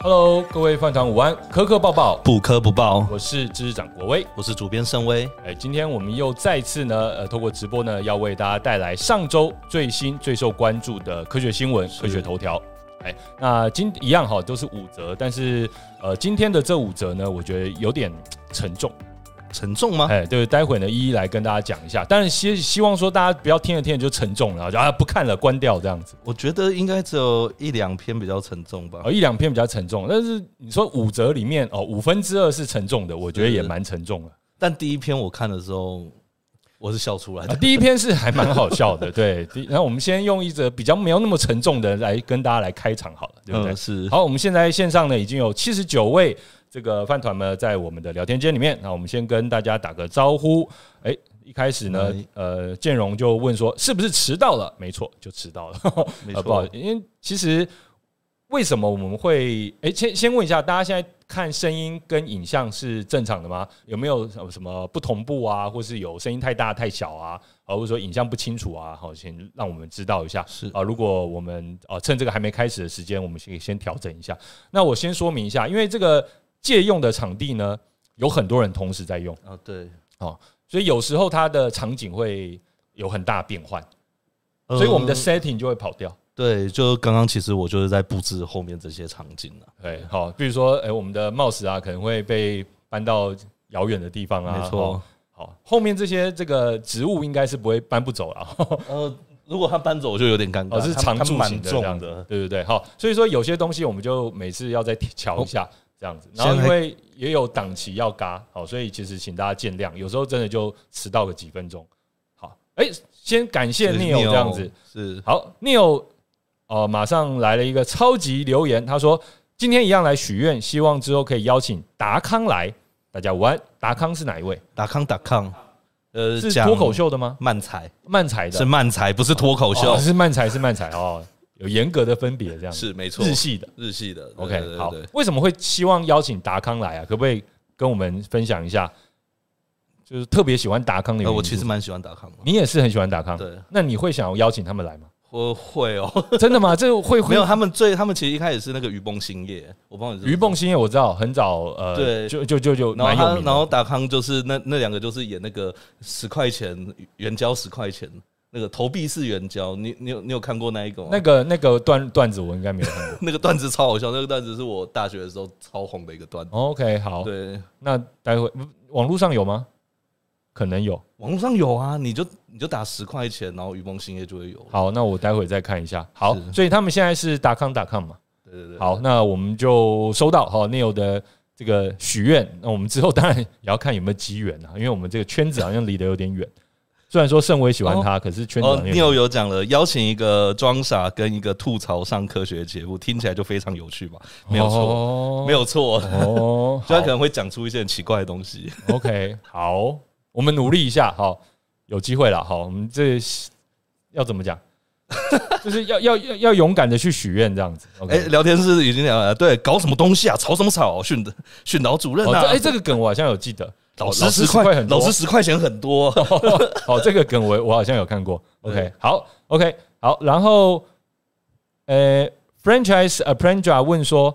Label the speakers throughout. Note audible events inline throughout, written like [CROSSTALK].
Speaker 1: Hello，各位饭堂午安，科科抱抱，
Speaker 2: 不磕不报。
Speaker 1: 我是知识长国威。
Speaker 2: 我是主编盛威，
Speaker 1: 哎，今天我们又再次呢，呃，透过直播呢，要为大家带来上周最新最受关注的科学新闻、科学头条。哎，那今一样哈，都是五则，但是呃，今天的这五则呢，我觉得有点沉重。
Speaker 2: 沉重吗？
Speaker 1: 哎，对，待会呢一一来跟大家讲一下。当然希希望说大家不要听着听着就沉重了，然后就啊不看了，关掉这样子。
Speaker 2: 我觉得应该只有一两篇比较沉重吧
Speaker 1: 呃，。一两篇比较沉重，但是你说五则里面哦，五分之二是沉重的，我觉得也
Speaker 2: 是
Speaker 1: 蛮沉重的。
Speaker 2: 但第一篇我看的时候，我是笑出来
Speaker 1: 啊，
Speaker 2: 的。
Speaker 1: 第一篇是还蛮好笑的，对。第然后我们先用一则比较没有那么沉重的来跟大家来开场好了，对不对？
Speaker 2: 嗯，是
Speaker 1: 好，我们现在线上呢已经有七十九位这个饭团们在我们的聊天间里面，那我们先跟大家打个招呼。哎，一开始呢
Speaker 2: 来，
Speaker 1: 呃，建荣就问说是不是迟到了？没错，就迟到了。
Speaker 2: 没
Speaker 1: 呃，不好
Speaker 2: 错
Speaker 1: 意。思，因为其实为什么我们会哎、先先问一下，大家现在看声音跟影像是正常的吗？有没有什么什么不同步啊，或是有声音太大太小啊，啊或者说影像不清楚啊？好，先让我们知道一下。
Speaker 2: 是
Speaker 1: 啊，如果我们啊趁这个还没开始的时间，我们先先调整一下。那我先说明一下，因为这个借用的场地呢，有很多人同时在用，
Speaker 2: 啊，对，
Speaker 1: 所以有时候它的场景会有很大变换，所以我们的
Speaker 2: 呃
Speaker 1: setting 就会跑掉。
Speaker 2: 对，就刚刚其实我就是在布置后面这些场景啊了。
Speaker 1: 对，好，比如说，哎、我们的 mouse 啊，可能会被搬到遥远的地方啊。
Speaker 2: 没
Speaker 1: 哦。
Speaker 2: 错，
Speaker 1: 好，后面这些这个植物应该是不会搬不走了， [LAUGHS]
Speaker 2: 呃，如果他搬走，我就有点尴
Speaker 1: 哦，
Speaker 2: 尬。
Speaker 1: 是
Speaker 2: 他
Speaker 1: 常
Speaker 2: 他
Speaker 1: 驻型
Speaker 2: 蛮
Speaker 1: 的这样
Speaker 2: 重
Speaker 1: 子
Speaker 2: 的，，
Speaker 1: 对对对。好，所以说有些东西我们就每次要再瞧一下、这样子，然后
Speaker 2: 哦现
Speaker 1: 因
Speaker 2: 在
Speaker 1: 为也有档期要嘎，好，所以其实请大家见谅，有时候真的就迟到个几分钟。好，哎、先感谢 n e o 这样子，
Speaker 2: 是
Speaker 1: 好，Neil，呃，马上来了一个超级留言，他说今天一样来许愿，希望之后可以邀请达康来。大家午安，达康是哪一位？
Speaker 2: 打康打康，呃，
Speaker 1: 是
Speaker 2: 讲
Speaker 1: 脱口秀的吗？
Speaker 2: 漫才
Speaker 1: 漫才的，
Speaker 2: 是漫才，不是脱口秀
Speaker 1: 哦，是漫才，是漫才哦，有严格的分别，这样子
Speaker 2: 是没错，
Speaker 1: 日系的。
Speaker 2: 日系的。对
Speaker 1: OK，
Speaker 2: 对对
Speaker 1: 好
Speaker 2: 对，
Speaker 1: 为什么会希望邀请达康来啊？可不可以跟我们分享一下？就是特别喜欢达康的原
Speaker 2: 呃，
Speaker 1: 因
Speaker 2: 我
Speaker 1: 是嗯什
Speaker 2: 其
Speaker 1: 么。
Speaker 2: 实蛮喜欢打康的。
Speaker 1: 你也是很喜欢达康，
Speaker 2: 对，
Speaker 1: 那你会想要邀请他们来吗？
Speaker 2: 我
Speaker 1: [LAUGHS]
Speaker 2: 会哦，
Speaker 1: 真的吗？这会会
Speaker 2: 没有，他们最，他们其实一开始是那个鱼蹦兴业，我帮你
Speaker 1: 于梦欣也我知道，很早呃，
Speaker 2: 对
Speaker 1: 就就就就
Speaker 2: 然后
Speaker 1: 蛮有
Speaker 2: 他，
Speaker 1: 名
Speaker 2: 然
Speaker 1: 的。
Speaker 2: 后达康就是那那两个就是演那个十块钱援交十块钱那个投币式援交，你你有你有看过那一个吗？
Speaker 1: 那个那个段段子我应该没有看过。
Speaker 2: [LAUGHS] 那个段子超好笑，那个段子是我大学的时候超红的一个段子。
Speaker 1: OK，好，
Speaker 2: 对，
Speaker 1: 那待会网络上有吗？可能有。
Speaker 2: 网络上有啊，你就你就打十块钱，然后鱼梦兴业就会有。
Speaker 1: 好，那我待会再看一下。好，
Speaker 2: 是
Speaker 1: 所以他们现在是达康达康嘛。
Speaker 2: 对对对，
Speaker 1: 好，那我们就收到哈 Neil 的这个许愿。那我们之后当然也要看有没有机缘啊，因为我们这个圈子好像离得有点远。虽然说盛威喜欢他，可是圈子好
Speaker 2: 哦，
Speaker 1: 像有
Speaker 2: 你
Speaker 1: 点
Speaker 2: 有有讲了，邀请一个装傻跟一个吐槽上科学节目，听起来就非常有趣吧？没有错，
Speaker 1: 错
Speaker 2: 没有错，
Speaker 1: 哦，
Speaker 2: [LAUGHS] 就他
Speaker 1: 好
Speaker 2: 可能会讲出一些很奇怪的东西。 [LAUGHS]
Speaker 1: OK，好，我们努力一下，好，有机会了，好，我们这要怎么讲？ [LAUGHS] 就是要要要要勇敢的去许愿，这样子。OK，
Speaker 2: 哎、聊天室已经聊了，对，搞什么东西啊？吵什么吵？训的训导主任
Speaker 1: 哦，这
Speaker 2: 啊，
Speaker 1: 哎、这个梗我好像有记得，
Speaker 2: 老
Speaker 1: 哦
Speaker 2: 师十
Speaker 1: 10
Speaker 2: 块
Speaker 1: 很，多，
Speaker 2: 老师十块钱很多，
Speaker 1: 哦，这个梗我我好像有看过。OK，
Speaker 2: 对
Speaker 1: 好，OK，好，然后，呃，Franchise Apprendra 问说，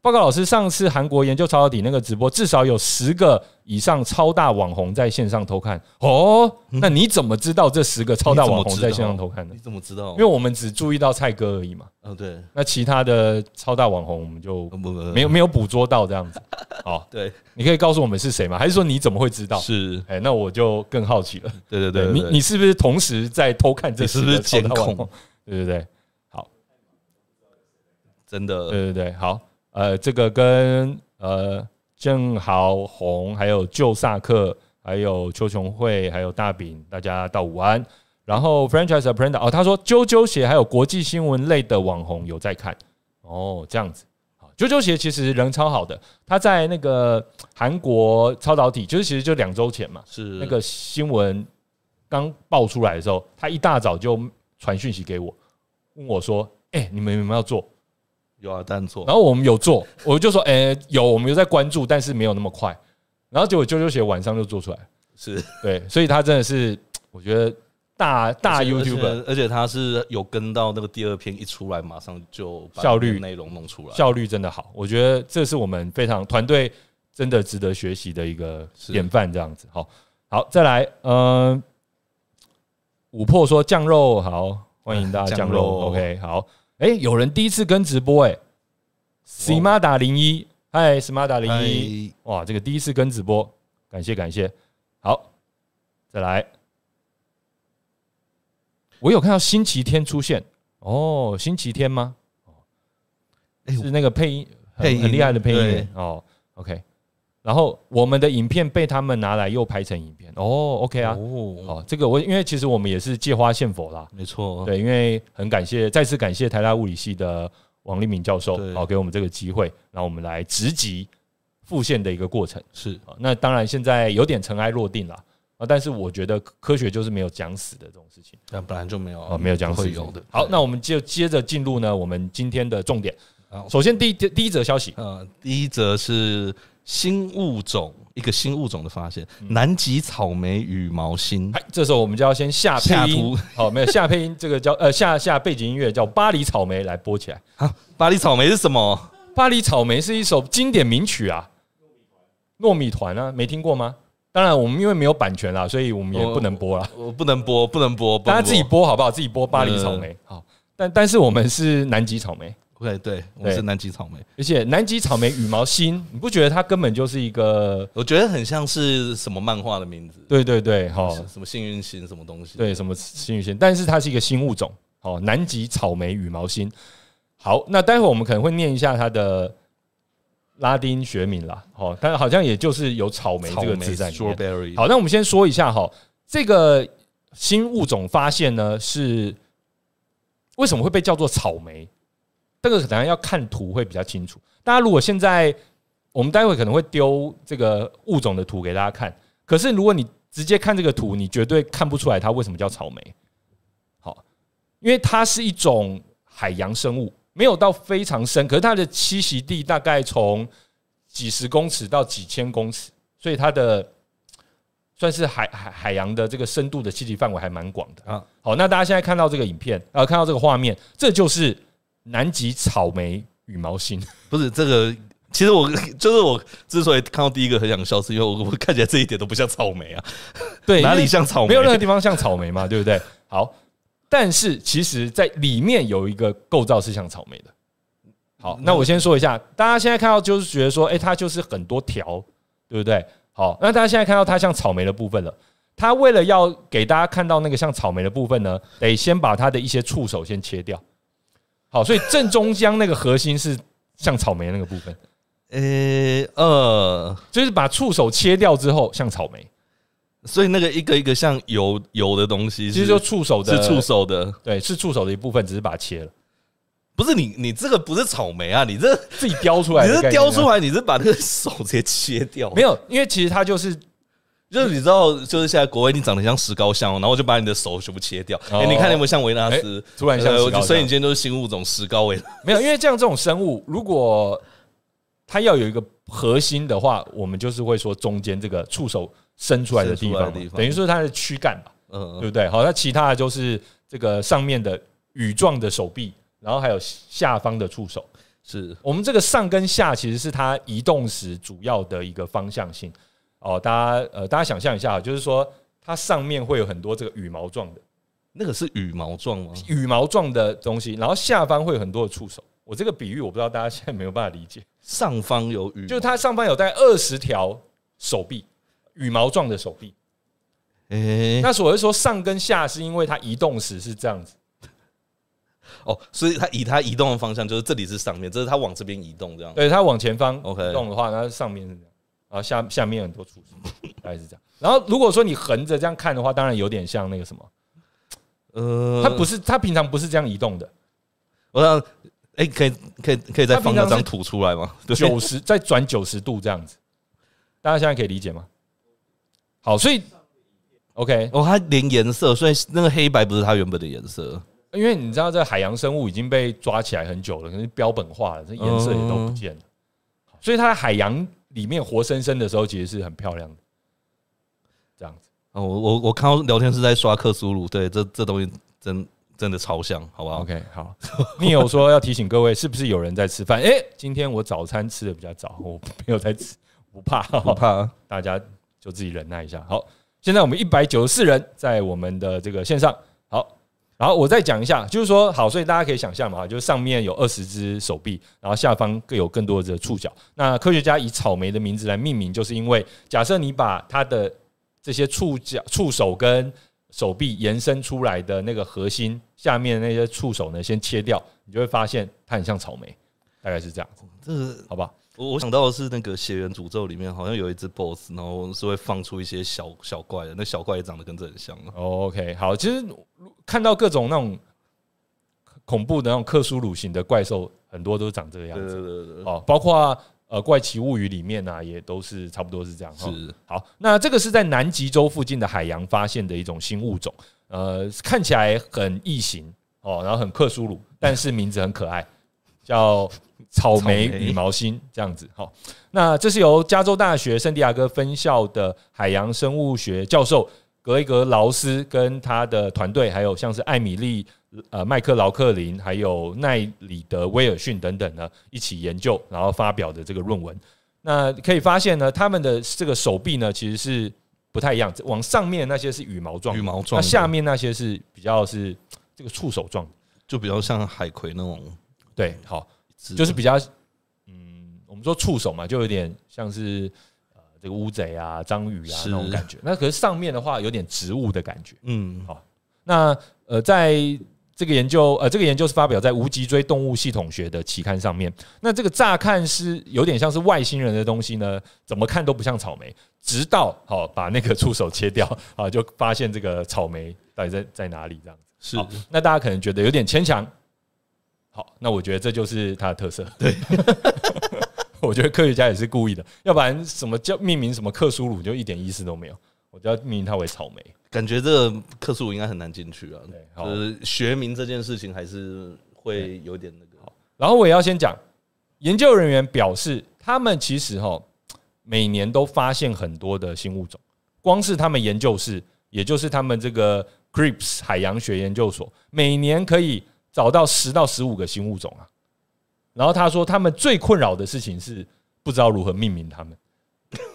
Speaker 1: 报告老师，上次韩国研究抄到底那个直播，至少有十个以上超大网红在线上偷看。哦，[LAUGHS]
Speaker 2: 嗯
Speaker 1: 那你怎么知道这十个超大网红在线上偷看呢
Speaker 2: 你？怎么知道
Speaker 1: 因为？我们只注意到蔡哥而已嘛，
Speaker 2: 嗯、对，
Speaker 1: 那其他的超大网红我们就
Speaker 2: 不不
Speaker 1: 没有没有捕捉到这样子。好，
Speaker 2: 对，
Speaker 1: 你可以告诉我们是谁吗？还是说你怎么会知道？
Speaker 2: 是，
Speaker 1: 哎、那我就更好奇了。
Speaker 2: 对对
Speaker 1: 对
Speaker 2: 对，
Speaker 1: 你你是不是同时在偷看这
Speaker 2: 你
Speaker 1: 十
Speaker 2: 是不
Speaker 1: 个
Speaker 2: 是
Speaker 1: 超大网
Speaker 2: 监
Speaker 1: 红 [LAUGHS]
Speaker 2: 控？
Speaker 1: 对对对，
Speaker 2: 真的
Speaker 1: 对对对，好，呃，这个跟呃郑豪红、还有旧萨克、还有邱琼慧、还有大饼，大家到午安。然后 franchise apprenda 哦，他说啾啾鞋还有国际新闻类的网红有在看哦，这样子。好，啾啾鞋其实人超好的，他在那个韩国超导体，就是其实就两周前嘛，
Speaker 2: 是
Speaker 1: 那个新闻刚爆出来的时候，他一大早就传讯息给我，问我说：“哎、你们有没有要做
Speaker 2: 有啊，但？”错，
Speaker 1: 然后我们有做，我就说：“哎、有，我们有在关注，但是没有那么快。”然后结果啾啾鞋晚上就做出来，
Speaker 2: 是
Speaker 1: 对，所以他真的是，我觉得大大
Speaker 2: 而且
Speaker 1: YouTuber，
Speaker 2: 而且而且他是有跟到那个第二篇一出来，马上就把
Speaker 1: 效率
Speaker 2: 内容弄出来。
Speaker 1: 效率真的好。我觉得这是我们非常团队真的值得学习的一个
Speaker 2: 是
Speaker 1: 典范，这样子。好，好，再来，嗯、五破说酱肉好，欢迎大家酱
Speaker 2: 酱
Speaker 1: 肉。
Speaker 2: 肉
Speaker 1: OK，好，哎、有人第一次跟直播、哎，Smada 零一，嗨，Smada 零一，
Speaker 2: 哎
Speaker 1: 哇，这个第一次跟直播，感谢感谢。好，再来，我有看到星期天出现哦，星期天吗？哦，
Speaker 2: 哎
Speaker 1: 是那个配音很
Speaker 2: 配音
Speaker 1: 很厉害的配音员
Speaker 2: 对
Speaker 1: 哦。OK，然后我们的影片被他们拿来又拍成影片哦。OK 啊，
Speaker 2: 哦，
Speaker 1: 哦，这个我因为其实我们也是借花献佛啦，
Speaker 2: 没错，
Speaker 1: 对，因为很感谢，再次感谢台大物理系的王立明教授，
Speaker 2: 对
Speaker 1: 好、给我们这个机会，然后我们来直击复现的一个过程。
Speaker 2: 是
Speaker 1: 啊，那当然现在有点尘埃落定了啊，但是我觉得科学就是没有讲死的这种事情
Speaker 2: 但本来就没有
Speaker 1: 啊，没有讲死
Speaker 2: 哦会
Speaker 1: 这种
Speaker 2: 有的。
Speaker 1: 好，
Speaker 2: 对
Speaker 1: 那我们就接着进入呢我们今天的重点
Speaker 2: 好。
Speaker 1: 首先第一第一则消息，
Speaker 2: 呃，第一则是新物种，一个新物种的发现，
Speaker 1: 嗯
Speaker 2: 南极草莓羽毛星。
Speaker 1: 哎，这时候我们就要先下
Speaker 2: 下
Speaker 1: 配音
Speaker 2: 图，
Speaker 1: 好、没有下配音，这个叫呃下下背景音乐叫《巴黎草莓》来播起来。
Speaker 2: 啊，巴黎草莓是什么？
Speaker 1: 巴黎草莓是一首经典名曲啊，糯米团啊，没听过吗？当然，我们因为没有版权啦，所以我们也不能播啦。
Speaker 2: 我不能播，不能播，不能播嗯
Speaker 1: 大家自己播好不好？自己播巴黎草莓好，但但是我们是南极草莓，
Speaker 2: 对对，我们
Speaker 1: 对
Speaker 2: 是南极草莓。
Speaker 1: 而且南极草莓羽毛心，你不觉得它根本就是一个
Speaker 2: 我觉得很像是什么漫画的名字，
Speaker 1: 对对对哈、
Speaker 2: 是什么幸运星什么东西。，
Speaker 1: 哦对什么新宇线，但是它是一个新物种哦，南极草莓羽毛心。好，那待会我们可能会念一下它的拉丁学名啦，哦，但好像也就是有草莓
Speaker 2: 草
Speaker 1: 这
Speaker 2: 莓
Speaker 1: 个字在里面。
Speaker 2: strawberry。
Speaker 1: 好，那我们先说一下哈，这个新物种发现呢是为什么会被叫做草莓？这个可能要看图会比较清楚。大家如果现在我们待会可能会丢这个物种的图给大家看，可是如果你直接看这个图，你绝对看不出来它为什么叫草莓。好，因为它是一种海洋生物，没有到非常深，可是它的栖息地大概从几十公尺到几千公尺，所以它的算是海海海洋的这个深度的栖息范围还蛮广的啊
Speaker 2: 啊。
Speaker 1: 好，那大家现在看到这个影片，呃，看到这个画面，这就是南极草莓羽毛星。
Speaker 2: 不是这个，其实我 [LAUGHS] 就是我之所以看到第一个很想笑，是因为我我看起来这一点都不像草莓啊，
Speaker 1: [LAUGHS] 对，
Speaker 2: 哪
Speaker 1: 因为
Speaker 2: 里像草莓？
Speaker 1: 没有任何地方像草莓嘛，对
Speaker 2: [LAUGHS]
Speaker 1: 不对？好，但是其实在里面有一个构造是像草莓的。好，
Speaker 2: 嗯
Speaker 1: 那我先说一下，大家现在看到就是觉得说，诶，它就是很多条，对不对？好，那大家现在看到它像草莓的部分了。它为了要给大家看到那个像草莓的部分呢，得先把它的一些触手先切掉。好，所以正中央那个核心是像草莓的那个部分， [LAUGHS]
Speaker 2: 呃呃，
Speaker 1: 就是把触手切掉之后像草莓，
Speaker 2: 所以那个一个一个像油油的东西
Speaker 1: 其
Speaker 2: 是，
Speaker 1: 实就触手的
Speaker 2: 是触，手的，
Speaker 1: 对，是触手的一部分，只是把它切了。
Speaker 2: 不是你你这个不是草莓啊，你这
Speaker 1: 自己雕出来
Speaker 2: 你
Speaker 1: 的概念啊，
Speaker 2: 是雕出来，你是把那个手直接切掉，
Speaker 1: 没有？因为其实它就是
Speaker 2: 就是你知道，就是现在国威你长得像石膏像哦，然后我就把你的手全部切掉。
Speaker 1: 哦
Speaker 2: 哎、你看你有没有像维纳斯？
Speaker 1: 哎突然像
Speaker 2: 呃
Speaker 1: 石膏像
Speaker 2: 所以你今天就是新物种石膏维纳。
Speaker 1: 没有，因为这样这种生物，如果它要有一个核心的话，我们就是会说中间这个触手伸出来的地方嘛
Speaker 2: 伸出来的地，方
Speaker 1: 等于说它的躯干吧，
Speaker 2: 嗯、
Speaker 1: 对不对？好，那其他的就是这个上面的羽状的手臂，然后还有下方的触手。
Speaker 2: 是
Speaker 1: 我们这个上跟下其实是它移动时主要的一个方向性哦。大家呃，大家想象一下，就是说它上面会有很多这个羽毛状的。
Speaker 2: 那个是羽毛状吗？
Speaker 1: 羽毛状的东西，然后下方会有很多的触手。我这个比喻我不知道大家现在有没有办法理解，
Speaker 2: 上方有羽毛，
Speaker 1: 就是它上方有大概二十条手臂，羽毛状的手臂。
Speaker 2: 哎、
Speaker 1: 那所谓说上跟下，是因为它移动时是这样子，
Speaker 2: 哦，所以它以它移动的方向就是这里是上面，这是它往这边移动这样。
Speaker 1: 对，它往前方
Speaker 2: 哦 OK
Speaker 1: 动的话，那上面是这样，然后下下面有很多触手，大概是这样。然后如果说你横着这样看的话，当然有点像那个什么，
Speaker 2: 呃，
Speaker 1: 它不是它平常不是这样移动的，
Speaker 2: 我想，哎、可以可以可以再
Speaker 1: 它平
Speaker 2: 放
Speaker 1: 常是
Speaker 2: 那张图出来吗？对，
Speaker 1: 九十再转九十度这样子，大家现在可以理解吗？好，所以 OK，
Speaker 2: 哦，它连颜色，所以那个黑白不是它原本的颜色。
Speaker 1: 因为你知道，这海洋生物已经被抓起来很久了，可是标本化了，这颜色也都不见了，嗯所以它在海洋里面活生生的时候，其实是很漂亮的。这样子，
Speaker 2: 啊，我我我看到聊天室在刷克苏鲁，对，这这东西真真的超像，好不好？
Speaker 1: OK，好。 [LAUGHS] 你有说要提醒各位，是不是有人在吃饭？哎、今天我早餐吃的比较早，我没有在吃，不怕、哦
Speaker 2: 不怕，
Speaker 1: 大家就自己忍耐一下。好，现在我们一百九十四人在我们的这个线上。好，然后我再讲一下，就是说，好，所以大家可以想象嘛，就是上面有二十只手臂，然后下方各有更多的触角。那科学家以草莓的名字来命名，就是因为假设你把它的这些触角、触手跟手臂延伸出来的那个核心下面那些触手呢，先切掉，你就会发现它很像草莓，大概是这样子，
Speaker 2: 这个
Speaker 1: 好不好？
Speaker 2: 我我想到的是那个《血缘诅咒》里面好像有一只 BOSS，然后是会放出一些小小怪的，那小怪也长得跟这很像啊。
Speaker 1: OK，好，其实看到各种那种恐怖的那种克苏鲁型的怪兽，很多都长这个样
Speaker 2: 对对
Speaker 1: 子
Speaker 2: 对对对，
Speaker 1: 哦，包括呃《怪奇物语》里面啊，也都是差不多是这样。哈。
Speaker 2: 是
Speaker 1: 好，那这个是在南极洲附近的海洋发现的一种新物种，呃，看起来很异形哦，然后很克苏鲁，但是名字很可爱，叫草莓
Speaker 2: 草莓
Speaker 1: 羽毛星这样子。好、那这是由加州大学圣地亚哥分校的海洋生物学教授格雷格劳斯跟他的团队，还有像是艾米丽。呃，麦克劳克林还有奈里德威尔逊等等呢，一起研究，然后发表的这个论文。那可以发现呢，他们的这个手臂呢，其实是不太一样，往上面那些是羽毛状的，
Speaker 2: 羽毛状
Speaker 1: 那
Speaker 2: 的
Speaker 1: 下面那些是比较是这个触手状的。
Speaker 2: 就比较像海葵那种，
Speaker 1: 对，好，
Speaker 2: 是
Speaker 1: 就是比较，嗯，我们说触手嘛，就有点像是呃这个乌贼啊、章鱼啊
Speaker 2: 是
Speaker 1: 那种感觉。那可是上面的话，有点植物的感觉。
Speaker 2: 嗯，
Speaker 1: 那呃，在这个研究，呃，这个研究是发表在《无脊椎动物系统学》的期刊上面。那这个乍看是有点像是外星人的东西呢，怎么看都不像草莓，直到好、把那个触手切掉啊，就发现这个草莓到底在在哪里这样子。
Speaker 2: 是
Speaker 1: 好那大家可能觉得有点牵强，好，那我觉得这就是它的特色。对， [LAUGHS] 我觉得科学家也是故意的，要不然什么叫命名什么克苏鲁就一点意思都没有。我就要命名它为草莓。
Speaker 2: 感觉这个克苏鲁应该很难进去啊。
Speaker 1: 对，好。
Speaker 2: 就是学名这件事情还是会有点那个，
Speaker 1: 然后我也要先讲，研究人员表示，他们其实哈每年都发现很多的新物种，光是他们研究室，也就是他们这个 Crips 海洋学研究所，每年可以找到十到十五个新物种啊。然后他说，他们最困扰的事情是不知道如何命名它们。 [LAUGHS]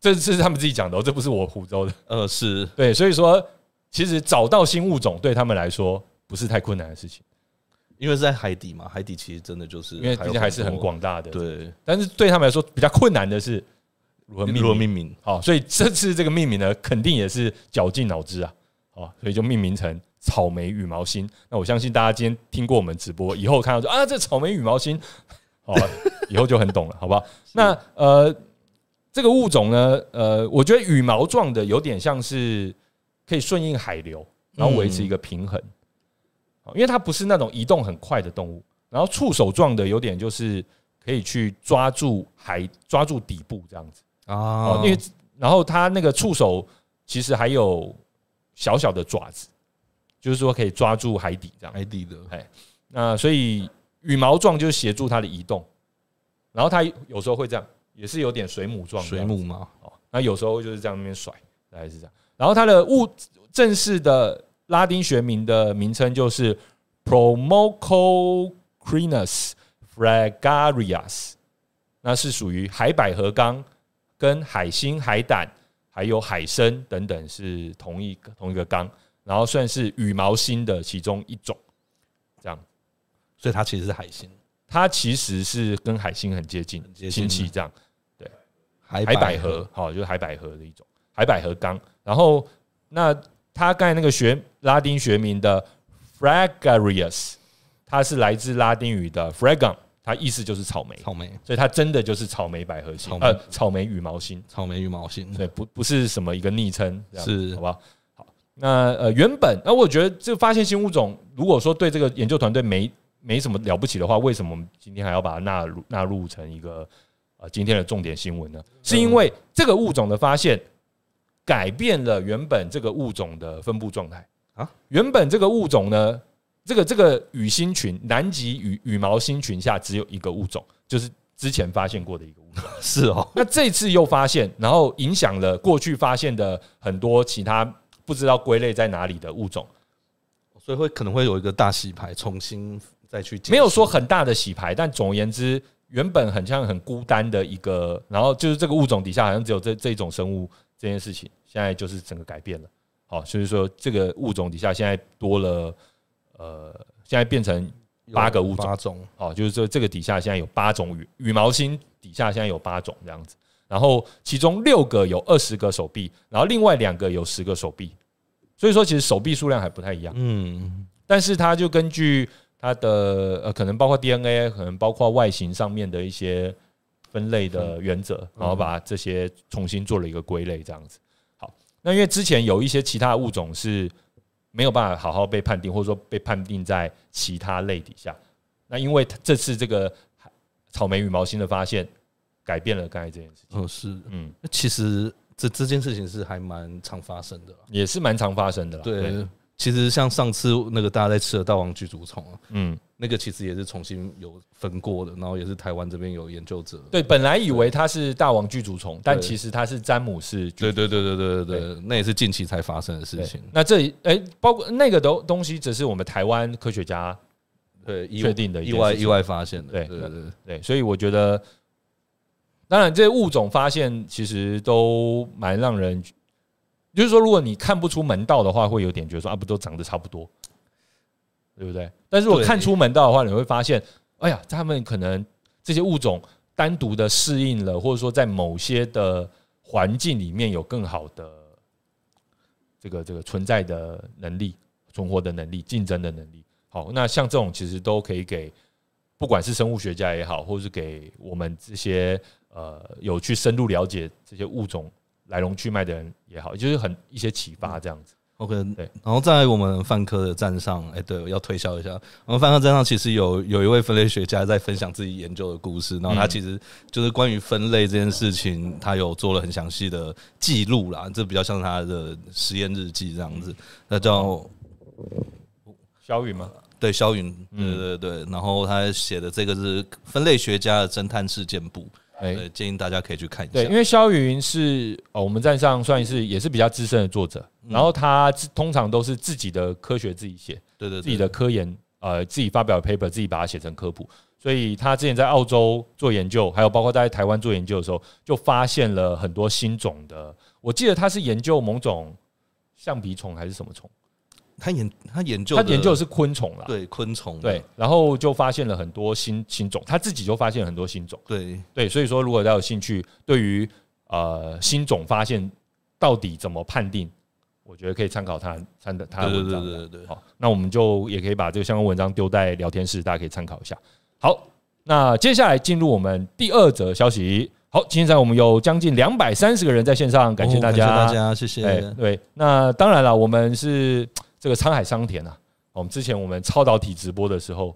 Speaker 1: 这这是他们自己讲的、哦，这不是我胡诌的。
Speaker 2: 呃，是
Speaker 1: 对，所以说，其实找到新物种对他们来说不是太困难的事情，
Speaker 2: 因为是在海底嘛，海底其实真的就是，
Speaker 1: 因为毕竟还是很，广大的
Speaker 2: 对，
Speaker 1: 但是对他们来说比较困难的是如何
Speaker 2: 如
Speaker 1: 命
Speaker 2: 何
Speaker 1: 名。
Speaker 2: 命名？
Speaker 1: 好，哦所以这次这个命名呢，肯定也是绞尽脑汁啊，好，所以就命名成草莓羽毛星。那我相信大家今天听过我们直播以后，看到说啊，这草莓羽毛星，好，以后就很懂了，好不好？那呃，这个物种呢，呃，我觉得羽毛状的有点像是可以顺应海流，然后维持一个平衡，好因为它不是那种移动很快的动物。然后触手状的有点就是可以去抓住海、抓住底部这样子。
Speaker 2: 啊
Speaker 1: 哦，因为然后它那个触手其实还有小小的爪子，就是说可以抓住海底这样。
Speaker 2: 海底的
Speaker 1: 那所以羽毛状就是协助它的移动，然后它有时候会这样，也是有点水母状这
Speaker 2: 水
Speaker 1: 样。
Speaker 2: 母嘛，
Speaker 1: 哦，那有时候就是这样那边甩，大概是这样。然后它的物正式的拉丁学名的名称就是 Promocrinus fragarius，那是属于海百合纲跟海星、海胆还有海参等等是同一个同一个纲，然后算是羽毛星的其中一种。这样，
Speaker 2: 所以它其实是海星，
Speaker 1: 它其实是跟海星很接近
Speaker 2: 很，接近
Speaker 1: 亲戚这样。
Speaker 2: 海
Speaker 1: 海百合，好、就是海百合的一种海百合纲。然后那它刚才那个学拉丁学名的 fragarius，它是来自拉丁语的 fragum，它意思就是草莓，
Speaker 2: 草莓，
Speaker 1: 所以它真的就是草莓百合星
Speaker 2: 草，莓
Speaker 1: 呃，草莓羽毛星，
Speaker 2: 草莓羽毛星，
Speaker 1: 对，不不是什么一个昵称，这样
Speaker 2: 是
Speaker 1: 好不好？好，那呃，原本那、我觉得这发现新物种，如果说对这个研究团队没没什么了不起的话，为什么我们今天还要把它纳入纳入成一个呃今天的重点新闻呢？是因为这个物种的发现改变了原本这个物种的分布状态
Speaker 2: 啊。
Speaker 1: 原本这个物种呢，这个这个羽星群，南极羽羽毛星群下只有一个物种，就是之前发现过的一个物种。
Speaker 2: [LAUGHS] 是哦，
Speaker 1: 那这次又发现，然后影响了过去发现的很多其他不知道归类在哪里的物种，
Speaker 2: 所以会可能会有一个大洗牌，重新再去解释
Speaker 1: 没有说很大的洗牌，但总而言之，原本很像很孤单的一个，然后就是这个物种底下好像只有这这种生物这件事情，现在就是整个改变了。好，所以说这个物种底下现在多了，呃，现在变成
Speaker 2: 有
Speaker 1: 八个物种
Speaker 2: 八种，
Speaker 1: 哦，就是这这个底下现在有八种羽羽毛星底下现在有八种这样子，然后其中六个有二十个手臂，然后另外两个有十个手臂，所以说其实手臂数量还不太一样，
Speaker 2: 嗯，
Speaker 1: 但是它就根据它的呃可能包括 DNA，可能包括外形上面的一些分类的原则，然后把这些重新做了一个归类这样子。好，那因为之前有一些其他物种是没有办法好好被判定，或者说被判定在其他类底下。那因为这次这个草莓羽毛星的发现，改变了刚才这件事情。
Speaker 2: 哦是，
Speaker 1: 嗯，
Speaker 2: 其实这这件事情是还蛮常发生的啦。
Speaker 1: 也是蛮常发生的啦。
Speaker 2: 对，其实像上次那个大家在吃的大王巨足虫啊，
Speaker 1: 嗯，
Speaker 2: 那个其实也是重新有分过的，然后也是台湾这边有研究者。
Speaker 1: 对，本来以为它是大王巨足虫，但
Speaker 2: 对
Speaker 1: 其实它是詹姆士巨
Speaker 2: 对对对对对对对，那也是近期才发生的事
Speaker 1: 对
Speaker 2: 情。
Speaker 1: 那这哎、包括那个东东西，只是我们台湾科学家
Speaker 2: 对，意
Speaker 1: 确定的一
Speaker 2: 意
Speaker 1: 件
Speaker 2: 外
Speaker 1: 事情
Speaker 2: 意外发现的。
Speaker 1: 对
Speaker 2: 对对对，
Speaker 1: 对，所以我觉得，当然这些物种发现其实都蛮让人，就是说，如果你看不出门道的话，会有点觉得说啊，不都长得差不多，对不对？但是如果
Speaker 2: 对
Speaker 1: 看出门道的话，你会发现，哎呀，他们可能这些物种单独的适应了，或者说在某些的环境里面有更好的这个这个存在的能力、存活的能力、竞争的能力。好，那像这种其实都可以给，不管是生物学家也好，或是给我们这些呃有去深入了解这些物种来龙去脉的人也好，就是很一些启发这样子。
Speaker 2: OK，
Speaker 1: 对
Speaker 2: 然后在我们范科的站上，哎、对，要推销一下，我们范科站上其实有有一位分类学家在分享自己研究的故事，然后他其实就是关于分类这件事情，他有做了很详细的记录啦，这比较像是他的实验日记这样子，那叫
Speaker 1: 肖宇吗？
Speaker 2: 对肖云，对对对，然后他写的这个是分类学家的侦探事件簿，
Speaker 1: 哎、
Speaker 2: 对，建议大家可以去看一
Speaker 1: 对，
Speaker 2: 下
Speaker 1: 因，为肖云是哦，我们站上算是也是比较资深的作者，然后他自通常都是自己的科学自己写，
Speaker 2: 对对
Speaker 1: 自己
Speaker 2: 对，
Speaker 1: 的科研，呃，自己发表的 paper，自己把它写成科普。所以他之前在澳洲做研究，还有包括在台湾做研究的时候，就发现了很多新种的。我记得他是研究某种橡皮虫还是什么虫，
Speaker 2: 他研他研究
Speaker 1: 他研究的
Speaker 2: 的
Speaker 1: 是啊昆虫啦。
Speaker 2: 对昆虫的，
Speaker 1: 对，然后就发现了很多新新种，他自己就发现了很多新种。
Speaker 2: 对
Speaker 1: 对，所以说如果大家有兴趣，对于呃新种发现到底怎么判定，我觉得可以参考他参的他的
Speaker 2: 对
Speaker 1: 文
Speaker 2: 对
Speaker 1: 章
Speaker 2: 对
Speaker 1: 的。
Speaker 2: 对对。
Speaker 1: 好，那我们就也可以把这个相关文章丢在聊天室，大家可以参考一下。好，那接下来进入我们第二则消息。好，今天在我们有将近两百三十个人在线上，感谢
Speaker 2: 哦
Speaker 1: 大家，
Speaker 2: 大家，谢谢。
Speaker 1: 哎，对，那当然了，我们是这个沧海桑田啊。我们之前我们超导体直播的时候，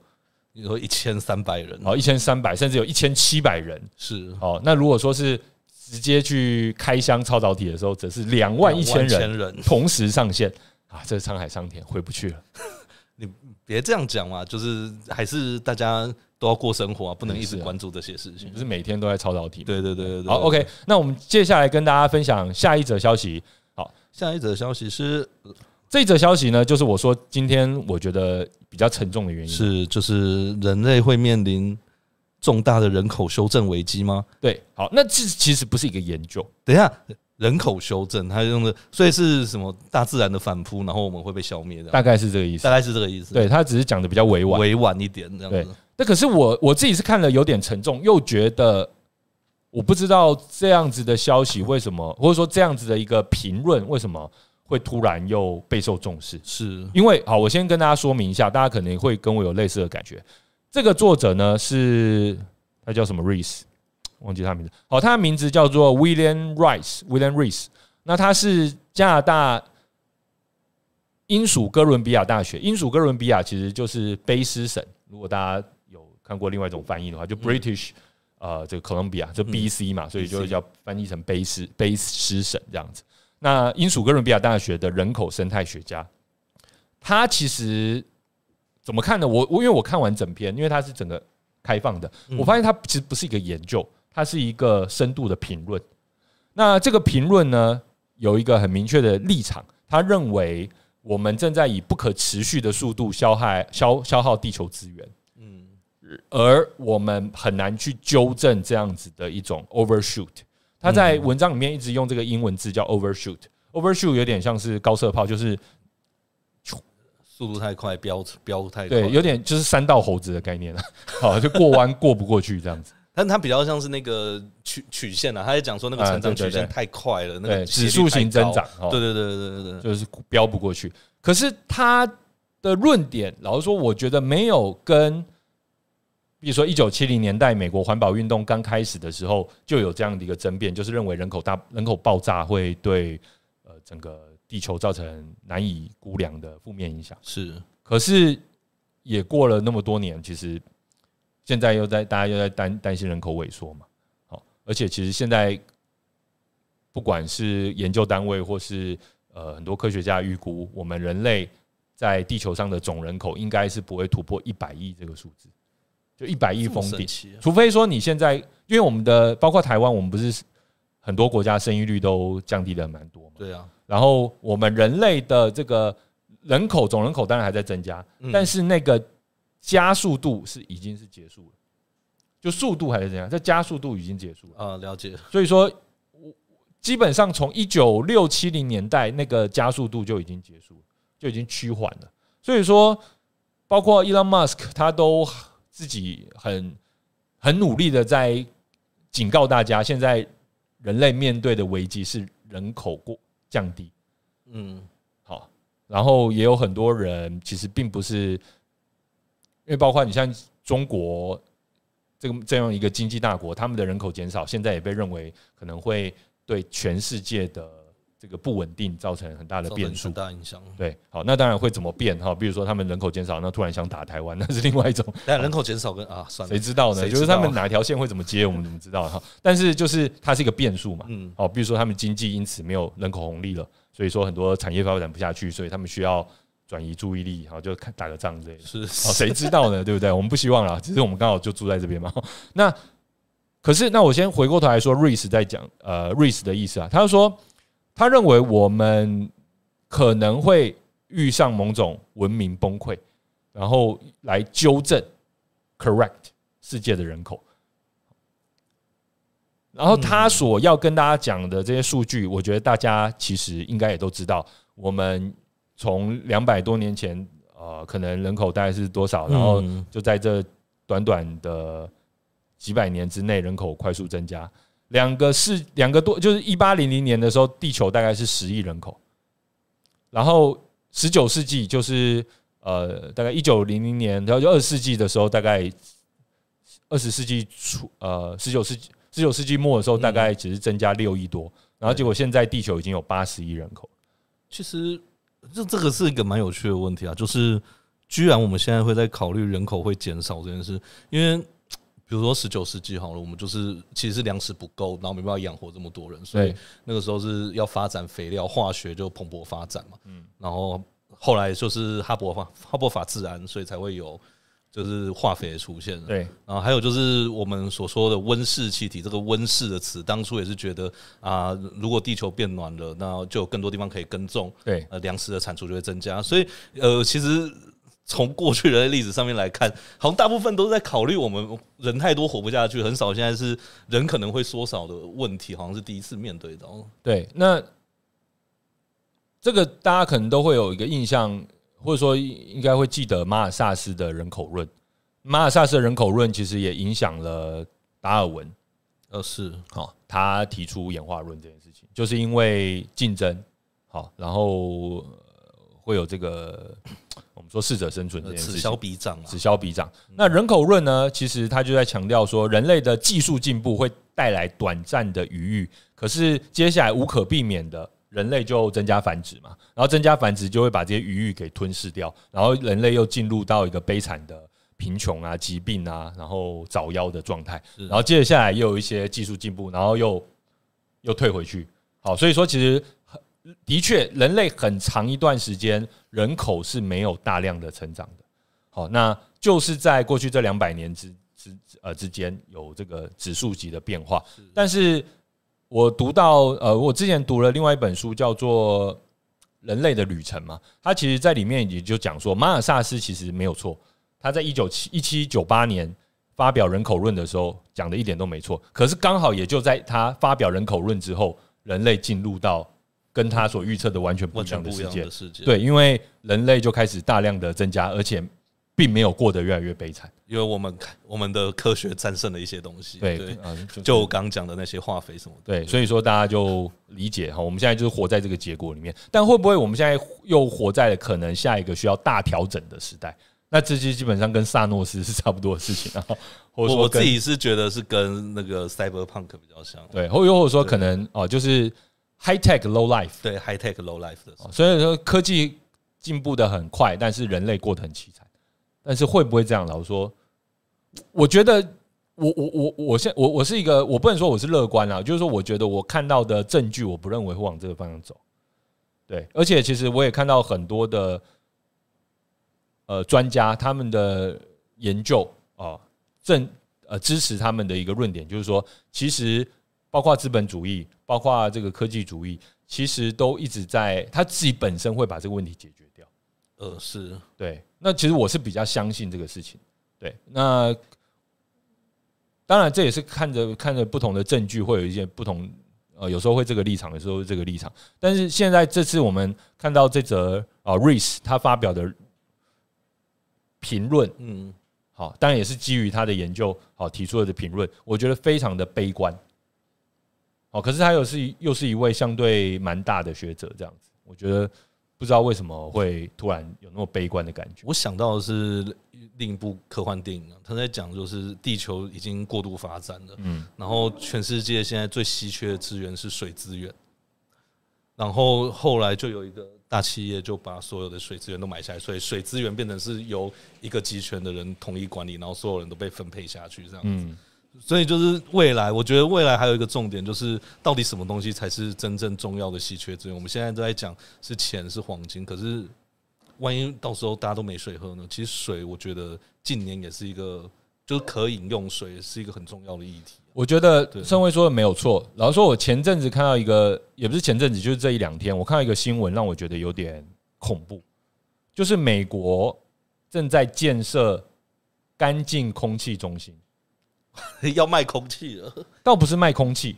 Speaker 2: 你说一千三百人，
Speaker 1: 哦，一千三百甚至有一千七百人，
Speaker 2: 是
Speaker 1: 哦，那如果说是直接去开箱超导体的时候，则是两万一千人
Speaker 2: 人，
Speaker 1: 同时上线啊，这是沧海桑田，回不去了。
Speaker 2: 别这样讲嘛，就是还是大家都要过生活啊，不能一
Speaker 1: 是
Speaker 2: 直
Speaker 1: 啊
Speaker 2: 关注这些事
Speaker 1: 你
Speaker 2: 情
Speaker 1: 不。是每天都在超导体吗？
Speaker 2: 对对对对对。
Speaker 1: 好，OK，那我们接下来跟大家分享下一则消息。
Speaker 2: 下一则消息是
Speaker 1: 这一则消息呢，就是我说今天我觉得比较沉重的原因。
Speaker 2: 是就是人类会面临重大的人口修正危机吗？
Speaker 1: 对，好，那这其实不是一个研究，
Speaker 2: 等一下，人口修正，它用的所以是什么？大自然的反扑，然后我们会被消灭的，
Speaker 1: 大概是这个意
Speaker 2: 大
Speaker 1: 思。
Speaker 2: 概是这个意思。，
Speaker 1: 对，他只是讲的比较委婉。
Speaker 2: 委婉一点这样子。
Speaker 1: 那可是我我自己是看了有点沉重，又觉得我不知道这样子的消息为什么，或者说这样子的一个评论为什么会突然又备受重视。
Speaker 2: 是
Speaker 1: 因为好，我先跟大家说明一下，大家可能会跟我有类似的感觉。这个作者呢是他叫什么 Reese，忘记他名字。好，他的名字叫做 William Rice，William Reese。那他是加拿大英属哥伦比亚大学，英属哥伦比亚其实就是卑诗省。如果大家有看过另外一种翻译的话，就 British、呃，这个 Columbia 就 BC 嘛，所以就
Speaker 2: BC
Speaker 1: 叫翻译成卑诗卑诗省这样子。那英属哥伦比亚大学的人口生态学家，他其实怎么看呢？我我因为我看完整篇，因为他是整个开放的。
Speaker 2: 嗯
Speaker 1: 我发现它其实不是一个研究，它是一个深度的评论。那这个评论呢，有一个很明确的立场，他认为我们正在以不可持续的速度消害消消耗地球资源。
Speaker 2: 嗯
Speaker 1: 而我们很难去纠正这样子的一种 overshoot。他在文章里面一直用这个英文字叫 overshoot。overshoot 有点像是高射炮，就是
Speaker 2: 速度太快，飙飙太快，
Speaker 1: 对，有点就是三道猴子的概念了。啊 [LAUGHS] 好，就过弯过不过去这样子。
Speaker 2: 但它比较像是那个曲曲线啊，他在讲说那个
Speaker 1: 啊
Speaker 2: 成长
Speaker 1: 对对
Speaker 2: 曲线
Speaker 1: 对
Speaker 2: 太快了，那
Speaker 1: 对
Speaker 2: 个斜率
Speaker 1: 指数型
Speaker 2: 太
Speaker 1: 增
Speaker 2: 高
Speaker 1: 长哦
Speaker 2: 对对对对对对，
Speaker 1: 就是飙不过去。可是他的论点，老实说，我觉得没有跟，比如说一九七零年代美国环保运动刚开始的时候就有这样的一个争辩，就是认为人口大人口爆炸会对呃整个地球造成难以估量的负面影响。
Speaker 2: 是
Speaker 1: 可是也过了那么多年，其实现在又在大家又在担担心人口萎缩嘛。好，而且其实现在不管是研究单位或是呃很多科学家预估，我们人类在地球上的总人口应该是不会突破一百亿这个数字，就一百亿封
Speaker 2: 这么
Speaker 1: 顶
Speaker 2: 神。奇啊
Speaker 1: 除非说你现在，因为我们的包括台湾，我们不是很多国家生育率都降低的蛮多嘛。
Speaker 2: 对啊，
Speaker 1: 然后我们人类的这个人口总人口当然还在增加，
Speaker 2: 嗯
Speaker 1: 但是那个加速度是已经是结束了，就速度还在增加，这加速度已经结束了。
Speaker 2: 啊，了解，
Speaker 1: 所以说，我基本上从一九六七零年代那个加速度就已经结束了，就已经趋缓了。所以说，包括 Elon Musk 他都自己很很努力的在警告大家，现在人类面对的危机是人口过降低。
Speaker 2: 嗯，
Speaker 1: 好，然后也有很多人其实并不是，因为包括你像中国这个这样一个经济大国，他们的人口减少，现在也被认为可能会对全世界的这个不稳定造成很大的
Speaker 2: 造成
Speaker 1: 变数
Speaker 2: 很。大影响。
Speaker 1: 对，好，那当然会怎么变哈？比如说他们人口减少，那突然想打台湾，那是另外一种 [LAUGHS]
Speaker 2: 但人口减少跟啊，算了
Speaker 1: 谁，知道呢？
Speaker 2: 谁
Speaker 1: 就是
Speaker 2: 知道
Speaker 1: 他
Speaker 2: 啊
Speaker 1: 们哪条线会怎么接，我们怎么知道哈？但是就是它是一个变数嘛。
Speaker 2: 嗯，
Speaker 1: 哦，比如说他们经济因此没有人口红利了，所以说很多产业发展不下去，所以他们需要转移注意力，然后就看打个仗之类的。
Speaker 2: 是
Speaker 1: 哦，谁知道呢？对不对？我们不希望啦，只是我们刚好就住在这边嘛。 [LAUGHS] 那可是，那我先回过头来说，Reese 在讲呃 Reese 的意思啊，他就说他认为我们可能会遇上某种文明崩溃，然后来纠正 correct 世界的人口。然后他所要跟大家讲的这些数据，我觉得大家其实应该也都知道，我们从两百多年前，呃，可能人口大概是多少，然后
Speaker 2: 嗯
Speaker 1: 就在这短短的几百年之内，人口快速增加。两个是两个多，就是一八零零年的时候，地球大概是十亿人口，然后十九世纪就是呃，大概一九零零年，然后就二十世纪的时候，大概二十世纪初，呃，十九世纪十九世纪末的时候，
Speaker 2: 嗯
Speaker 1: 大概只是增加六亿多，然后结果现在地球已经有八十亿人口。
Speaker 2: 其实这这个是一个蛮有趣的问题啊，就是居然我们现在会在考虑人口会减少这件事，因为比如说十九世纪好了，我们就是其实是粮食不够，然后没办法养活这么多人，所以
Speaker 1: 对
Speaker 2: 那个时候是要发展肥料、化学就蓬勃发展嘛，嗯，然后后来就是哈勃法哈勃法自然，所以才会有就是化肥的出现，
Speaker 1: 对，
Speaker 2: 然后还有就是我们所说的温室气体，这个温室的词，当初也是觉得啊、如果地球变暖了，那就有更多地方可以耕种，
Speaker 1: 对
Speaker 2: 呃，粮食的产出就会增加。所以，呃，其实从过去人类历史上面来看，好像大部分都是在考虑我们人太多活不下去，很少现在是人可能会缩少的问题，好像是第一次面对到。
Speaker 1: 对，那这个大家可能都会有一个印象，或者说应该会记得马尔萨斯的人口论。马尔萨斯的人口论其实也影响了达尔文，
Speaker 2: 呃，是
Speaker 1: 好、他提出演化论这件事情，就是因为竞争，好、然后呃会有这个我们说适者生存这
Speaker 2: 呃
Speaker 1: 件事
Speaker 2: 此
Speaker 1: 情，
Speaker 2: 消彼长啊
Speaker 1: 此，消彼长。那人口论呢？其实它就在强调说，人类的技术进步会带来短暂的余裕，可是接下来无可避免的，人类就增加繁殖嘛，然后增加繁殖就会把这些余裕给吞噬掉，然后人类又进入到一个悲惨的贫穷啊、疾病啊，然后早夭的状态。
Speaker 2: 是
Speaker 1: 然后接下来又有一些技术进步，然后又又退回去。好，所以说其实很的确，人类很长一段时间人口是没有大量的成长的。好，那就是在过去这两百年之之呃之间有这个指数级的变化。但是我读到呃，我之前读了另外一本书叫做《人类的旅程》嘛，它其实在里面也就讲说，马尔萨斯其实没有错，他在一九七一七九八年发表人口论的时候讲的一点都没错，可是刚好也就在他发表人口论之后，人类进入到跟他所预测的完全不
Speaker 2: 完
Speaker 1: 一
Speaker 2: 全
Speaker 1: 样
Speaker 2: 不
Speaker 1: 的
Speaker 2: 一
Speaker 1: 世
Speaker 2: 样
Speaker 1: 界
Speaker 2: 的。世界。，
Speaker 1: 对，因为人类就开始大量的增加，而且并没有过得越来越悲惨。
Speaker 2: 因为我们看我们的科学战胜了一些东西。
Speaker 1: 对，啊
Speaker 2: 就我刚讲的那些化肥什么的，
Speaker 1: 对，所以说大家就理解哈，我们现在就是活在这个结果里面。但会不会我们现在又活在了可能下一个需要大调整的时代？那这些基本上跟萨诺斯是差不多的事情啊，或者
Speaker 2: 我
Speaker 1: 说
Speaker 2: 我自
Speaker 1: 跟
Speaker 2: 己是觉得是跟那个 cyberpunk 比较像。
Speaker 1: 对，或又或者说可能哦，就是 high tech low life，
Speaker 2: 对 high tech low life 的时候，
Speaker 1: 哦所以说科技进步的很快，但是人类过得很凄惨。但是会不会这样？老实说，我觉得我我我我现我我是一个，我不能说我是乐观啦，就是说我觉得我看到的证据，我不认为会往这个方向走。对，而且其实我也看到很多的呃专家他们的研究啊，正呃支持他们的一个论点，就是说，其实包括资本主义，包括这个科技主义，其实都一直在他自己本身会把这个问题解决掉。
Speaker 2: 呃，是
Speaker 1: 对，那其实我是比较相信这个事情。对，那当然这也是看着看着不同的证据，会有一些不同，呃，有时候会这个立场，有时候会这个立场。但是现在这次我们看到这则啊、Reese 他发表的评论，
Speaker 2: 嗯，
Speaker 1: 好，当然也是基于他的研究好提出的评论，我觉得非常的悲观。好，可是他又是又是一位相对蛮大的学者，这样子，我觉得不知道为什么会突然有那么悲观的感觉。
Speaker 2: 我想到的是另一部科幻电影啊，他在讲就是地球已经过度发展了，嗯，然后全世界现在最稀缺的资源是水资源，然后后来就有一个大企业就把所有的水资源都买下来，所以水资源变成是由一个集权的人统一管理，然后所有人都被分配下去这样子。
Speaker 1: 嗯，
Speaker 2: 所以就是未来，我觉得未来还有一个重点就是，到底什么东西才是真正重要的稀缺资源？我们现在都在讲是钱是黄金，可是万一到时候大家都没水喝呢？其实水，我觉得近年也是一个，就是可饮用水是一个很重要的议题。 [LAUGHS]
Speaker 1: 我觉得
Speaker 2: 对
Speaker 1: 盛辉说的没有错。老实说，我前阵子看到一个，也不是前阵子，就是这一两天，我看到一个新闻，让我觉得有点恐怖，就是美国正在建设干净空气中心。
Speaker 2: 要卖空气了，
Speaker 1: 倒不是卖空气，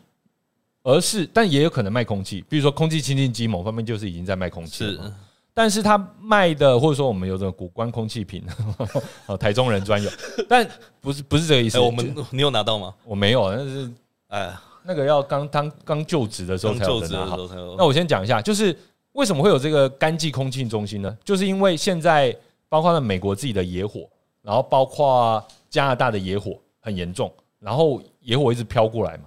Speaker 1: 而是但也有可能卖空气，比如说空气清净机某方面就是已经在卖空气了嘛，但是它卖的或者说我们有这种古关空气瓶， [LAUGHS] 哦，台中人专有，但不是不是这个意思，
Speaker 2: 哎，我们你有拿到吗？
Speaker 1: 我没有，那是
Speaker 2: 哎，
Speaker 1: 那个要刚刚刚就职的时候
Speaker 2: 刚
Speaker 1: 才有
Speaker 2: 就
Speaker 1: 的
Speaker 2: 职的
Speaker 1: 拿
Speaker 2: 时
Speaker 1: 好。
Speaker 2: 候才有
Speaker 1: 那。我先讲一下，就是为什么会有这个干净空气中心呢？就是因为现在包括了美国自己的野火，然后包括加拿大的野火很严重，然后野火一直飘过来嘛，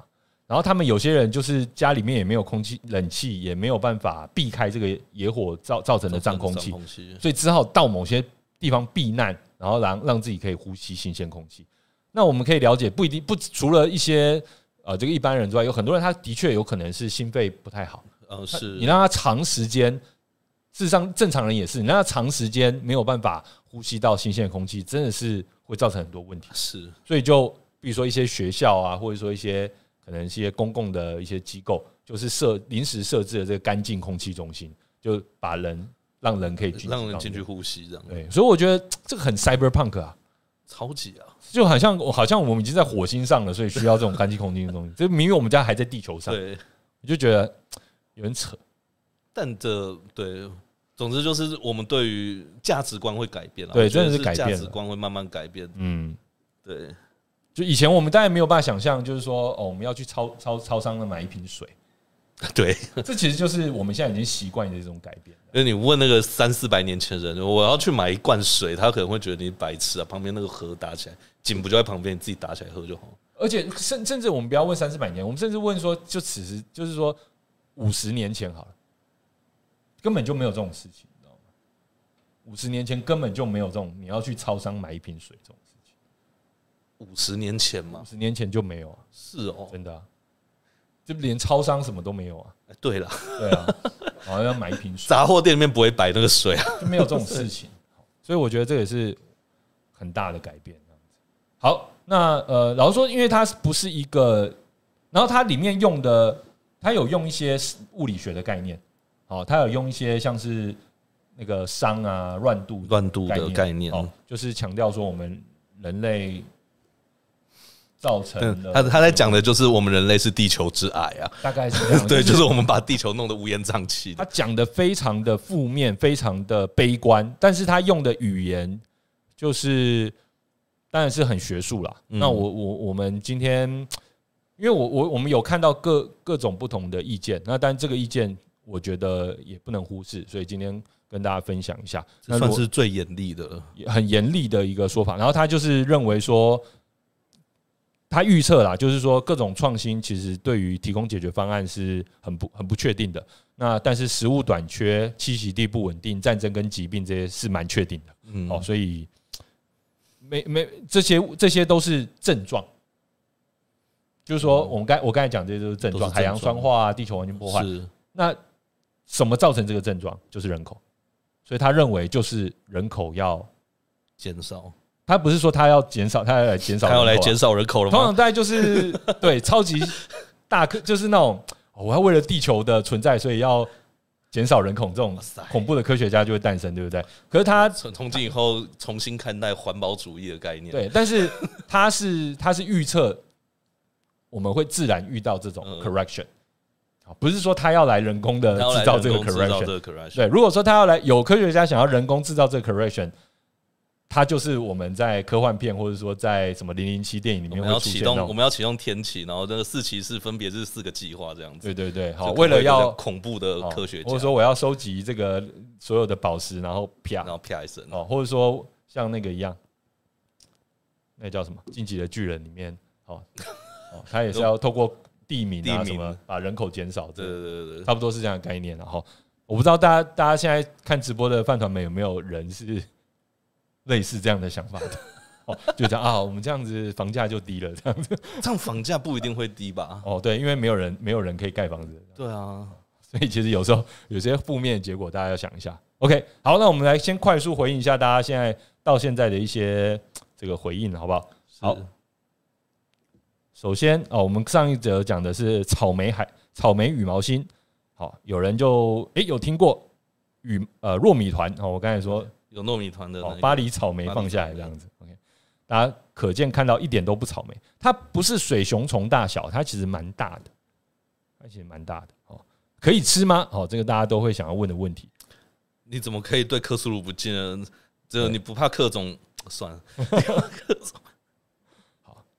Speaker 1: 然后他们有些人就是家里面也没有空气冷气，也没有办法避开这个野火造造成的脏空气，所以只好到某些地方避难，然后让让自己可以呼吸新鲜空气。那我们可以了解，不一定不除了一些呃这个一般人之外，有很多人他的确有可能是心肺不太好。
Speaker 2: 呃，是
Speaker 1: 你让他长时间，事实上正常人也是，你让他长时间没有办法呼吸到新鲜的空气，真的是会造成很多问题。
Speaker 2: 是
Speaker 1: 所以就比如说一些学校啊，或者说一些可能一些公共的一些机构，就是设临时设置的这个干净空气中心，就把人让人可以进
Speaker 2: 让人进
Speaker 1: 去
Speaker 2: 去呼吸这样
Speaker 1: 到里，面。对，所以我觉得这个很 cyberpunk 啊，
Speaker 2: 超级啊，
Speaker 1: 就好像我好像我们已经在火星上了，所以需要这种干净空气的东西。这明明我们家还在地球上，
Speaker 2: 对。
Speaker 1: 我就觉得有点扯。
Speaker 2: 但这对，总之就是我们对于价值观会改变了。
Speaker 1: 对
Speaker 2: 我觉得
Speaker 1: 真的是改
Speaker 2: 价
Speaker 1: 变
Speaker 2: 值
Speaker 1: 了
Speaker 2: 观会慢慢改变。
Speaker 1: 嗯。 [LAUGHS]
Speaker 2: 对，
Speaker 1: 就以前我们当然没有办法想象，就是说哦，我们要去超超超商那买一瓶水，
Speaker 2: 对，
Speaker 1: 这其实就是我们现在已经习惯的这种改变了。
Speaker 2: 因为你问那个三四百年前人，我要去买一罐水，他可能会觉得你白痴啊，旁边那个河打起来，井不就在旁边，你自己打起来喝就好。
Speaker 1: 而且甚甚至我们不要问三四百年，我们甚至问说，就此时就是说五十年前好了，根本就没有这种事情，你知道吗？五十年前根本就没有这种你要去超商买一瓶水这种事情，
Speaker 2: 五十年前
Speaker 1: 五
Speaker 2: 嘛，
Speaker 1: 十年前就没有啊，
Speaker 2: 是哦，
Speaker 1: 真的、啊，就连超商什么都没有啊，
Speaker 2: 哎对了，
Speaker 1: 对啊，然后要买一瓶水。
Speaker 2: 杂货店里面不会摆那个水啊， [LAUGHS]
Speaker 1: 就没有这种事情。所以我觉得这也是很大的改变。这样子好，那呃，老实说，因为它不是一个，然后它里面用的，它有用一些物理学的概念，好、它有用一些像是那个熵啊、乱度、
Speaker 2: 乱嗯度的概念，
Speaker 1: 哦，就是强调说我们人类造成
Speaker 2: 嗯
Speaker 1: 了，
Speaker 2: 他他在讲的就是我们人类是地球之癌啊，
Speaker 1: 大概哦是这样，
Speaker 2: [LAUGHS] 对，就是我们把地球弄得乌烟瘴气
Speaker 1: 他
Speaker 2: 的，
Speaker 1: 讲的非常的负面，非常的悲观，但是他用的语言就是当然是很学术啦。
Speaker 2: 嗯
Speaker 1: 那我我我们今天，因为我我我们有看到各各种不同的意见，那但这个意见我觉得也不能忽视，所以今天跟大家分享一下，那
Speaker 2: 这算
Speaker 1: 如果
Speaker 2: 是最严厉的了。
Speaker 1: 很严厉的一个说法。然后他就是认为说。他预测啦，就是说各种创新其实对于提供解决方案是很不很不确定的。那但是食物短缺、栖息地不稳定、战争跟疾病这些是蛮确定的、
Speaker 2: 嗯，
Speaker 1: 哦，所以没没这些这些都是症状，就是说我们刚我刚才讲这些都是症
Speaker 2: 嗯都
Speaker 1: 状，
Speaker 2: 是
Speaker 1: 海
Speaker 2: 症状
Speaker 1: 洋酸化啊、地球环境破坏。
Speaker 2: 是
Speaker 1: 那什么造成这个症状？就是人口，所以他认为就是人口要，
Speaker 2: 减少，
Speaker 1: 他不是说他要减少，他要来减少
Speaker 2: 他
Speaker 1: 人口啊，
Speaker 2: 要来减少人口了
Speaker 1: 通常
Speaker 2: 吗？
Speaker 1: 大概就是
Speaker 2: [LAUGHS]
Speaker 1: 对超级大客，就是那种、哦我要为了地球的存在，所以要减少人口这种
Speaker 2: 哇塞
Speaker 1: 恐怖的科学家就会诞生，对不对？可是他
Speaker 2: 从从今以后重新看待环保主义的概念，，
Speaker 1: 对，但
Speaker 2: [LAUGHS]
Speaker 1: 是他是他是预测我们会自然遇到这种
Speaker 2: 嗯
Speaker 1: correction，好不是说他要来人工的
Speaker 2: 然后来
Speaker 1: 呃制造这个
Speaker 2: 人工制造
Speaker 1: correction，
Speaker 2: 这个 correction，
Speaker 1: 对，如果说他要来，有科学家想要人工制造这个 correction，它就是我们在科幻片或者说在什么零零七电影里
Speaker 2: 我
Speaker 1: 面
Speaker 2: 们
Speaker 1: 会
Speaker 2: 要
Speaker 1: 出现
Speaker 2: 启
Speaker 1: 那
Speaker 2: 动，我
Speaker 1: 种。
Speaker 2: 们要启动天启，然后那个四骑士分别是四个计划这样子。
Speaker 1: 对对对，好，
Speaker 2: 就
Speaker 1: 为了要
Speaker 2: 恐怖的
Speaker 1: 哦
Speaker 2: 科学家，
Speaker 1: 或者说我要收集这个所有的宝石，然后啪
Speaker 2: 然，后啪一声，
Speaker 1: 哦，或者说像那个一样，那个叫什么《进击的巨人》里面，哦哦，他也是要透过地名啊
Speaker 2: 地
Speaker 1: 什
Speaker 2: 名
Speaker 1: 么把人口减少，
Speaker 2: 对
Speaker 1: 这
Speaker 2: 对对对对，
Speaker 1: 差不多是这样的概念。然后我不知道大家大家现在看直播的饭团们有没有人是 [LAUGHS] 类似这样的想法的？哦，就这样啊，我们这样子房价就低了，这样子。
Speaker 2: 这样房价不一定会低吧？
Speaker 1: 哦，对，因为没有人没有人可以盖房子，
Speaker 2: 对啊，
Speaker 1: 所以其实有时候有些负面的结果，大家要想一下。OK，好，那我们来先快速回应一下大家现在到现在的一些嘖这个回应，好不好？好
Speaker 2: 是
Speaker 1: 首先哦，我们上一则讲的是草莓海草莓羽毛心，好，有人就诶、有听过羽呃糯米团哦，我刚才说
Speaker 2: 有糯米团的那
Speaker 1: 哦
Speaker 2: 个
Speaker 1: 巴黎草莓放下来这样子，OK，大家可见看到一点都不草莓，它不是水熊虫大小，它其实蛮大的，它其实蛮大的哦，可以吃吗？哦，这个大家都会想要问的问题。
Speaker 2: 你怎么可以对克苏鲁不敬呢？这
Speaker 1: 对
Speaker 2: 你不怕克总？算了，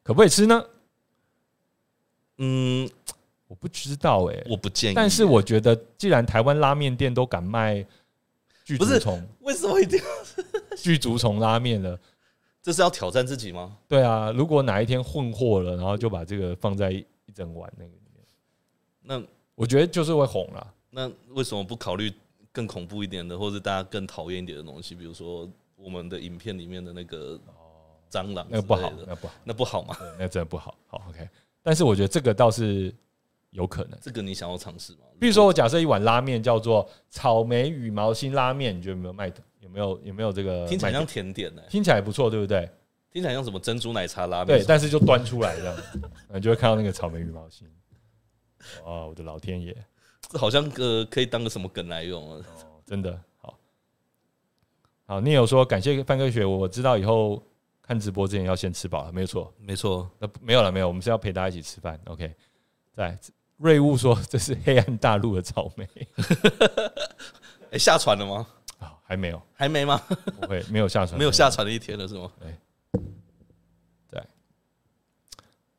Speaker 1: 可不可以吃呢？
Speaker 2: 嗯，
Speaker 1: 我不知道哎、
Speaker 2: 我不建议。啊
Speaker 1: 但是我觉得，既然台湾拉面店都敢卖巨
Speaker 2: 不
Speaker 1: 竹
Speaker 2: 是
Speaker 1: 虫、
Speaker 2: 为什么一定
Speaker 1: [LAUGHS]
Speaker 2: 要？
Speaker 1: 巨竹虫拉面了，
Speaker 2: 这是要挑战自己吗？
Speaker 1: 对啊，如果哪一天混货了，然后就把这个放在一一整碗那个里面，
Speaker 2: 那
Speaker 1: 我觉得就是会红啦。
Speaker 2: 那为什么不考虑更恐怖一点的，或者大家更讨厌一点的东西？比如说我们的影片里面的那个蟑螂，
Speaker 1: 那个不好，那，个不好，
Speaker 2: 那不好吗？
Speaker 1: 对那真的不好。好，OK。但是我觉得这个倒是有可能。
Speaker 2: 这个你想要尝试吗？
Speaker 1: 比如说，我假设一碗拉面叫做草莓羽毛心拉面，你觉得有没有卖的？有没有有没有这个卖点？
Speaker 2: 听起来像甜点呢、
Speaker 1: 听起来不错，对不对？
Speaker 2: 听起来像什么珍珠奶茶拉面
Speaker 1: 对，？但是就端出来这样，呃你就会看到那个草莓羽毛心。哇，我的老天爷，
Speaker 2: 这好像呃可以当个什么梗来用啊？
Speaker 1: 哦真的好。好，你有说感谢范科学，我知道以后看直播之前要先吃饱了，没有错。
Speaker 2: 没错，
Speaker 1: 那不没有了，没有，我们是要陪大家一起吃饭。OK，在瑞物说这是黑暗大陆的草莓
Speaker 2: 哎、下船了吗？
Speaker 1: 啊、还没有，
Speaker 2: 还
Speaker 1: [LAUGHS]
Speaker 2: 没吗？
Speaker 1: 不会，没有下船，
Speaker 2: 没有下船的一天了是吗？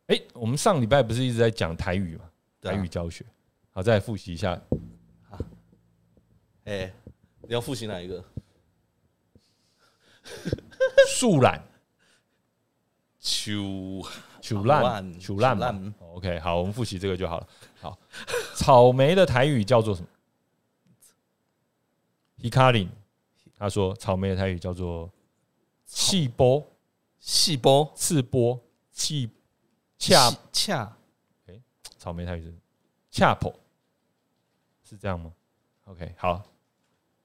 Speaker 1: 哎、我们上礼拜不是一直在讲台语嘛，
Speaker 2: 对啊
Speaker 1: 台语教学，好，再来复习一下。
Speaker 2: 哎、你要复习哪一个？
Speaker 1: 树懒、
Speaker 2: 秋
Speaker 1: 球
Speaker 2: 烂
Speaker 1: 烂、球烂
Speaker 2: 球
Speaker 1: 嘛
Speaker 2: 烂。
Speaker 1: 哦 OK，好，我们复习这个就好了。好，草莓的台语叫做什么？Hikarin，他说草莓的台语叫做气波、
Speaker 2: 细胞
Speaker 1: 刺波、气恰。
Speaker 2: 恰
Speaker 1: 草莓台语是恰破，是这样吗？OK，好，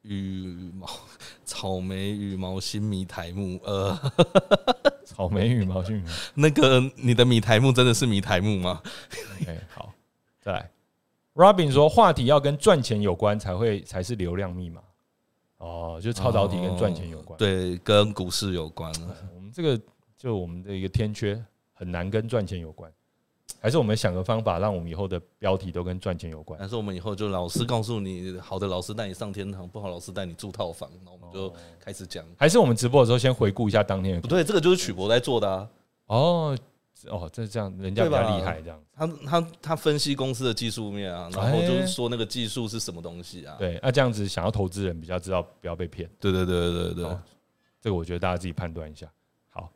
Speaker 2: 羽毛草莓羽毛新迷台木呃
Speaker 1: 草莓羽
Speaker 2: [LAUGHS]
Speaker 1: 毛性羽毛。
Speaker 2: 那个你的米苔木真的是米苔木吗？
Speaker 1: OK，好，哎再来。Robin 说，话题要跟赚钱有关才会才是流量密码。哦，就超导体跟赚钱有关。
Speaker 2: 哦对，跟股市有关。啊
Speaker 1: 我们这个就我们的一个天缺，很难跟赚钱有关。还是我们想个方法，让我们以后的标题都跟赚钱有关。
Speaker 2: 但是我们以后就老师告诉你，好的老师带你上天堂，不好老师带你住套房，那我们
Speaker 1: 哦
Speaker 2: 就开始讲。
Speaker 1: 还是我们直播的时候先回顾一下当天
Speaker 2: 不
Speaker 1: 的
Speaker 2: 对，这个就是曲博在做的啊。
Speaker 1: 哦哦，这这样人家比
Speaker 2: 对吧
Speaker 1: 较厉害，这样
Speaker 2: 他他他分析公司的技术面啊，然后就是说那个技术是什么东西啊？
Speaker 1: 对。那这样子想要投资人比较知道不要被骗，
Speaker 2: 对对对对对对
Speaker 1: 好，这个我觉得大家自己判断一下。好，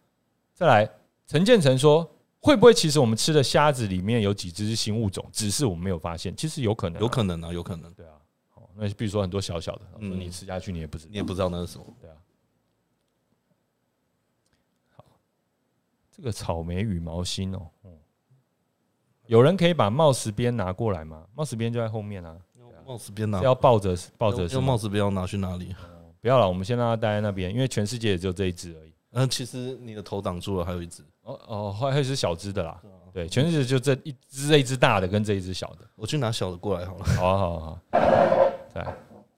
Speaker 1: 再来，陈建成说。会不会其实我们吃的虾子里面有几只是新物种，只是我们没有发现？其实有可能啊、
Speaker 2: 有可能啊，有可能，
Speaker 1: 对啊。好，那比如说很多小小的，
Speaker 2: 嗯
Speaker 1: 你吃下去你也不知道
Speaker 2: 你也不知道那是什么。
Speaker 1: 对啊。好，这个草莓羽毛心哦，嗯，有人可以把帽子边拿过来吗？帽子边就在后面啊，
Speaker 2: 帽子边拿
Speaker 1: 是，要抱着抱着
Speaker 2: 要
Speaker 1: 是
Speaker 2: 要帽
Speaker 1: 吗？
Speaker 2: 子边要拿去哪里？
Speaker 1: 不要了，我们先让它待在那边，因为全世界也只有这一只而已。
Speaker 2: 嗯，其实你的头挡住了，还有一只。
Speaker 1: 哦哦，还有一只小只的
Speaker 2: 啊
Speaker 1: 啦，对，全世界就这一只这一只大的跟这一只小的。
Speaker 2: 我去拿小的过来好了。
Speaker 1: 好啊好啊好啊，对。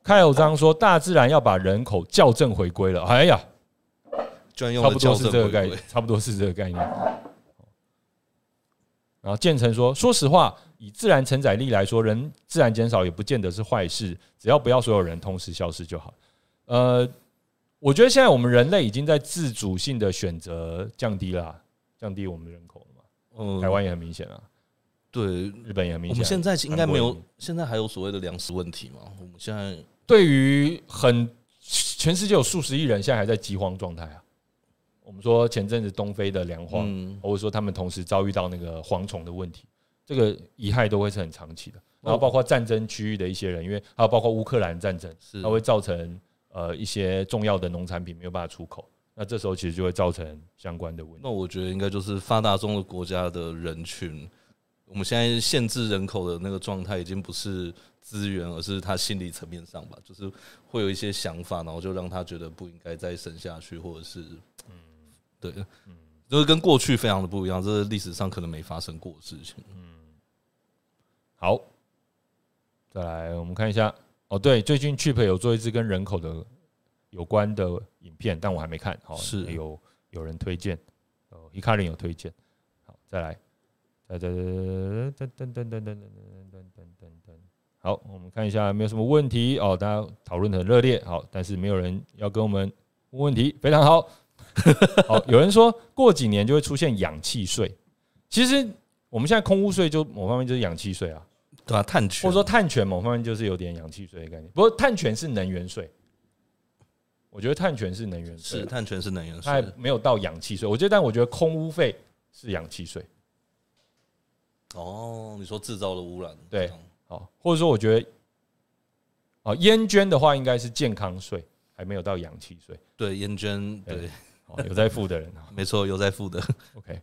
Speaker 1: 开友章说，大自然要把人口校正回归了。哎呀，
Speaker 2: 居然用
Speaker 1: 差
Speaker 2: 了
Speaker 1: 不
Speaker 2: 校
Speaker 1: 多是
Speaker 2: 正
Speaker 1: 这个
Speaker 2: 回
Speaker 1: 概
Speaker 2: 归，，
Speaker 1: 差不多是这个概念。然后建成说：“说实话，以自然承载力来说，人自然减少也不见得是坏事，只要不要所有人同时消失就好。”呃，我觉得现在我们人类已经在自主性的选择降低啦，降低我们的人口了嘛。
Speaker 2: 嗯
Speaker 1: 台湾也很明显啊，
Speaker 2: 对，
Speaker 1: 日本也很明
Speaker 2: 我
Speaker 1: 显啊。
Speaker 2: 们现在应
Speaker 1: 韩
Speaker 2: 该
Speaker 1: 国
Speaker 2: 没
Speaker 1: 也
Speaker 2: 有
Speaker 1: 明，
Speaker 2: 现在还有所谓的粮食问题嘛？我们现在
Speaker 1: 对于很全世界有数十亿人现在还在饥荒状态啊。我们说前阵子东非的粮荒，
Speaker 2: 嗯，
Speaker 1: 或者说他们同时遭遇到那个蝗虫的问题，这个遗害都会是很长期的。然
Speaker 2: 哦
Speaker 1: 后包括战争区域的一些人，因为还有包括乌克兰战争，
Speaker 2: 是
Speaker 1: 它会造成呃一些重要的农产品没有办法出口，那这时候其实就会造成相关的问题。
Speaker 2: 那我觉得应该就是发达中的国家的人群，我们现在限制人口的那个状态已经不是资源，而是他心理层面上吧，就是会有一些想法，然后就让他觉得不应该再生下去，或者是嗯，对，
Speaker 1: 嗯
Speaker 2: 就是跟过去非常的不一样，这是历史上可能没发生过的事情。
Speaker 1: 好，再来我们看一下哦，对，最近 Chip 有做一支跟人口的有关的影片，但我还没看。好、
Speaker 2: 是
Speaker 1: 有有人推荐，哦，伊卡林有推荐。好，再来，噔噔噔噔噔噔噔噔噔噔噔噔噔噔。好，我们看一下有没有什么问题哦，大家讨论得很热烈。好，但是没有人要跟我们问问题，非常好。 [LAUGHS] 好，有人说过几年就会出现氧气税，其实我们现在空污税就某方面就是氧气税啊。
Speaker 2: 对啊，探
Speaker 1: 或
Speaker 2: 权
Speaker 1: 者说碳权某方面就是有点氧气税的概念。不过碳权是能源税，我觉得碳权是能源税
Speaker 2: 是，探权是能源
Speaker 1: 它还
Speaker 2: 税，
Speaker 1: 没有到氧气税。我觉得，但我觉得空污费是氧气税，
Speaker 2: 哦，你说制造了污染，
Speaker 1: 对
Speaker 2: 这样
Speaker 1: 好，或者说我觉得，哦，烟捐的话应该是健康税，还没有到氧气税。
Speaker 2: 对，烟捐，
Speaker 1: 对
Speaker 2: 对，
Speaker 1: 好，
Speaker 2: [LAUGHS]
Speaker 1: 有在付的人啊
Speaker 2: 没错，有在付的。
Speaker 1: ，OK。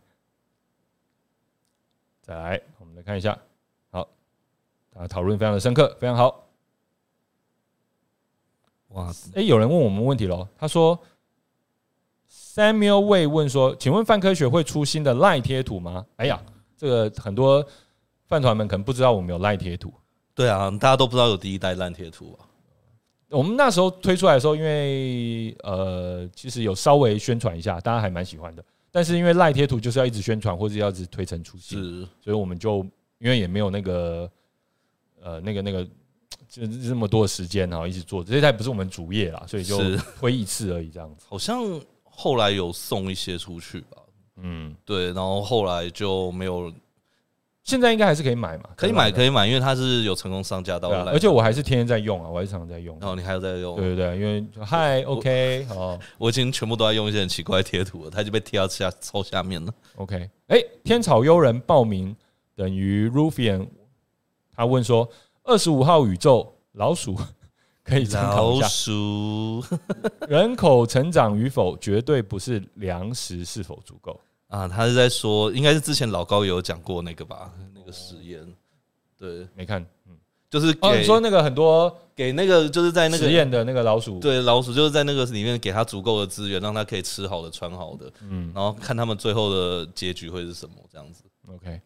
Speaker 1: 再来，我们来看一下，好，大家讨论非常的深刻，非常好。
Speaker 2: 哇，
Speaker 1: 诶，哎有人问我们问题喽，他说Samuel Wei 问说，请问泛科学会出新的赖贴图吗？哎呀，这个很多饭团们可能不知道我们有赖贴图。
Speaker 2: 对啊，大家都不知道有第一代烂贴图啊。
Speaker 1: 我们那时候推出来的时候，因为呃，其实有稍微宣传一下，大家还蛮喜欢的。但是因为赖贴图就是要一直宣传，或者要一直推陈出新，
Speaker 2: 是，
Speaker 1: 所以我们就因为也没有那个呃那个那个就是这么多的时间，然后一直做，这台不是我们主业啦，所以就是推一次而已这样子。
Speaker 2: 好像后来有送一些出去吧，
Speaker 1: 嗯，
Speaker 2: 对，然后后来就没有
Speaker 1: 现在应该还是可以买嘛，
Speaker 2: 可以买，
Speaker 1: 以
Speaker 2: 可以买，因为它是有成功上架到
Speaker 1: 对啊、
Speaker 2: 烂，
Speaker 1: 啊而且我还是天天在用啊，我还是常常在用。
Speaker 2: 然后你还有在用，
Speaker 1: 对对对，因为就嗨，OK，好
Speaker 2: 我已经全部都在用一些很奇怪的贴图了，它就被贴到下超下面了。
Speaker 1: ，OK。哎、天草悠人报名等于 Rufian，他问说，二十五号宇宙老鼠可以参考一
Speaker 2: 老
Speaker 1: 下，
Speaker 2: 鼠
Speaker 1: 人口成长与否绝对不是粮食是否足够。
Speaker 2: 啊，他是在说，应该是之前老高也有讲过那个吧，那个实验，对，
Speaker 1: 没看，嗯，
Speaker 2: 就是
Speaker 1: 哦，你
Speaker 2: 给、
Speaker 1: 说那个很多
Speaker 2: 给那个就是在那
Speaker 1: 实
Speaker 2: 个
Speaker 1: 验的那个老鼠，
Speaker 2: 对老鼠，就是在那个里面给它足够的资源，让它可以吃好的、穿好的，
Speaker 1: 嗯
Speaker 2: 然后看他们最后的结局会是什么这样子。
Speaker 1: ，OK。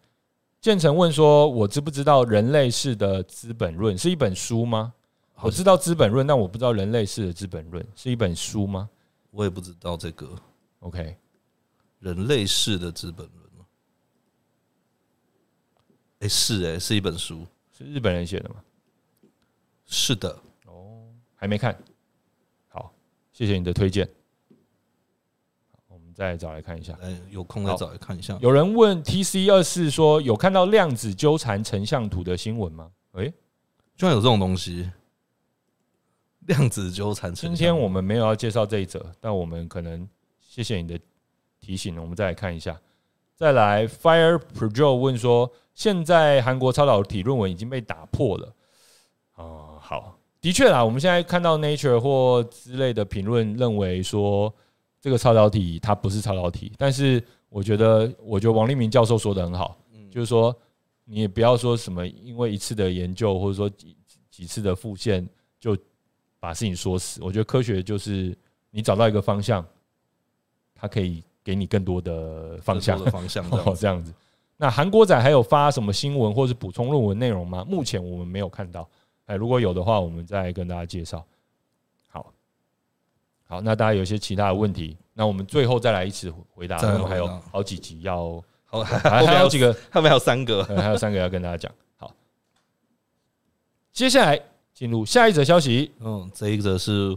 Speaker 1: 建成问说：“我知不知道《人类式的资本论》是一本书吗？
Speaker 2: 好
Speaker 1: 我知道《资本论》，但我不知道《人类式的资本论》是一本书吗
Speaker 2: 我也不知道这个
Speaker 1: ？”OK，
Speaker 2: 人类式的资本论吗？哎、是哎、是一本书，
Speaker 1: 是日本人写的吗？
Speaker 2: 是的。
Speaker 1: 哦，还没看。好，谢谢你的推荐。好我们再找来看一下。
Speaker 2: 哎、有空再
Speaker 1: 好
Speaker 2: 找来看一下。
Speaker 1: 有人问 T C 二四说：“有看到量子纠缠成像图的新闻吗？”诶、
Speaker 2: 居然有这种东西，量子纠缠成
Speaker 1: 今
Speaker 2: 像。
Speaker 1: 天我们没有要介绍这一则，但我们可能谢谢你的提醒，我们再来看一下。再来，Fire p r o j o 问说：“现在韩国超导体论文已经被打破了。”哦，好，的确啦，我们现在看到 Nature 或之类的评论，认为说这个超导体它不是超导体，但是我觉得，我觉得王立明教授说的很好，就是说你也不要说什么，因为一次的研究或者说几几几次的复现就把事情说死。我觉得科学就是你找到一个方向，它可以给你更多的方向
Speaker 2: 更多。的
Speaker 1: [LAUGHS]
Speaker 2: 方向这样
Speaker 1: 哦，
Speaker 2: 子。
Speaker 1: 这样子。那韩国仔还有发什么新闻或是补充论文内容吗？目前我们没有看到。哎，如果有的话，我们再跟大家介绍。好，好，那大家有一些其他的问题，那我们最后再来一次回答。
Speaker 2: 再来
Speaker 1: 我们还有
Speaker 2: 回答
Speaker 1: 好几集要， [LAUGHS]
Speaker 2: 好， [LAUGHS]
Speaker 1: 还
Speaker 2: 后
Speaker 1: 还
Speaker 2: 面
Speaker 1: 有
Speaker 2: 有
Speaker 1: 几个，
Speaker 2: 后面还有三个，
Speaker 1: 呃还有三个要跟大家讲。好，接下来进入下一则消息。
Speaker 2: 嗯，这一则是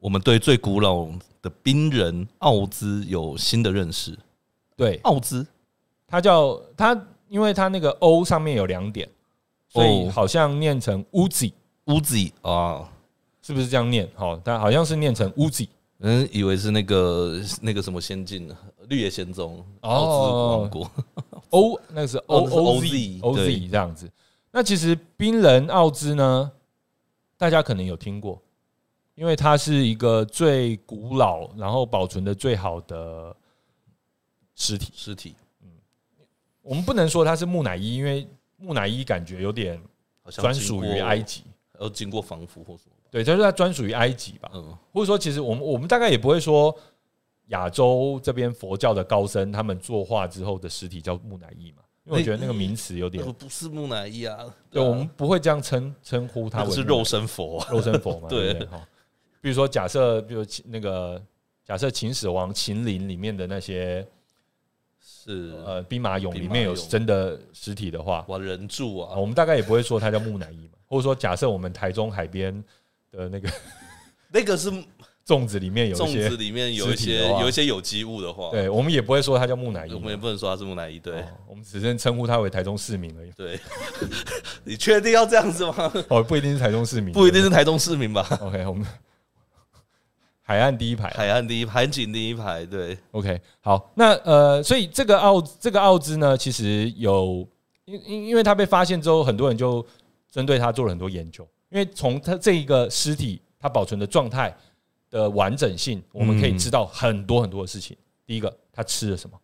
Speaker 2: 我们对最古老的冰人奥兹有新的认识。
Speaker 1: 对，
Speaker 2: 奥兹，
Speaker 1: 它叫它，因为它那个 O 上面有两点，所以
Speaker 2: 哦
Speaker 1: 好像念成 Uzi，
Speaker 2: 乌兹啊，
Speaker 1: 是不是这样念？好，但好像是念成 Uzi。
Speaker 2: 嗯，以为是那个那个什么仙境，绿野仙踪，
Speaker 1: 哦
Speaker 2: 奥兹王国，
Speaker 1: O 那个是 O
Speaker 2: 哦那是
Speaker 1: O Z
Speaker 2: OZ
Speaker 1: O Z
Speaker 2: 对
Speaker 1: 这样子。那其实冰人奥兹呢，大家可能有听过，因为它是一个最古老，然后保存的最好的尸体。
Speaker 2: 尸体
Speaker 1: 我们不能说它是木乃伊，因为木乃伊感觉有点
Speaker 2: 好像
Speaker 1: 专属于埃
Speaker 2: 及，
Speaker 1: 及。
Speaker 2: 要经过防腐或什么吧。
Speaker 1: 对，就是它专属于埃及吧，
Speaker 2: 嗯，
Speaker 1: 或者说，其实我们我们大概也不会说亚洲这边佛教的高僧他们作画之后的尸体叫木乃伊嘛，因为我觉得那个名词有点
Speaker 2: 那个不是木乃伊啊，
Speaker 1: 对，
Speaker 2: 啊
Speaker 1: 我们不会这样称称呼它
Speaker 2: 那
Speaker 1: 为
Speaker 2: 个是
Speaker 1: 木
Speaker 2: 肉身佛啊，
Speaker 1: 肉身
Speaker 2: [LAUGHS]
Speaker 1: 佛嘛，对
Speaker 2: 对
Speaker 1: 不对？哈，比如说假设，比如秦那个假设秦始皇秦陵里面的那些
Speaker 2: 是
Speaker 1: 呃兵马俑
Speaker 2: 兵
Speaker 1: 里
Speaker 2: 马
Speaker 1: 面有
Speaker 2: 俑
Speaker 1: 真的尸体的话，
Speaker 2: 哇人柱啊
Speaker 1: 啊，我们大概也不会说它叫木乃伊嘛，或者说假设我们台中海边的那个
Speaker 2: 那个是
Speaker 1: 粽子里面有一
Speaker 2: 粽
Speaker 1: 些
Speaker 2: 子，里面有一
Speaker 1: 尸体
Speaker 2: 些
Speaker 1: 的话
Speaker 2: 有一些有机物的话，
Speaker 1: 对我们也不会说它叫木乃伊
Speaker 2: 我
Speaker 1: 嘛，
Speaker 2: 们也不能说它是木乃伊，对
Speaker 1: 哦我们只是称呼它为台中市民而已， [LAUGHS]
Speaker 2: 对。 [LAUGHS] 你确定要这样子 [LAUGHS] 吗？
Speaker 1: 哦，不一定是台中市民，
Speaker 2: 不一定是台中市 [LAUGHS] 民吧？
Speaker 1: 对。OK，我们 [LAUGHS] 海岸第一排，
Speaker 2: 海岸第一，海景第一排，对，
Speaker 1: OK，好，那呃，所以这个奥这个奥兹呢，其实有因因因为它被发现之后，很多人就针对它做了很多研究，因为从它这一个尸体它保存的状态的完整性，我们可以
Speaker 2: 嗯
Speaker 1: 知道很多很多的事情。第一个，它吃了什么，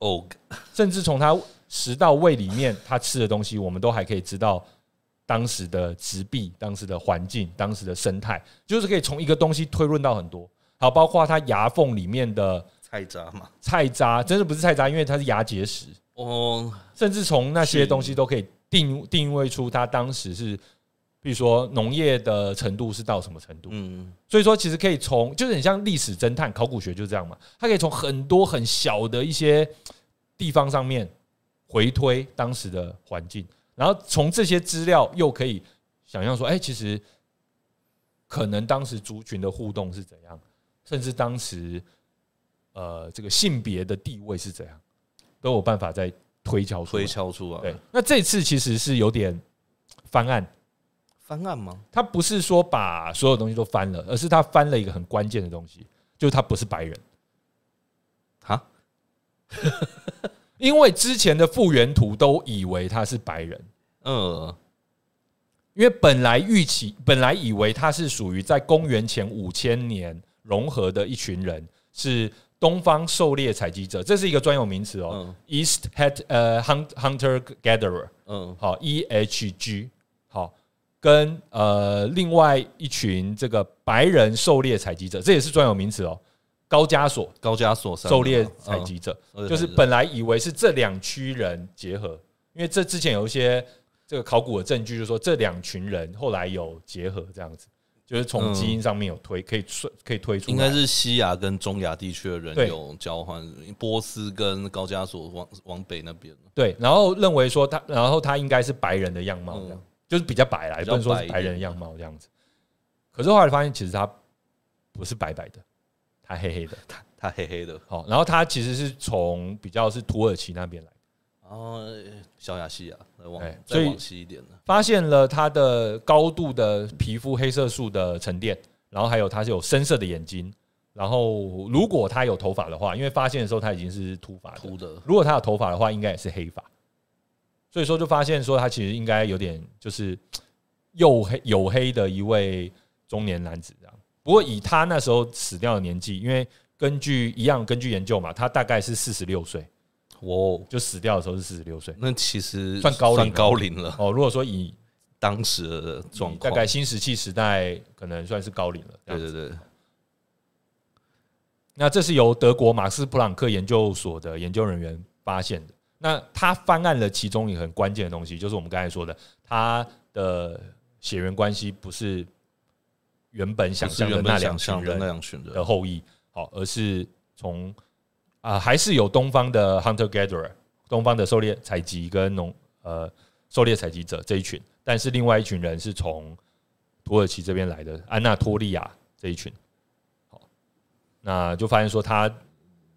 Speaker 2: 哦，
Speaker 1: 甚至从它食到胃里面它吃的东西，我们都还可以知道当时的植壁、当时的环境、当时的生态，就是可以从一个东西推论到很多。好，包括它牙缝里面的。
Speaker 2: 菜渣嘛，
Speaker 1: 菜渣，真的不是菜渣，因为它是牙结石，
Speaker 2: 哦，
Speaker 1: 甚至从那些
Speaker 2: 是
Speaker 1: 东西都可以定定位出它当时是，比如说农业的程度是到什么程度。
Speaker 2: 嗯，
Speaker 1: 所以说，其实可以从就是很像历史侦探、考古学就这样嘛，它可以从很多很小的一些地方上面回推当时的环境，然后从这些资料又可以想象说，哎、其实可能当时族群的互动是怎样，甚至当时呃这个性别的地位是怎样，都有办法在推敲出来
Speaker 2: 推。敲出
Speaker 1: 对
Speaker 2: 来，，
Speaker 1: 那这次其实是有点翻案。
Speaker 2: 翻案吗？
Speaker 1: 他不是说把所有东西都翻了，而是他翻了一个很关键的东西，就是他不是白人，
Speaker 2: 哈，
Speaker 1: [LAUGHS] 因为之前的复原图都以为他是白人，
Speaker 2: 嗯，
Speaker 1: 因为本来预期本来以为他是属于在公元前五千年融合的一群人，是东方狩猎采集者，这是一个专有名词哦、呃
Speaker 2: 嗯
Speaker 1: e a s t Head 呃 Hunt Hunter Gatherer，
Speaker 2: 嗯，
Speaker 1: 好 E H G 跟呃另外一群这个白人狩猎采集者，这也是专有名词哦，高加索
Speaker 2: 高加索山
Speaker 1: 狩猎
Speaker 2: 嘛
Speaker 1: 采，集者，
Speaker 2: 嗯
Speaker 1: 就是本来以为是这两区人结合，因为这之前有一些这个考古的证据，就说这两群人后来有结合，这样子就是从
Speaker 2: 嗯
Speaker 1: 基因上面有推，可以算可以推出来，
Speaker 2: 应该是西亚跟中亚地区的
Speaker 1: 对
Speaker 2: 人有交换，波斯跟高加索往往北那边，
Speaker 1: 对，然后认为说他，然后他应该是白人的样貌，这样、
Speaker 2: 嗯
Speaker 1: 就是比较白啦，也不
Speaker 2: 比较
Speaker 1: 能说是白人的样貌这样子。可是后来发现，其实他不是白白的，他黑
Speaker 2: [LAUGHS]
Speaker 1: 黑的。
Speaker 2: 他他黑黑的，
Speaker 1: 好、然后他其实是从比较是土耳其那边来的，
Speaker 2: 然后呃小亚细亚再
Speaker 1: 哦
Speaker 2: 往
Speaker 1: 哎所
Speaker 2: 再
Speaker 1: 以
Speaker 2: 往西一点的，
Speaker 1: 发现了他的高度的皮肤黑色素的沉淀，然后还有他是有深色的眼睛，然后如果他有头发的话，因为发现的时候他已经是秃发的
Speaker 2: 秃，的，
Speaker 1: 如果他有头发的话，应该也是黑发。所以说，就发现说他其实应该有点就是黝黑黝黑的一位中年男子这样。不过以他那时候死掉的年纪，因为根据一样根据研究嘛，他大概是四十六岁，
Speaker 2: 哇哦，
Speaker 1: 就死掉的时候是四十六岁。
Speaker 2: 那其实
Speaker 1: 算高龄
Speaker 2: 算
Speaker 1: 了
Speaker 2: 高龄了，
Speaker 1: 哦，如果说以
Speaker 2: 当时的状
Speaker 1: 以大
Speaker 2: 况，
Speaker 1: 概新石器时代，可能算是高龄了。这
Speaker 2: 对
Speaker 1: 样子
Speaker 2: 对对，
Speaker 1: 那这是由德国马斯普朗克研究所的研究人员发现的。那他翻案了其中一个很关键的东西，就是我们刚才说的，他的血缘关系不是原本想
Speaker 2: 不是
Speaker 1: 象的
Speaker 2: 原
Speaker 1: 那
Speaker 2: 本
Speaker 1: 两
Speaker 2: 想
Speaker 1: 群
Speaker 2: 象的那
Speaker 1: 人
Speaker 2: 两群人，
Speaker 1: 的后裔，好，而是从啊、还是有东方的 hunter gatherer，东方的狩猎采集跟农呃狩猎采集者这一群，但是另外一群人是从土耳其这边来的安纳托利亚这一群。好，那就发现说他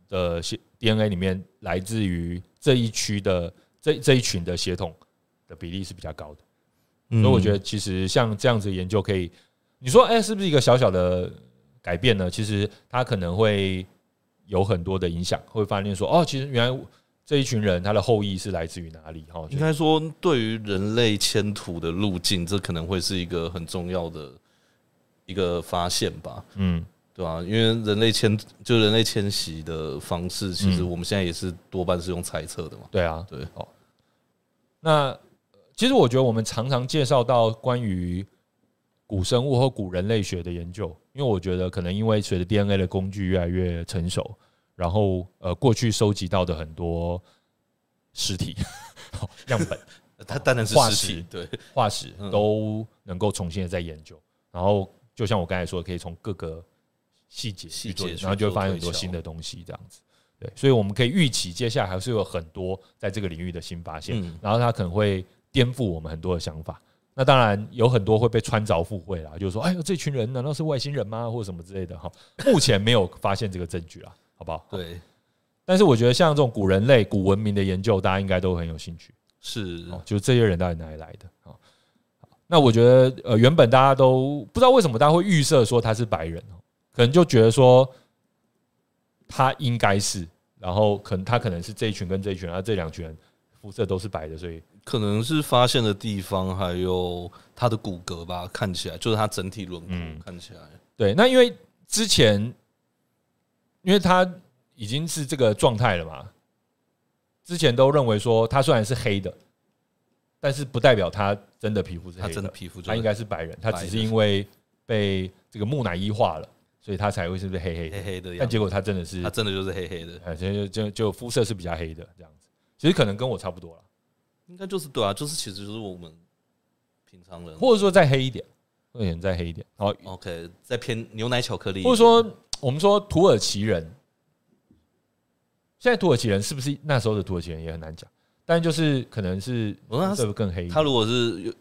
Speaker 1: 的血 DNA 里面来自于这一区的这这一群的血统的比例是比较高的。
Speaker 2: 所
Speaker 1: 所以我觉得其实像这样子的研究可以，你说哎、是不是一个小小的改变呢？其实它可能会有很多的影响，会发现说哦，其实原来这一群人他的后裔是来自于哪里哈？哦
Speaker 2: 应该说，对于人类迁徙的路径，这可能会是一个很重要的一个发现吧，
Speaker 1: 嗯，
Speaker 2: 对吧、因为人类迁就人类迁徙的方式，其实
Speaker 1: 嗯
Speaker 2: 我们现在也是多半是用猜测的嘛。
Speaker 1: 对啊，
Speaker 2: 对
Speaker 1: 哦。那呃其实我觉得我们常常介绍到关于古生物或古人类学的研究，因为我觉得可能因为随着 DNA 的工具越来越成熟，然后呃过去收集到的很多尸体、好样本。
Speaker 2: 它当然是
Speaker 1: 化
Speaker 2: 尸
Speaker 1: 石
Speaker 2: 体，对，
Speaker 1: 化石
Speaker 2: 嗯
Speaker 1: 都能够重新的再研究，然后就像我刚才说，可以从各个细节去做
Speaker 2: 细节去
Speaker 1: 然后就会发现很
Speaker 2: 做
Speaker 1: 多
Speaker 2: 推敲
Speaker 1: 新的东西，这样子。对，所以我们可以预期接下来还是有很多在这个领域的新发现，
Speaker 2: 嗯
Speaker 1: 然后它可能会颠覆我们很多的想法。那当然有很多会被穿凿附会啦，就是说，哎呦，这群人难道是外星人吗，或者什么之类的哈。目前没有发现这个证据啦，好不好？。
Speaker 2: 对，
Speaker 1: 但是我觉得像这种古人类、古文明的研究，大家应该都很有兴趣。
Speaker 2: 是
Speaker 1: 哦，就是这些人到底哪里来的啊、哦？那我觉得呃，原本大家都不知道为什么大家会预设说他是白人哦，可能就觉得说他应该是，然后可能他可能是这一群跟这一群，然后啊这两群人肤色都是白的，所以
Speaker 2: 可能是发现的地方，还有它的骨骼吧，看起来就是它整体轮
Speaker 1: 嗯
Speaker 2: 廓看起来，
Speaker 1: 对。那因为之前因为他已经是这个状态了嘛，之前都认为说他虽然是黑的，但是不代表他真的皮肤是
Speaker 2: 它
Speaker 1: 黑
Speaker 2: 真的皮肤就
Speaker 1: 他
Speaker 2: 是
Speaker 1: 应该是白人，他只是
Speaker 2: 白人
Speaker 1: 因为被这个木乃伊化了，所以他才会是不是黑黑的
Speaker 2: 黑。黑的
Speaker 1: 但
Speaker 2: 样子，
Speaker 1: 结果他真的是
Speaker 2: 它，真的就是黑黑的，
Speaker 1: 呃，就就就肤色是比较黑的这样子。其实可能跟我差不多了，
Speaker 2: 应该就是对啊，就是其实就是我们平常人
Speaker 1: 或者说再黑一点，或者再黑一点。好，
Speaker 2: OK，再偏牛奶巧克力，
Speaker 1: 或者说我们说土耳其人，现在土耳其人是不是那时候的土耳其人也很难讲，但就是可能是
Speaker 2: 我说他
Speaker 1: 肤色更黑一点，
Speaker 2: 他如果是用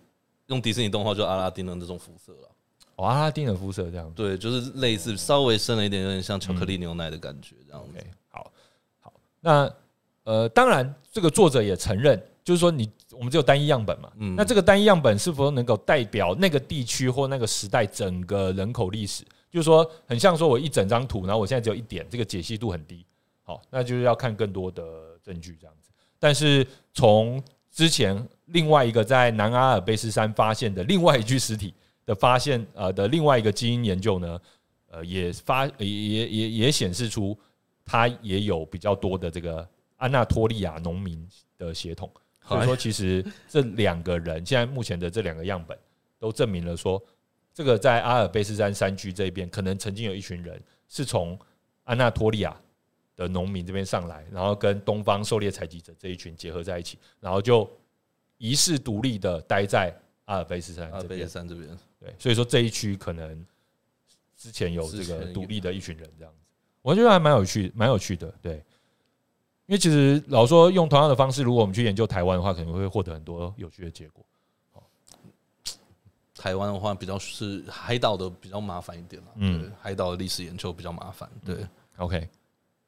Speaker 2: 用迪士尼动画，就阿拉丁的那种肤色了，
Speaker 1: 哦，阿拉丁的肤色这样子。
Speaker 2: 对，就是类似稍微深了一点，有点像巧克力牛奶的感觉这样子
Speaker 1: 哦 OK，。好，好，那呃，当然，这个作者也承认，就是说你我们只有单一样本嘛，
Speaker 2: 嗯
Speaker 1: 那这个单一样本是否能够代表那个地区或那个时代整个人口历史？就是说，很像说我一整张图，然后我现在只有一点，这个解析度很低。好，那就是要看更多的证据这样子。但是从之前另外一个在南阿尔卑斯山发现的另外一具尸体的发现，呃的另外一个基因研究呢，呃也发也也也也显示出它也有比较多的这个安纳托利亚农哎民的血统，所以说其实这两个人现在目前的这两个样本都证明了说，这个在阿尔卑斯山山区这边，可能曾经有一群人是从安纳托利亚的农民这边上来，然后跟东方狩猎采集者这一群结合在一起，然后就遗世独立的待在阿尔卑斯山
Speaker 2: 阿
Speaker 1: 这
Speaker 2: 贝
Speaker 1: 边
Speaker 2: 斯。山这边，
Speaker 1: 对，所以说这一区可能之前有这
Speaker 2: 之前
Speaker 1: 个
Speaker 2: 有
Speaker 1: 独立的一群人这样子，我觉得还蛮有趣，蛮有趣的。对，因为其实老说用同样的方式，如果我们去研究台湾的话，可能会获得很多有趣的结果。
Speaker 2: 台湾的话比较是海岛的比较麻烦一点啦，
Speaker 1: 嗯
Speaker 2: 嗯，海岛的历史研究比较麻烦，对，
Speaker 1: OK，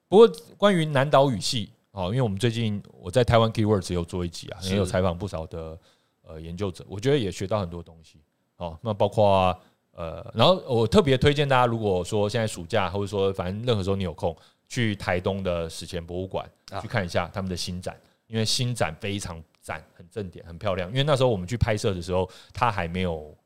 Speaker 1: 不过关于南岛语系，哦，因为我们最近我在台湾 Keywords 有做一集啊，
Speaker 2: 是
Speaker 1: 也有采访不少的呃研究者，我觉得也学到很多东西。哦，那包括、呃，然后我特别推荐大家，如果说现在暑假或者说反正任何时候你有空，去台东的史前博物馆、
Speaker 2: 啊
Speaker 1: 去看一下他们的新展，因为新展非常赞，很正点，很漂亮。因为那时候我们去拍摄的时候，它还没有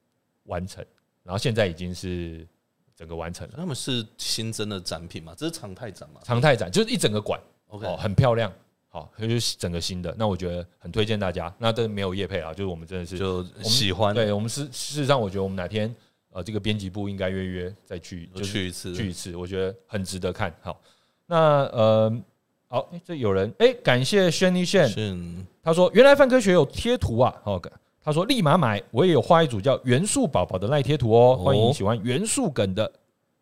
Speaker 1: 完成，然后现在已经是整个完成了。
Speaker 2: 他们是新增的展品嘛，这是常态展嘛
Speaker 1: 常态展就是一整个馆。
Speaker 2: ，OK，
Speaker 1: 哦，很漂亮，好，它就是整个新的。那我觉得很推荐大家。那这没有业配啊，就是我们真的是，
Speaker 2: 就喜欢
Speaker 1: 对我们是事实上，我觉得我们哪天呃，这个编辑部应该约约再去，
Speaker 2: 就
Speaker 1: 就是
Speaker 2: 去一次，
Speaker 1: 去一次，我觉得很值得看。好，那呃，好，诶这有人哎、诶感谢 Shanny
Speaker 2: 嗯
Speaker 1: Shan，
Speaker 2: 是
Speaker 1: 他说原来范科学有贴图啊，好、哦，他说立马买，我也有画一组叫元素宝宝的赖贴图哦，欢迎
Speaker 2: 哦
Speaker 1: 喜欢元素梗的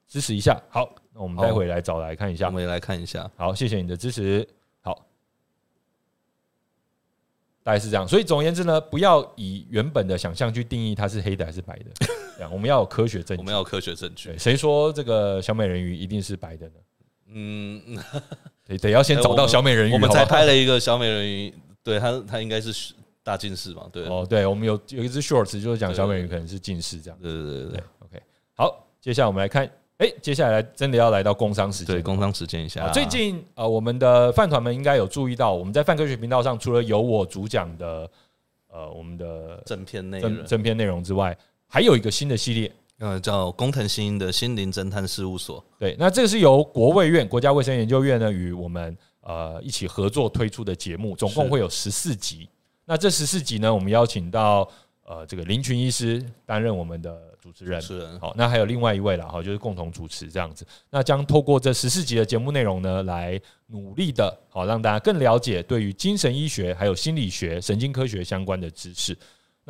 Speaker 1: 支持一下。好，那我们待会来找来看一下
Speaker 2: 我。们也来看一下，
Speaker 1: 好，谢谢你的支持。好，大概是这样。所以总而言之呢，不要以原本的想象去定义它是黑的还是白的。
Speaker 2: [LAUGHS]
Speaker 1: 这样，我们要有科学证
Speaker 2: 我
Speaker 1: 据。
Speaker 2: 们要有科学证据
Speaker 1: 对，，谁说这个小美人鱼一定是白的呢？
Speaker 2: 嗯，
Speaker 1: 得得要先
Speaker 2: 哎
Speaker 1: 找
Speaker 2: 我
Speaker 1: 到
Speaker 2: 们
Speaker 1: 小美人鱼，
Speaker 2: 我们
Speaker 1: 好
Speaker 2: 才
Speaker 1: 不好
Speaker 2: 拍了一个小美人鱼，对他，他应该是大近视嘛，对，
Speaker 1: 哦，对，我们有有一只 shorts 就是讲
Speaker 2: 对
Speaker 1: 小美人鱼可能是近视这样。
Speaker 2: 对对对
Speaker 1: 对
Speaker 2: 对
Speaker 1: ，OK，好，接下来我们来看，哎，接下来真的要来到工商时间
Speaker 2: 对，对，
Speaker 1: 了。
Speaker 2: 工商实践一
Speaker 1: 啊
Speaker 2: 下，
Speaker 1: 最近呃，我们的饭团们应该有注意到，我们在饭科学频道上除了有我主讲的呃我们的
Speaker 2: 正片内容
Speaker 1: 正，正片内容之外，还有一个新的系列。
Speaker 2: 呃，叫工藤新一的心灵侦探事务所，
Speaker 1: 对，那这个是由国卫院国家卫生研究院呢与我们呃一起合作推出的节目，总共
Speaker 2: 是
Speaker 1: 会有十四集。那这十四集呢，我们邀请到呃这个林群医师担任我们的主持人
Speaker 2: 主。持人
Speaker 1: 好，那还有另外一位啦，哈，就是共同主持这样子。那将透过这十四集的节目内容呢，来努力的，好让大家更了解对于精神医学、还有心理学、神经科学相关的知识。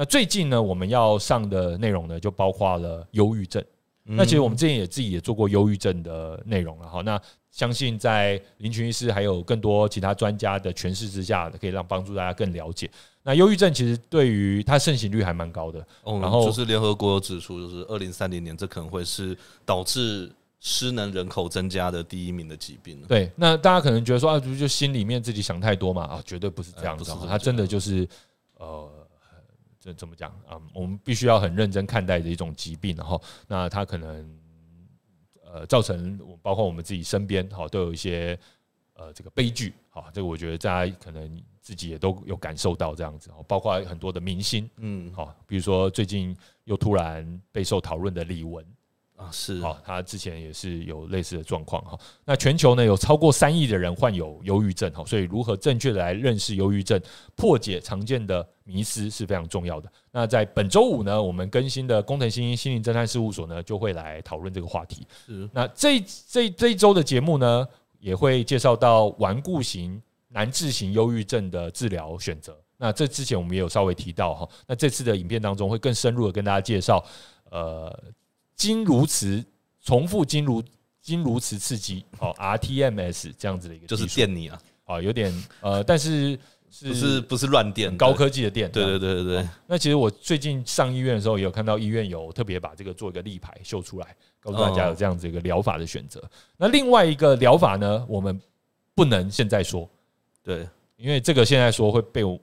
Speaker 1: 那最近呢，我们要上的内容呢，就包括了忧郁症。嗯那其实
Speaker 2: 嗯
Speaker 1: 我们之前也自己也做过忧郁症的内容了哈。那相信在林群医师还有更多其他专家的诠释之下，可以让帮助大家更了解。那忧郁症其实对于它盛行率还蛮高的，
Speaker 2: 哦，
Speaker 1: 然后
Speaker 2: 就是联合国有指出，就是二零三零年这可能会是导致失能人口增加的第一名的疾病了。
Speaker 1: 对，那大家可能觉得说啊，就就心里面自己想太多嘛，啊，绝对不是这样子
Speaker 2: 哎
Speaker 1: 哦
Speaker 2: 不，是
Speaker 1: 他真的就是呃，这怎么讲啊、嗯我们必须要很认真看待的一种疾病，然后那它可能呃造成我包括我们自己身边好都有一些呃这个悲剧，好，这个我觉得大家可能自己也都有感受到这样子，哦，包括很多的明星，
Speaker 2: 嗯，
Speaker 1: 好，比如说最近又突然备受讨论的李玟。
Speaker 2: 啊，是
Speaker 1: 好、他之前也是有类似的状况哈。那全球呢有超过三亿的人患有忧郁症哈，所以如何正确的来认识忧郁症，破解常见的迷思是非常重要的。那在本周五呢，我们更新的工藤新一心灵侦探事务所呢就会来讨论这个话题。
Speaker 2: 是
Speaker 1: 那这这这一周的节目呢，也会介绍到顽固型难治型忧郁症的治疗选择。那这之前我们也有稍微提到哈，那这次的影片当中会更深入的跟大家介绍，呃，经铷磁重复经铷经铷磁刺激，哦，RTMS 这样子的一个技
Speaker 2: 就
Speaker 1: 术，
Speaker 2: 是电你啊，
Speaker 1: 啊，有点呃，但是
Speaker 2: 不
Speaker 1: 是
Speaker 2: 是不是乱电，
Speaker 1: 高科技的哦电，
Speaker 2: 对。对对对对，
Speaker 1: 那其实我最近上医院的时候，也有看到医院有特别把这个做一个立牌秀出来，告诉大家有这样子一个疗法的选择。那另外一个疗法呢，我们不能现在说，
Speaker 2: 对对
Speaker 1: 因为这个现在说会被我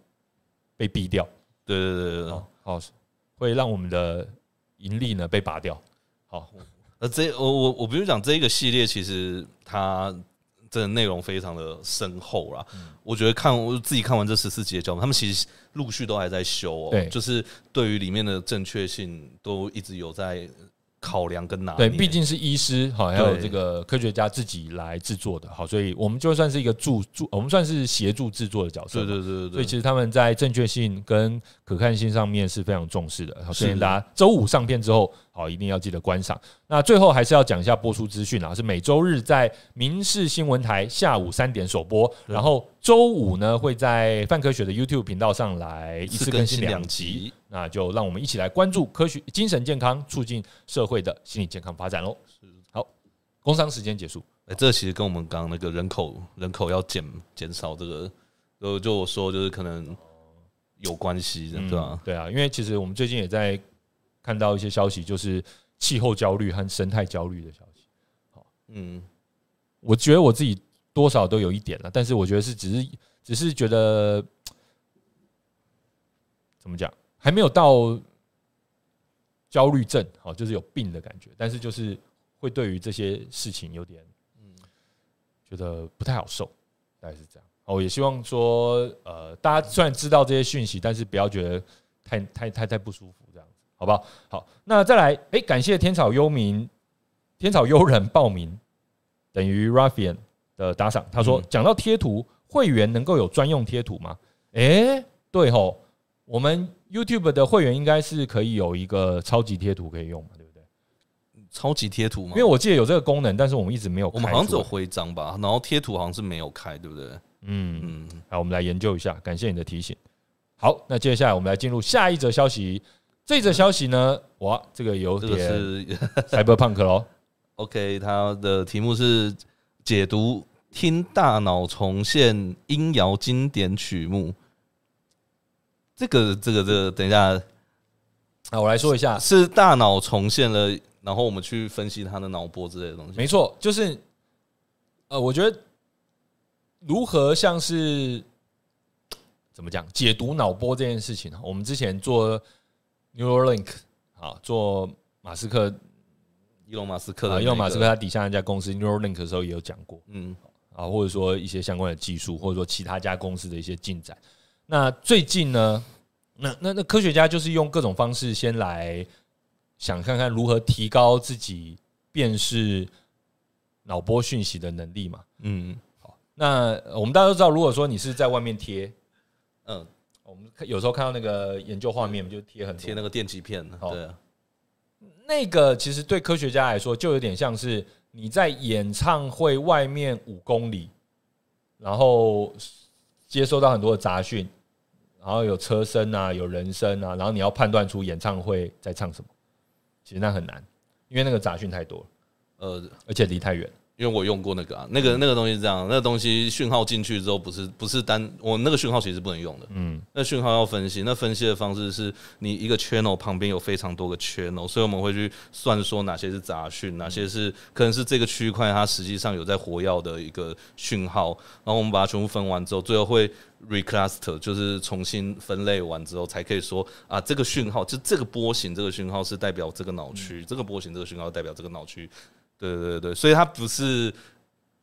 Speaker 1: 被毙掉，
Speaker 2: 对对对对
Speaker 1: 好、。好，会让我们的盈利呢被拔掉。好，
Speaker 2: 呃，这我我我不是讲这一个系列，其实它真的内容非常的深厚啦。
Speaker 1: 嗯
Speaker 2: 我觉得看我自己看完这十四集的脚本，他们其实陆续都还在修哦
Speaker 1: 对，
Speaker 2: 就是对于里面的正确性都一直有在考量跟拿
Speaker 1: 对，
Speaker 2: 捏。
Speaker 1: 毕竟是医师好，还有
Speaker 2: 啊对
Speaker 1: 这个科学家自己来制作的，好，所以我们就算是一个助助，我们算是协助制作的角色
Speaker 2: 对
Speaker 1: 嘛。
Speaker 2: 对对对
Speaker 1: 所以
Speaker 2: 对，
Speaker 1: 其实他们在正确性跟可看性上面是非常重视的。好，推荐
Speaker 2: 是
Speaker 1: 大家周五上片之后，好，一定要记得观赏。那最后还是要讲一下播出资讯啊，是每周日在民视新闻台下午三点首播，
Speaker 2: 对
Speaker 1: 然后周五呢会在泛科学的 YouTube 频道上来一
Speaker 2: 一次
Speaker 1: 次
Speaker 2: 更
Speaker 1: 更
Speaker 2: 新
Speaker 1: 新
Speaker 2: 两
Speaker 1: 两
Speaker 2: 集
Speaker 1: 集。。那就让我们一起来关注科学、精神健康，促进社会的心理健康发展喽。好，工商时间结束。
Speaker 2: 哎、这其实跟我们刚刚那个人口人口要减减少这个，就就我说就是可能有关系的，对吧、
Speaker 1: 嗯对啊，因为其实我们最近也在看到一些消息，就是气候焦虑和生态焦虑的消息。
Speaker 2: 嗯，
Speaker 1: 我觉得我自己多少都有一点了，但是我觉得是只是只是觉得怎么讲，还没有到焦虑症，好，就是有病的感觉，但是就是会对于这些事情有点觉得不太好受，大概是这样。哦，也希望说，呃，大家虽然知道这些讯息，但是不要觉得太太太太不舒服，这样子，好不好？好，那再来，哎、感谢天草幽冥、天草幽人报名等于 Ruffian 的打赏，他说
Speaker 2: 嗯
Speaker 1: 讲、到贴图，会员能够有专用贴图吗？哎、对吼，我们 YouTube 的会员应该是可以有一个超级贴图可以用嘛，对不对？
Speaker 2: 超级贴图嘛，
Speaker 1: 因为我记得有这个功能，但是我们一直没有开
Speaker 2: 我
Speaker 1: 出
Speaker 2: 们
Speaker 1: 来。
Speaker 2: 好像只有徽章吧，然后贴图好像是没有开，对不对？
Speaker 1: 嗯
Speaker 2: 嗯，
Speaker 1: 好，我们来研究一下，感谢你的提醒。好，那接下来我们来进入下一则消息。这则消息呢，哇，这个有
Speaker 2: 这个
Speaker 1: 点
Speaker 2: 是
Speaker 1: [LAUGHS]
Speaker 2: [LAUGHS]
Speaker 1: cyberpunk 咯。
Speaker 2: OK，它的题目是解读听大脑重现音谣经典曲目。这个这个这个，等一下
Speaker 1: 啊，我来说一下，
Speaker 2: 是大脑重现了，然后我们去分析它的脑波之类的东西。
Speaker 1: 没错，就是呃，我觉得如何像是怎么讲解读脑波这件事情，啊我们之前做 Neuralink 啊，做马斯克
Speaker 2: 伊隆马斯克的、
Speaker 1: 呃，
Speaker 2: 那
Speaker 1: 因为马斯克
Speaker 2: 个，
Speaker 1: 他底下那家公司 Neuralink 的时候也有讲过，
Speaker 2: 嗯，
Speaker 1: 啊，或者说一些相关的技术，或者说其他家公司的一些进展。那最近呢，那那那科学家就是用各种方式先来想看看如何提高自己辨识脑波讯息的能力嘛。
Speaker 2: 嗯
Speaker 1: 那呃我们大家都知道，如果说你是在外面贴，
Speaker 2: 嗯，
Speaker 1: 我们看有时候看到那个研究画面，就贴很多
Speaker 2: 贴那个电极片，
Speaker 1: 好
Speaker 2: 对啊，
Speaker 1: 那个其实对科学家来说，就有点像是你在演唱会外面五公里，然后接收到很多的杂讯，然后有车声啊，有人声啊，然后你要判断出演唱会在唱什么，其实那很难，因为那个杂讯太多了，
Speaker 2: 呃，
Speaker 1: 而且离太远。
Speaker 2: 因为我用过那个啊，那个那个东西是这样，那个东西讯号进去之后，不是不是单我那个讯号其实不能用的，
Speaker 1: 嗯，
Speaker 2: 那讯号要分析，那分析的方式是你一个 channel 旁边有非常多个 channel，所以我们会去算说哪些是杂讯，哪些是可能是这个区块它实际上有在活跃的一个讯号，然后我们把它全部分完之后，最后会 recluster，就是重新分类完之后，才可以说啊，这个讯号就这个波形，这个讯号是代表这个脑区，这个波形这个讯号代表这个脑区，对对对对，所以它不是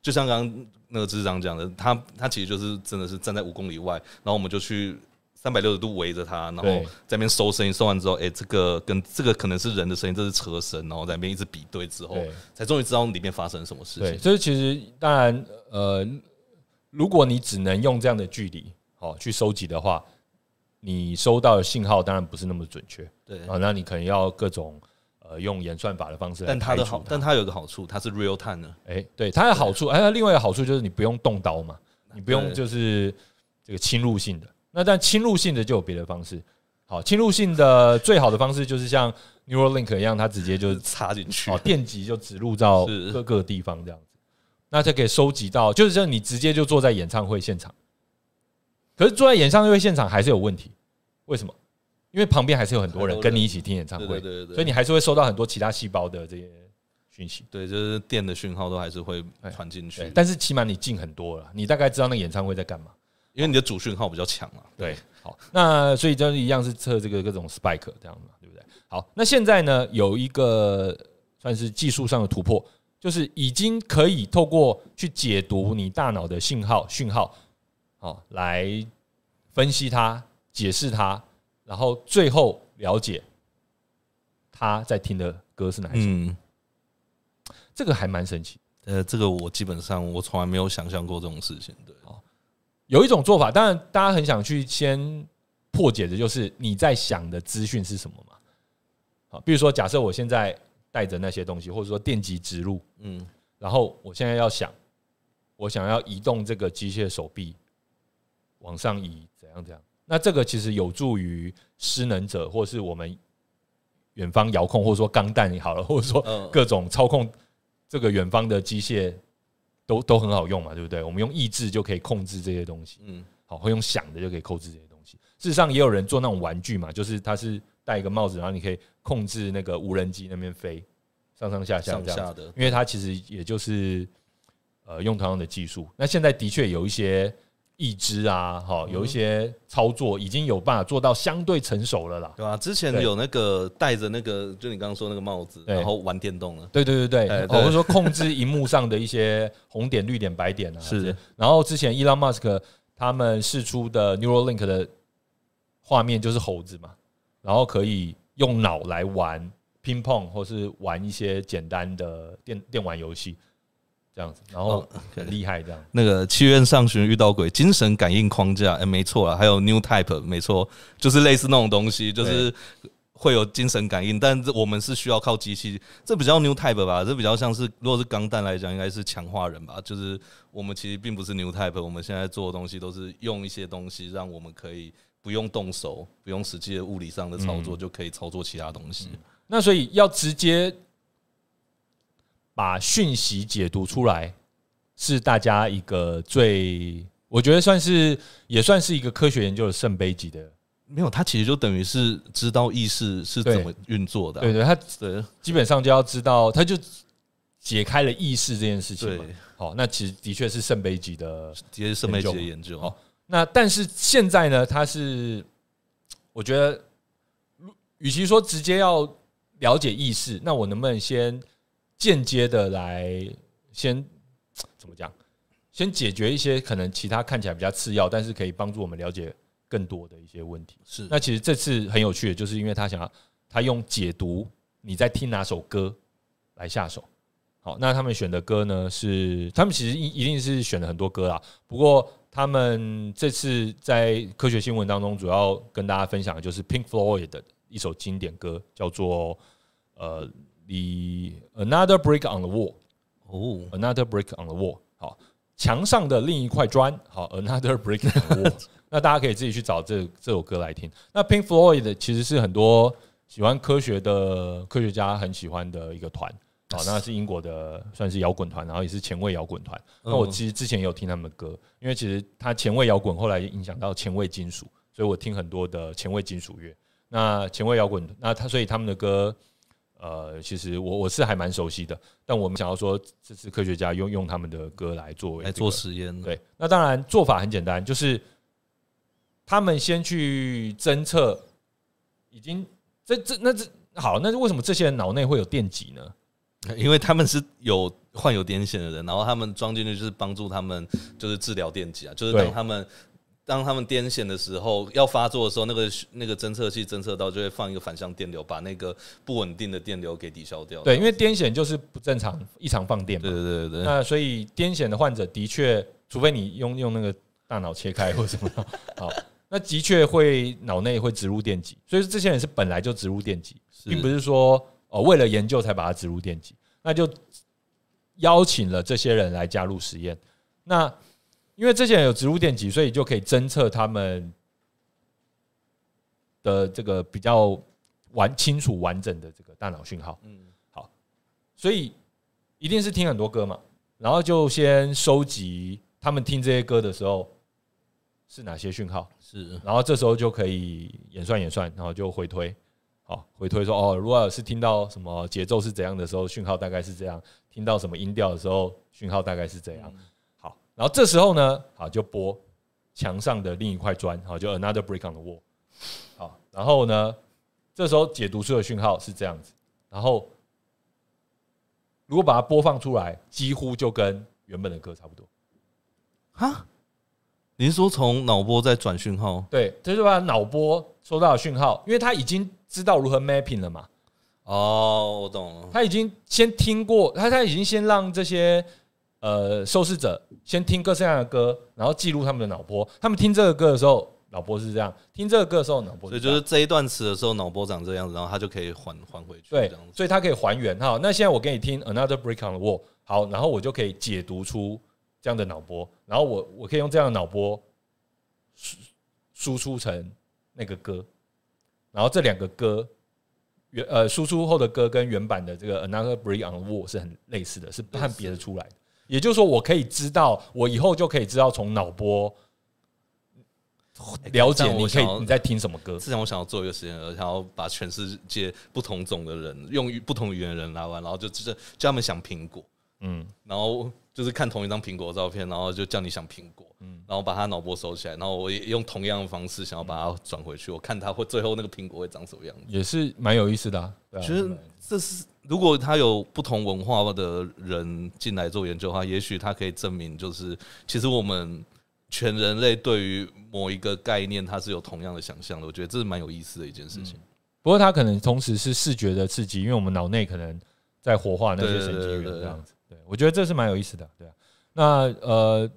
Speaker 2: 就像刚刚那个知识长讲的，他他其实就是真的是站在五公里外，然后我们就去三百六十度围着他，然后
Speaker 1: 对
Speaker 2: 在那边收声音，收完之后，哎、这个跟这个可能是人的声音，这是车声，然后在那边一直比对之后
Speaker 1: 对，
Speaker 2: 才终于知道里面发生了什么事
Speaker 1: 对，
Speaker 2: 情。
Speaker 1: 所以其实当然，呃，如果你只能用这样的距离哦去收集的话，你收到的信号当然不是那么准确。
Speaker 2: 对，
Speaker 1: 啊，那你可能要各种呃用演算法的方式来
Speaker 2: 但它
Speaker 1: 排
Speaker 2: 的
Speaker 1: 除
Speaker 2: 好，但它有一个好处，它是 real time 的，
Speaker 1: 哎、对它的好处，哎，另外一个好处就是你不用动刀嘛，你不用
Speaker 2: 对
Speaker 1: 就是这个侵入性的。那但侵入性的就有别的方式。好，侵入性的最好的方式就是像 Neuralink 一样，它直接就
Speaker 2: 就是是插进去
Speaker 1: [LAUGHS] 哦。电极就植入到
Speaker 2: 是
Speaker 1: 各个地方这样子，那就可以收集到，就是像你直接就坐在演唱会现场，可是坐在演唱会现场还是有问题，为什么？因为旁边还是有很多
Speaker 2: 很多
Speaker 1: 人
Speaker 2: 人
Speaker 1: 跟你一起听演唱
Speaker 2: 对
Speaker 1: 会
Speaker 2: 对，对对，
Speaker 1: 所以你还是会收到很多其他细胞的这些讯息。
Speaker 2: 对就是电的讯号都还是会传进
Speaker 1: 对
Speaker 2: 去，，
Speaker 1: 但是起码你近很多了，你大概知道那个演唱会在干嘛。
Speaker 2: 因为你的主讯号比较强嘛。
Speaker 1: 对，好，那所以就是一样是测这个各种 spike 这样嘛，对不对？好，那现在呢有一个算是技术上的突破，就是已经可以透过去解读你大脑的信号讯号，好、来分析它、解释它，然后最后了解他在听的歌是哪一首，
Speaker 2: 嗯，
Speaker 1: 这个还蛮神奇。
Speaker 2: 呃，这个我基本上我从来没有想象过这种事情，对，
Speaker 1: 有一种做法，当然大家很想去先破解的就是你在想的资讯是什么嘛？好，比如说假设我现在带着那些东西，或者说电极植入，
Speaker 2: 嗯
Speaker 1: 然后我现在要想，我想要移动这个机械手臂往上移，怎样怎样？那这个其实有助于失能者，或是我们远方遥控，或者说钢弹也好了，或者说
Speaker 2: 嗯，
Speaker 1: 各种操控这个远方的机械都都很好用嘛，对不对？我们用意志就可以控制这些东西。
Speaker 2: 嗯
Speaker 1: 好，会用想的就可以控制这些东西。事实上，也有人做那种玩具嘛，就是它是戴一个帽子，然后你可以控制那个无人机那边飞，上上下下
Speaker 2: 上
Speaker 1: 这样
Speaker 2: 下
Speaker 1: 子。
Speaker 2: 的，
Speaker 1: 因为它其实也就是呃用同样的技术。那现在的确有一些义肢啊，哈，
Speaker 2: 嗯
Speaker 1: 有一些操作已经有办法做到相对成熟了啦。
Speaker 2: 对吧、之前
Speaker 1: 对
Speaker 2: 有那个戴着那个，就你刚刚说那个帽子，
Speaker 1: 对
Speaker 2: 然后玩电动的，
Speaker 1: 对对对对，
Speaker 2: 哎
Speaker 1: 哦
Speaker 2: 对
Speaker 1: 或者说控制荧幕上的一些红点、绿点、白点啊，
Speaker 2: [LAUGHS] 是
Speaker 1: 这些。然后之前 Elon Musk 他们试出的 Neuralink 的画面就是猴子嘛，然后可以用脑来玩乒乓或是玩一些简单的电电玩游戏，这样子，然后
Speaker 2: 哦
Speaker 1: 很厉害这样。
Speaker 2: 那个七月上旬遇到鬼，精神感应框架，哎、没错啊，还有 New Type，没错，就是类似那种东西，就是会有精神感应，但是我们是需要靠机器，这比较 New Type 吧，这比较像是如果是钢弹来讲，应该是强化人吧，就是我们其实并不是 New Type，我们现在做的东西都是用一些东西让我们可以。不用动手，不用实际的物理上的操作，就可以操作其他东西。
Speaker 1: 那所以要直接把讯息解读出来，是大家一个最，我觉得算是也算是一个科学研究的圣杯级的。
Speaker 2: 没有，它其实就等于是知道意识是怎么运作的啊、
Speaker 1: 对对，他
Speaker 2: 对
Speaker 1: 基本上就要知道，他就解开了意识这件事情嘛
Speaker 2: 对。，
Speaker 1: 好，那其实的确是圣杯级的。
Speaker 2: 这些圣杯级的研究。
Speaker 1: 好那但是现在呢，它是我觉得，与其说直接要了解意识，那我能不能先间接的来先怎么讲？先解决一些可能其他看起来比较次要，但是可以帮助我们了解更多的一些问题。
Speaker 2: 是
Speaker 1: 那其实这次很有趣的，就是因为他想要他用解读你在听哪首歌来下手。好，那他们选的歌呢是他们其实一一定是选了很多歌啦，不过他们这次在科学新闻当中主要跟大家分享的就是 Pink Floyd 的一首经典歌，叫做呃 The Another Brick on the Wall。
Speaker 2: 哦，
Speaker 1: Another brick on the wall，好，墙上的另一块砖，好，Another brick on the wall。那大家可以自己去找这这首歌来听。那 Pink Floyd 其实是很多喜欢科学的科学家很喜欢的一个团，好，那是英国的算是摇滚团，然后也是前卫摇滚团。那我其实之前也有听他们的歌，因为其实他前卫摇滚后来也影响到前卫金属，所以我听很多的前卫金属乐。那前卫摇滚，那他所以他们的歌，呃，其实我我是还蛮熟悉的，但我们想要说，这次科学家用用他们的歌来作为、
Speaker 2: 来做实验的，
Speaker 1: 对，那当然做法很简单，就是他们先去侦测，已经这这那这好，那为什么这些人脑内会有电极呢？
Speaker 2: 因为他们是有患有癫痫的人，然后他们装进去就是帮助他们就是治疗电极啊，就是
Speaker 1: 对
Speaker 2: 当他们当他们癫痫的时候要发作的时候，那个那个侦测器侦测到就会放一个反向电流，把那个不稳定的电流给抵消掉。
Speaker 1: 对，因为癫痫就是不正常异常放电嘛
Speaker 2: 哦对，对对对，
Speaker 1: 那所以癫痫的患者的确，除非你用用那个大脑切开或什
Speaker 2: [LAUGHS]
Speaker 1: 么，好，那的确会脑内会植入电极，所以这些人是本来就植入电极，
Speaker 2: 是
Speaker 1: 并不是说哦为了研究才把它植入电极，那就邀请了这些人来加入实验。那因为这些人有植入电极，所以就可以侦测他们的这个比较完清楚完整的这个大脑讯号。
Speaker 2: 嗯
Speaker 1: 所以一定是听很多歌嘛，然后就先收集他们听这些歌的时候是哪些讯号，
Speaker 2: 是
Speaker 1: 然后这时候就可以演算演算，然后就回推，好回推说哦，如果是听到什么节奏是怎样的时候，讯号大概是这样；听到什么音调的时候，讯号大概是这样。好，然后这时候呢，好就播墙上的另一块砖，好就 another brick on the wall。好，然后呢，这时候解读出的讯号是这样子，然后如果把它播放出来，几乎就跟原本的歌差不多。
Speaker 2: 哈，您说从脑波再转讯号
Speaker 1: 对，这就是把脑波收到的讯号，因为它已经知道如何 mapping 了嘛。
Speaker 2: 哦，我懂了。
Speaker 1: 他已经先听过，他他已经先让这些呃受试者先听各式各样的歌，然后记录他们的脑波。他们听这个歌的时候，脑波是这样；听这个歌的时候，脑波
Speaker 2: 所
Speaker 1: 是
Speaker 2: 以
Speaker 1: 这
Speaker 2: 就
Speaker 1: 样
Speaker 2: 是这一段词的时候，脑波长这样子，然后他就可以还还回去，
Speaker 1: 对
Speaker 2: 这样，子。
Speaker 1: 所以它可以还原。好，那现在我给你听 Another Brick on the Wall，好，然后我就可以解读出这样的脑波，然后我我可以用这样的脑波输输出成那个歌，然后这两个歌原呃输出后的歌跟原版的这个 Another Brick on the Wall 是很类似的，是判别得出来的。也就是说，我可以知道，我以后就可以知道从脑波了解
Speaker 2: 但
Speaker 1: 你
Speaker 2: 我
Speaker 1: 可以
Speaker 2: 想要
Speaker 1: 你在听什么歌。
Speaker 2: 之前我想要做一个实验，然后把全世界不同种的人用语不同语言的人拉完，然后就就是叫他们想苹果，
Speaker 1: 嗯，
Speaker 2: 然后就是看同一张苹果的照片，然后就叫你想苹果，然后把他脑波收起来，然后我也用同样的方式想要把它转回去，我看他会最后那个苹果会长什么样子。
Speaker 1: 也是蛮有意思的、啊。对啊
Speaker 2: 觉得这是如果他有不同文化的人进来做研究的话，也许他可以证明，就是其实我们全人类对于某一个概念，它是有同样的想象的。我觉得这是蛮有意思的一件事情。
Speaker 1: 不过它可能同时是视觉的刺激，因为我们脑内可能在活化那些神经元
Speaker 2: 对对对对
Speaker 1: 这样子。对，我觉得这是蛮有意思的。对啊，那呃，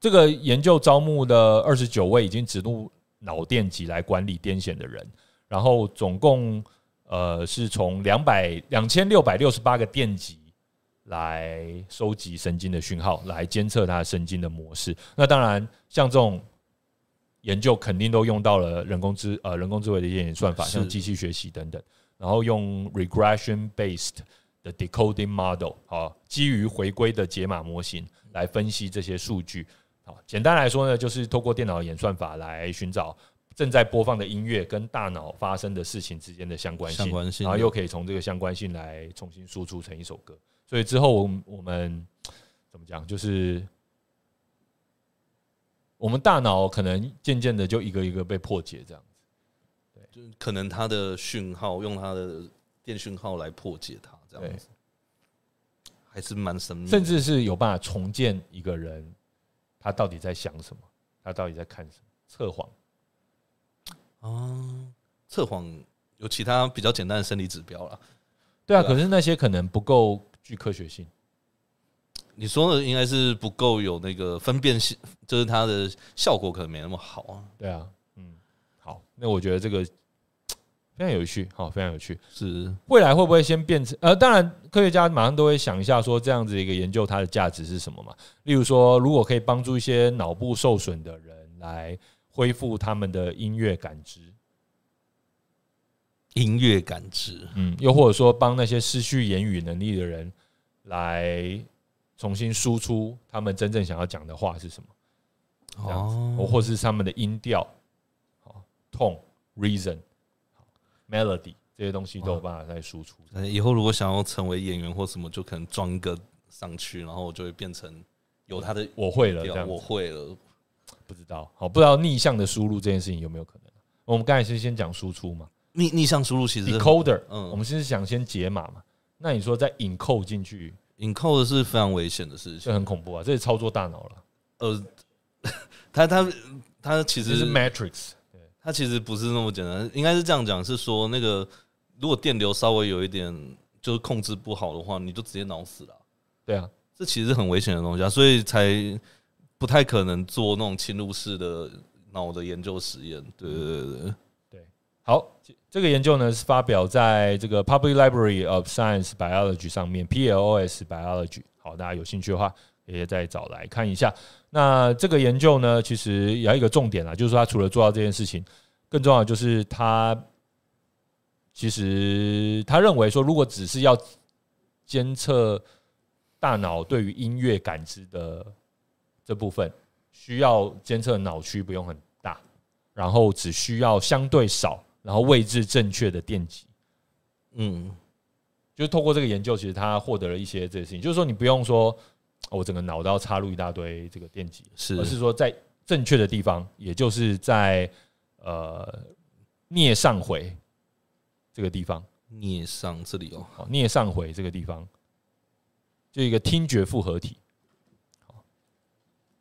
Speaker 1: 这个研究招募的二十九位已经植入脑电极来管理癫痫的人，然后总共呃是从两百两千六百六十八个电极来收集神经的讯号，来监测它神经的模式。那当然，像这种研究肯定都用到了人工智呃人工智慧的一些演算法，
Speaker 2: 是
Speaker 1: 像机器学习等等，然后用 regression based 的 decoding model 好，基于回归的解码模型来分析这些数据。好，简单来说呢，就是透过电脑的演算法来寻找正在播放的音乐跟大脑发生的事情之间的相关性
Speaker 2: 相，关性
Speaker 1: 然后又可以从这个相关性来重新输出成一首歌。所以之后我们我们怎么讲，就是我们大脑可能渐渐的就一个一个被破解这样。
Speaker 2: 可能它的讯号用它的电讯号来破解它，这样子还是蛮神秘的。
Speaker 1: 甚至是有办法重建一个人，他到底在想什么，他到底在看什么，测谎。
Speaker 2: 啊，测谎有其他比较简单的生理指标啦。
Speaker 1: 对啊，
Speaker 2: 对啊
Speaker 1: 可是那些可能不够具科学性。
Speaker 2: 你说的应该是不够有那个分辨性，就是它的效果可能没那么好啊。
Speaker 1: 对啊，嗯，好，那我觉得这个非常有趣，好，非常有趣。
Speaker 2: 是
Speaker 1: 未来会不会先变成呃？当然，科学家马上都会想一下，说这样子一个研究它的价值是什么嘛？例如说，如果可以帮助一些脑部受损的人来恢复他们的音乐感知，
Speaker 2: 音乐感知，
Speaker 1: 嗯，又或者说帮那些失去言语能力的人来重新输出他们真正想要讲的话是什么，这样子，
Speaker 2: 哦，
Speaker 1: 或或是他们的音调、好 tone、reason、好 melody 这些东西都有办法再输出。
Speaker 2: 呃以后如果想要成为演员或什么，就可能装一个上去，然后我就会变成有他的
Speaker 1: 我会了，这
Speaker 2: 调，
Speaker 1: 样子
Speaker 2: 我会了。
Speaker 1: 不知道，好，不知道逆向的输入这件事情有没有可能？啊我们刚才是先讲输出嘛
Speaker 2: 逆逆向输入其实
Speaker 1: ，decoder，
Speaker 2: 嗯
Speaker 1: 我们是想先解码嘛。那你说再引扣进去，
Speaker 2: encode 是非常危险的事情。
Speaker 1: 这很恐怖啊！这是操作大脑了，
Speaker 2: 呃， [LAUGHS] 他他他其
Speaker 1: 这是
Speaker 2: 实
Speaker 1: Matrix，对，
Speaker 2: 它其实不是那么简单，应该是这样讲，是说那个如果电流稍微有一点就是控制不好的话，你就直接脑死了啊。
Speaker 1: 对啊，
Speaker 2: 这其实是很危险的东西啊，所以才不太可能做那种侵入式的脑的研究实验。对对对对，
Speaker 1: 好，这这个研究呢是发表在这个 Public Library of Science Biology 上面 （PLOS Biology）。好，大家有兴趣的话，也可以再找来看一下。那这个研究呢，其实也有一个重点啊啦，就是说它除了做到这件事情，更重要的就是它其实他认为说，如果只是要监测大脑对于音乐感知的这部分，需要监测脑区不用很大，然后只需要相对少，然后位置正确的电极。
Speaker 2: 嗯，
Speaker 1: 就是透过这个研究，其实他获得了一些这些事情，就是说你不用说，哦我整个脑都要插入一大堆这个电极，
Speaker 2: 是
Speaker 1: 而是说在正确的地方，也就是在呃颞上回这个地方。
Speaker 2: 颞上这里哦，
Speaker 1: 好，颞上回这个地方，就一个听觉复合体，好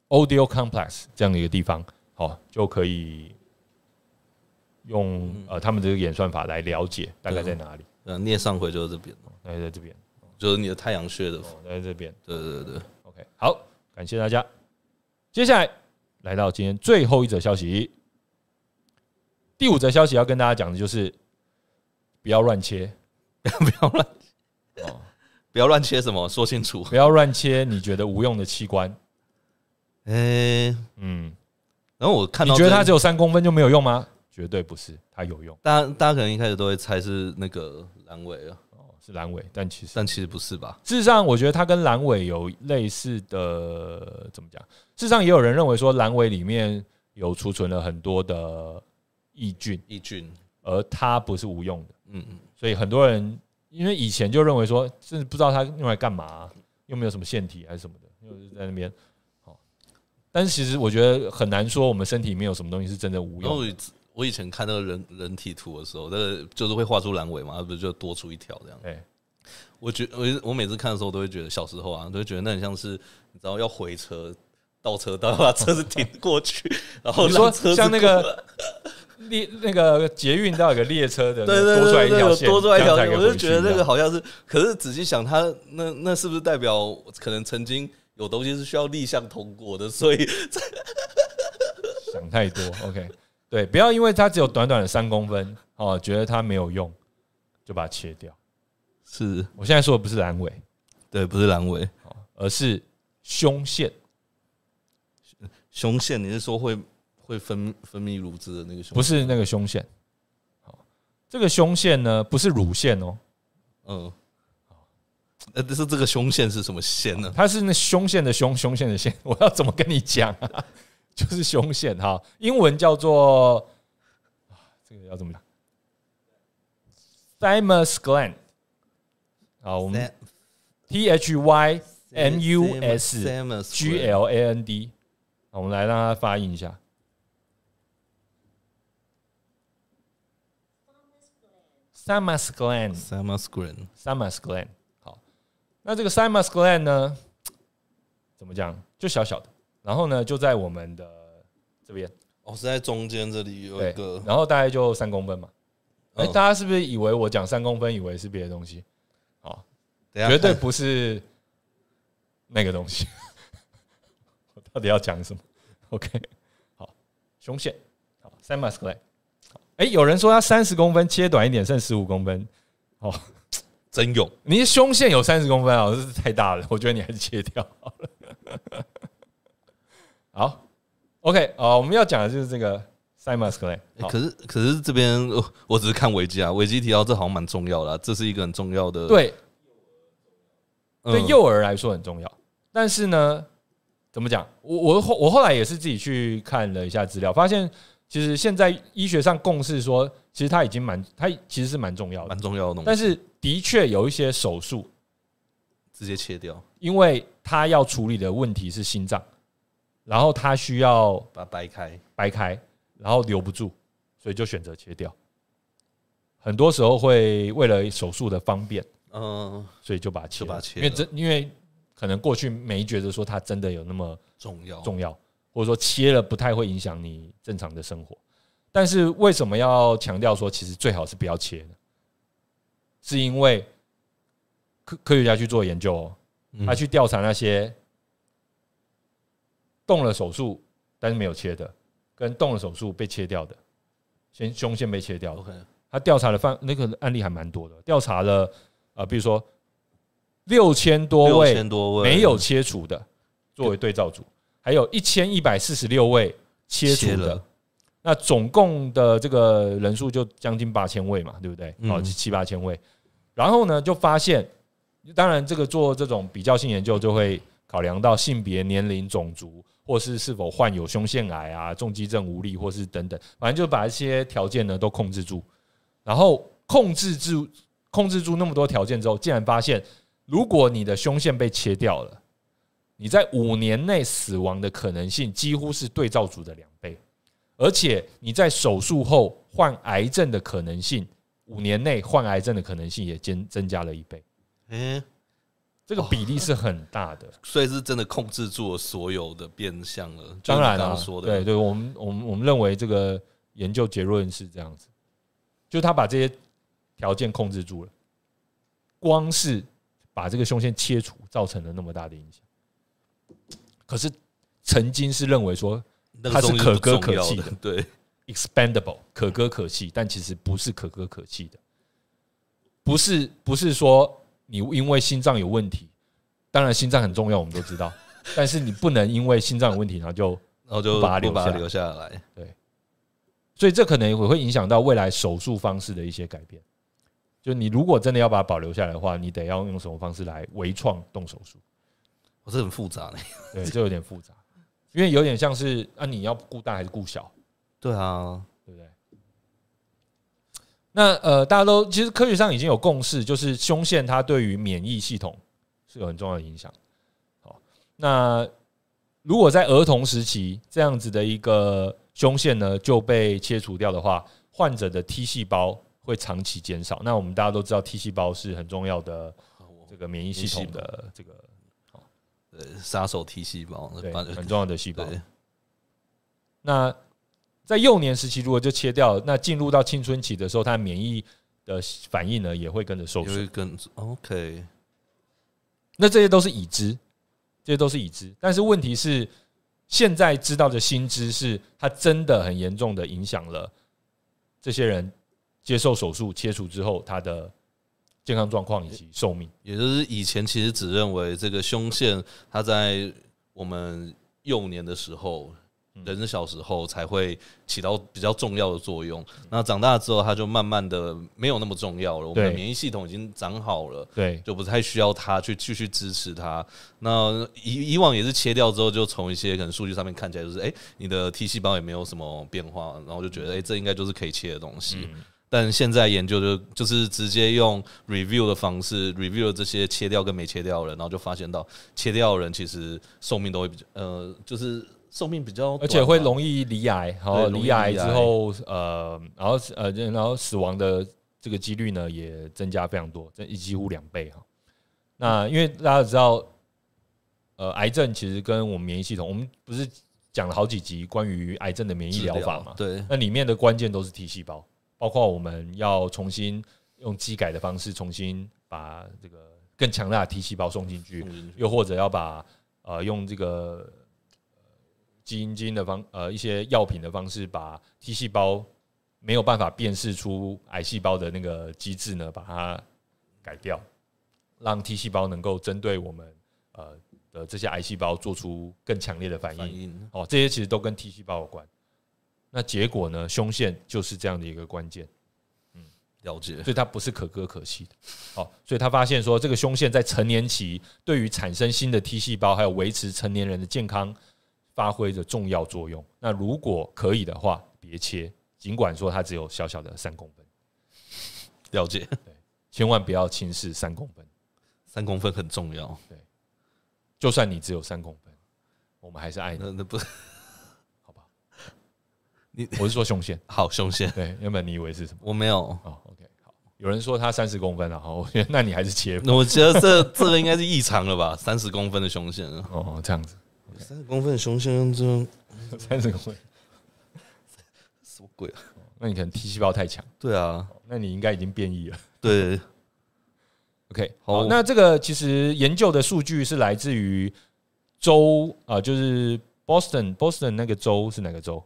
Speaker 1: ，audio complex 这样的一个地方，好，就可以用呃他们这个演算法来了解大概在哪里。
Speaker 2: 呃，颞上回就是这边，哦
Speaker 1: 那在这边，
Speaker 2: 就是你的太阳穴的，
Speaker 1: 哦在这边。
Speaker 2: 对对对，
Speaker 1: OK，好，感谢大家。接下来来到今天最后一则消息，第五则消息要跟大家讲的就是不要乱切，
Speaker 2: 不要乱
Speaker 1: 哦，
Speaker 2: 不要乱切什么，说
Speaker 1: [LAUGHS]
Speaker 2: 清楚。
Speaker 1: 不要乱切你觉得无用的器官。
Speaker 2: 诶、
Speaker 1: 嗯，
Speaker 2: 然后我看
Speaker 1: 你
Speaker 2: 到
Speaker 1: 觉得
Speaker 2: 这
Speaker 1: 它只有三公分就没有用吗？绝对不是，它有用
Speaker 2: 大家大家可能一开始都会猜是那个阑尾啊，
Speaker 1: 哦，是阑尾，但其实
Speaker 2: 但其实不是吧？
Speaker 1: 事实上，我觉得它跟阑尾有类似的，怎么讲？事实上，也有人认为说阑尾里面有储存了很多的益菌，
Speaker 2: 抑菌，
Speaker 1: 而它不是无用的。
Speaker 2: 嗯嗯，
Speaker 1: 所以很多人因为以前就认为说，甚至不知道它用来干嘛、又没有什么腺体还是什么的，又是在那边。好，但是其实我觉得很难说，我们身体里面有什么东西是真的无
Speaker 2: 然后
Speaker 1: 用的。
Speaker 2: 我以我以前看那个人人体图的时候，那个就是会画出阑尾嘛，它不是就多出一条这样。
Speaker 1: 对，
Speaker 2: 我觉我我每次看的时候都会觉得小时候啊，都会觉得那很像是你知道要回车倒车道，把车子停过 [LAUGHS] 去，然后
Speaker 1: 你说
Speaker 2: 让车子
Speaker 1: 像那
Speaker 2: 过
Speaker 1: 个列那个捷运到有个列车的，
Speaker 2: 对
Speaker 1: 那
Speaker 2: 对
Speaker 1: 多出来
Speaker 2: 对
Speaker 1: 一
Speaker 2: 对，
Speaker 1: 条
Speaker 2: 有
Speaker 1: 线，
Speaker 2: 多出来一条
Speaker 1: 这样才可以
Speaker 2: 线，我就
Speaker 1: 回去
Speaker 2: 觉得那
Speaker 1: 这
Speaker 2: 个
Speaker 1: 样
Speaker 2: 好像是，可是仔细想，它那那是不是代表可能曾经有东西是需要立项通过的，所以
Speaker 1: [LAUGHS] 想太多。OK，对，不要因为它只有短短的三公分哦，觉得它没有用，就把它切掉。
Speaker 2: 是
Speaker 1: 我现在说的不是阑尾，
Speaker 2: 对，不是阑尾
Speaker 1: 哦而是胸腺。
Speaker 2: 胸腺，你是说会会分分泌乳汁的那个胸？
Speaker 1: 不，是那个胸腺。好，这个胸腺呢，不是乳腺哦，
Speaker 2: 嗯，呃，但是这个胸腺是什么腺呢？
Speaker 1: 它是那胸腺的胸，胸腺的腺。 [LAUGHS] 我要怎么跟你讲啊？ [LAUGHS] 就是胸腺哈，英文叫做啊这个要怎么讲？thymus gland。好，我们 T H Y M U S G L A N D。好，我们来让它发音一下。thymus gland。
Speaker 2: Samus Green
Speaker 1: thymus gland。好，那这个 thymus gland 呢，怎么讲？就小小的，然后呢就在我们的这边，
Speaker 2: 哦，是在中间这里有一
Speaker 1: 对
Speaker 2: 个，，
Speaker 1: 然后大概就三公分嘛。哎、
Speaker 2: 嗯
Speaker 1: 大家是不是以为我讲三公分，以为是别的东西？好，
Speaker 2: 等一下
Speaker 1: 绝对
Speaker 2: 看
Speaker 1: 不是那个东西。 [LAUGHS] 我到底要讲什么？OK，好，胸腺，好，thymus gland。好哎、有人说它三十公分切短一点，剩十五公分。
Speaker 2: 真有
Speaker 1: 你的胸线有三十公分啊，这是太大了，我觉得你还是切掉好了。 [LAUGHS] 好，OK，啊、我们要讲的就是这个 Simus Clay。
Speaker 2: 欸可是可是这边我我只是看维基啊，维基提到这好像蛮重要的、啊，这是一个很重要的
Speaker 1: 对，
Speaker 2: 嗯
Speaker 1: 对幼儿来说很重要，但是呢，怎么讲？我我后我后来也是自己去看了一下资料，发现其实现在医学上共识说，其实它已经蛮，它其实是蛮重要的
Speaker 2: 蛮，重要的东西，
Speaker 1: 但是的确有一些手术，
Speaker 2: 直接切掉，
Speaker 1: 因为它要处理的问题是心脏，然后它需要
Speaker 2: 把它掰开，
Speaker 1: 掰开，然后留不住，所以就选择切掉。很多时候会为了手术的方便，
Speaker 2: 嗯、
Speaker 1: 所以就把它切
Speaker 2: 就把
Speaker 1: 了，
Speaker 2: 它切
Speaker 1: 因为
Speaker 2: 了
Speaker 1: 真因为可能过去没觉得说它真的有那么
Speaker 2: 重要，
Speaker 1: 重要，或者说切了不太会影响你正常的生活。但是为什么要强调说其实最好是不要切呢？是因为科科学家去做研究哦，
Speaker 2: 嗯
Speaker 1: 他去调查那些动了手术但是没有切的，跟动了手术被切掉的，先胸腺被切掉的，
Speaker 2: OK，
Speaker 1: 他调查的范那个案例还蛮多的，调查了呃，比如说六千多
Speaker 2: 六
Speaker 1: 位
Speaker 2: 千多位
Speaker 1: 没有切除的作为对照组，还有一千一百四十六位切除的
Speaker 2: 了，，
Speaker 1: 那总共的这个人数就将近八千位嘛，对不对？
Speaker 2: 嗯
Speaker 1: 哦，七八千位。然后呢，就发现，当然这个做这种比较性研究就会考量到性别、年龄、种族，或是是否患有胸腺癌啊、重肌症无力，或是等等，反正就把一些条件呢都控制住。然后控制住控制住那么多条件之后，竟然发现，如果你的胸腺被切掉了，你在五年内死亡的可能性几乎是对照组的两倍。而且你在手术后患癌症的可能性，五年内患癌症的可能性也增增加了一倍，
Speaker 2: 哎、
Speaker 1: 这个比例是很大的。
Speaker 2: 所以是真的控制住了所有的变相了，就是
Speaker 1: 当然啊
Speaker 2: 你刚
Speaker 1: 了、
Speaker 2: 刚说的，
Speaker 1: 对对，我们我们我们认为这个研究结论是这样子，就是他把这些条件控制住了，光是把这个胸腺切除造成了那么大的影响。可是曾经是认为说
Speaker 2: 那
Speaker 1: 它是
Speaker 2: 个东西
Speaker 1: 可
Speaker 2: 不
Speaker 1: 歌
Speaker 2: 重
Speaker 1: 可
Speaker 2: 要
Speaker 1: 泣
Speaker 2: 的
Speaker 1: 的，
Speaker 2: 对，
Speaker 1: expandable 可歌可泣，但其实不是可歌可泣的，不是不是说你因为心脏有问题，当然心脏很重要，我们都知道， [LAUGHS] 但是你不能因为心脏有问题，然后就，
Speaker 2: 然后就
Speaker 1: 不把它
Speaker 2: 不
Speaker 1: 留
Speaker 2: 把它
Speaker 1: 下
Speaker 2: 留下来。
Speaker 1: 所以这可能也会影响到未来手术方式的一些改变。就你如果真的要把它保留下来的话，你得要用什么方式来微创动手术？
Speaker 2: 我这很复杂嘞。
Speaker 1: 对，这有点复杂，因为有点像是啊，你要顾大还是顾小？
Speaker 2: 对啊，
Speaker 1: 对不对？那呃，大家都其实科学上已经有共识，就是胸腺它对于免疫系统是有很重要的影响。好，那如果在儿童时期这样子的一个胸腺呢就被切除掉的话，患者的 T 细胞会长期减少。那我们大家都知道 T 细胞是很重要的这个免疫系统的这个
Speaker 2: 呃杀手 T 细胞，
Speaker 1: 对
Speaker 2: 把
Speaker 1: 很重要的细胞。
Speaker 2: 对，
Speaker 1: 那在幼年时期如果就切掉，那进入到青春期的时候，它免疫的反应呢也会跟着受
Speaker 2: 因
Speaker 1: 损。
Speaker 2: 为跟 OK，
Speaker 1: 那这些都是已知，这些都是已知。但是问题是，现在知道的新知是，它真的很严重的影响了这些人接受手术切除之后他的健康状况以及寿命。
Speaker 2: 也就是以前其实只认为这个胸腺它在我们幼年的时候。
Speaker 1: 嗯
Speaker 2: 人的小时候才会起到比较重要的作用，那长大之后它就慢慢的没有那么重要了。我们的
Speaker 1: 对
Speaker 2: 免疫系统已经长好了，
Speaker 1: 对
Speaker 2: 就不太需要它去继续支持它。那以以往也是切掉之后，就从一些可能数据上面看起来就是，哎、你的 T 细胞也没有什么变化，然后就
Speaker 1: 嗯
Speaker 2: 觉得，哎、这应该就是可以切的东西。但现在研究就就是直接用 review 的方式 review 了这些切掉跟没切掉的人，然后就发现到切掉的人其实寿命都会比较，呃，就是寿命比较短嘛，
Speaker 1: 而且会容易罹癌，然后
Speaker 2: 容易
Speaker 1: 罹癌
Speaker 2: 罹
Speaker 1: 之
Speaker 2: 癌
Speaker 1: 后，呃，然后呃，然后死亡的这个几率呢也增加非常多，这一几乎两倍哈。那因为大家知道，呃，癌症其实跟我们免疫系统，我们不是讲了好几集关于癌症的免疫
Speaker 2: 治
Speaker 1: 疗法嘛？嗯
Speaker 2: 对，
Speaker 1: 那里面的关键都是 T 细胞，包括我们要重新用机改的方式，重新把这个更强大的 T 细胞送进去，又或者要把呃用这个呃基因基因的方呃一些药品的方式，把 T 细胞没有办法辨识出癌细胞的那个机制呢，把它改掉，让 T 细胞能够针对我们呃的这些癌细胞做出更强烈的反
Speaker 2: 反
Speaker 1: 应。
Speaker 2: 应
Speaker 1: 哦，这些其实都跟 T 细胞有关。那结果呢，胸腺就是这样的一个关键。
Speaker 2: 了解，
Speaker 1: 所以它不是可歌可泣的。好，所以他发现说，这个胸腺在成年期对于产生新的 T 细胞，还有维持成年人的健康，发挥着重要作用。那如果可以的话，别切，尽管说它只有小小的三公分，
Speaker 2: 了解，
Speaker 1: 千万不要轻视三公分。
Speaker 2: 三公分很重要，
Speaker 1: 就算你只有三公分，我们还是爱你，
Speaker 2: 那那不
Speaker 1: 好吧？
Speaker 2: [LAUGHS] 你
Speaker 1: 我是说胸腺，
Speaker 2: 好胸腺，
Speaker 1: 对，原本你以为是什么？
Speaker 2: 我没有。
Speaker 1: 哦，OK，好，有人说他三十公分了，好，我觉得那你还是切吧。
Speaker 2: 那 [LAUGHS] 我觉得这这个应该是异常了吧？三十公分的胸线，
Speaker 1: [LAUGHS] 哦，这样子，
Speaker 2: 三十公分的胸线，这
Speaker 1: [LAUGHS] 三十公分，
Speaker 2: 什么鬼啊？
Speaker 1: 那你可能 T 细胞太强，哦
Speaker 2: 对啊，
Speaker 1: 那你应该已经变异了。
Speaker 2: 对，
Speaker 1: [LAUGHS] OK，
Speaker 2: 好
Speaker 1: 好，那这个其实研究的数据是来自于州啊、呃就是 Boston Boston 那个州是哪个州？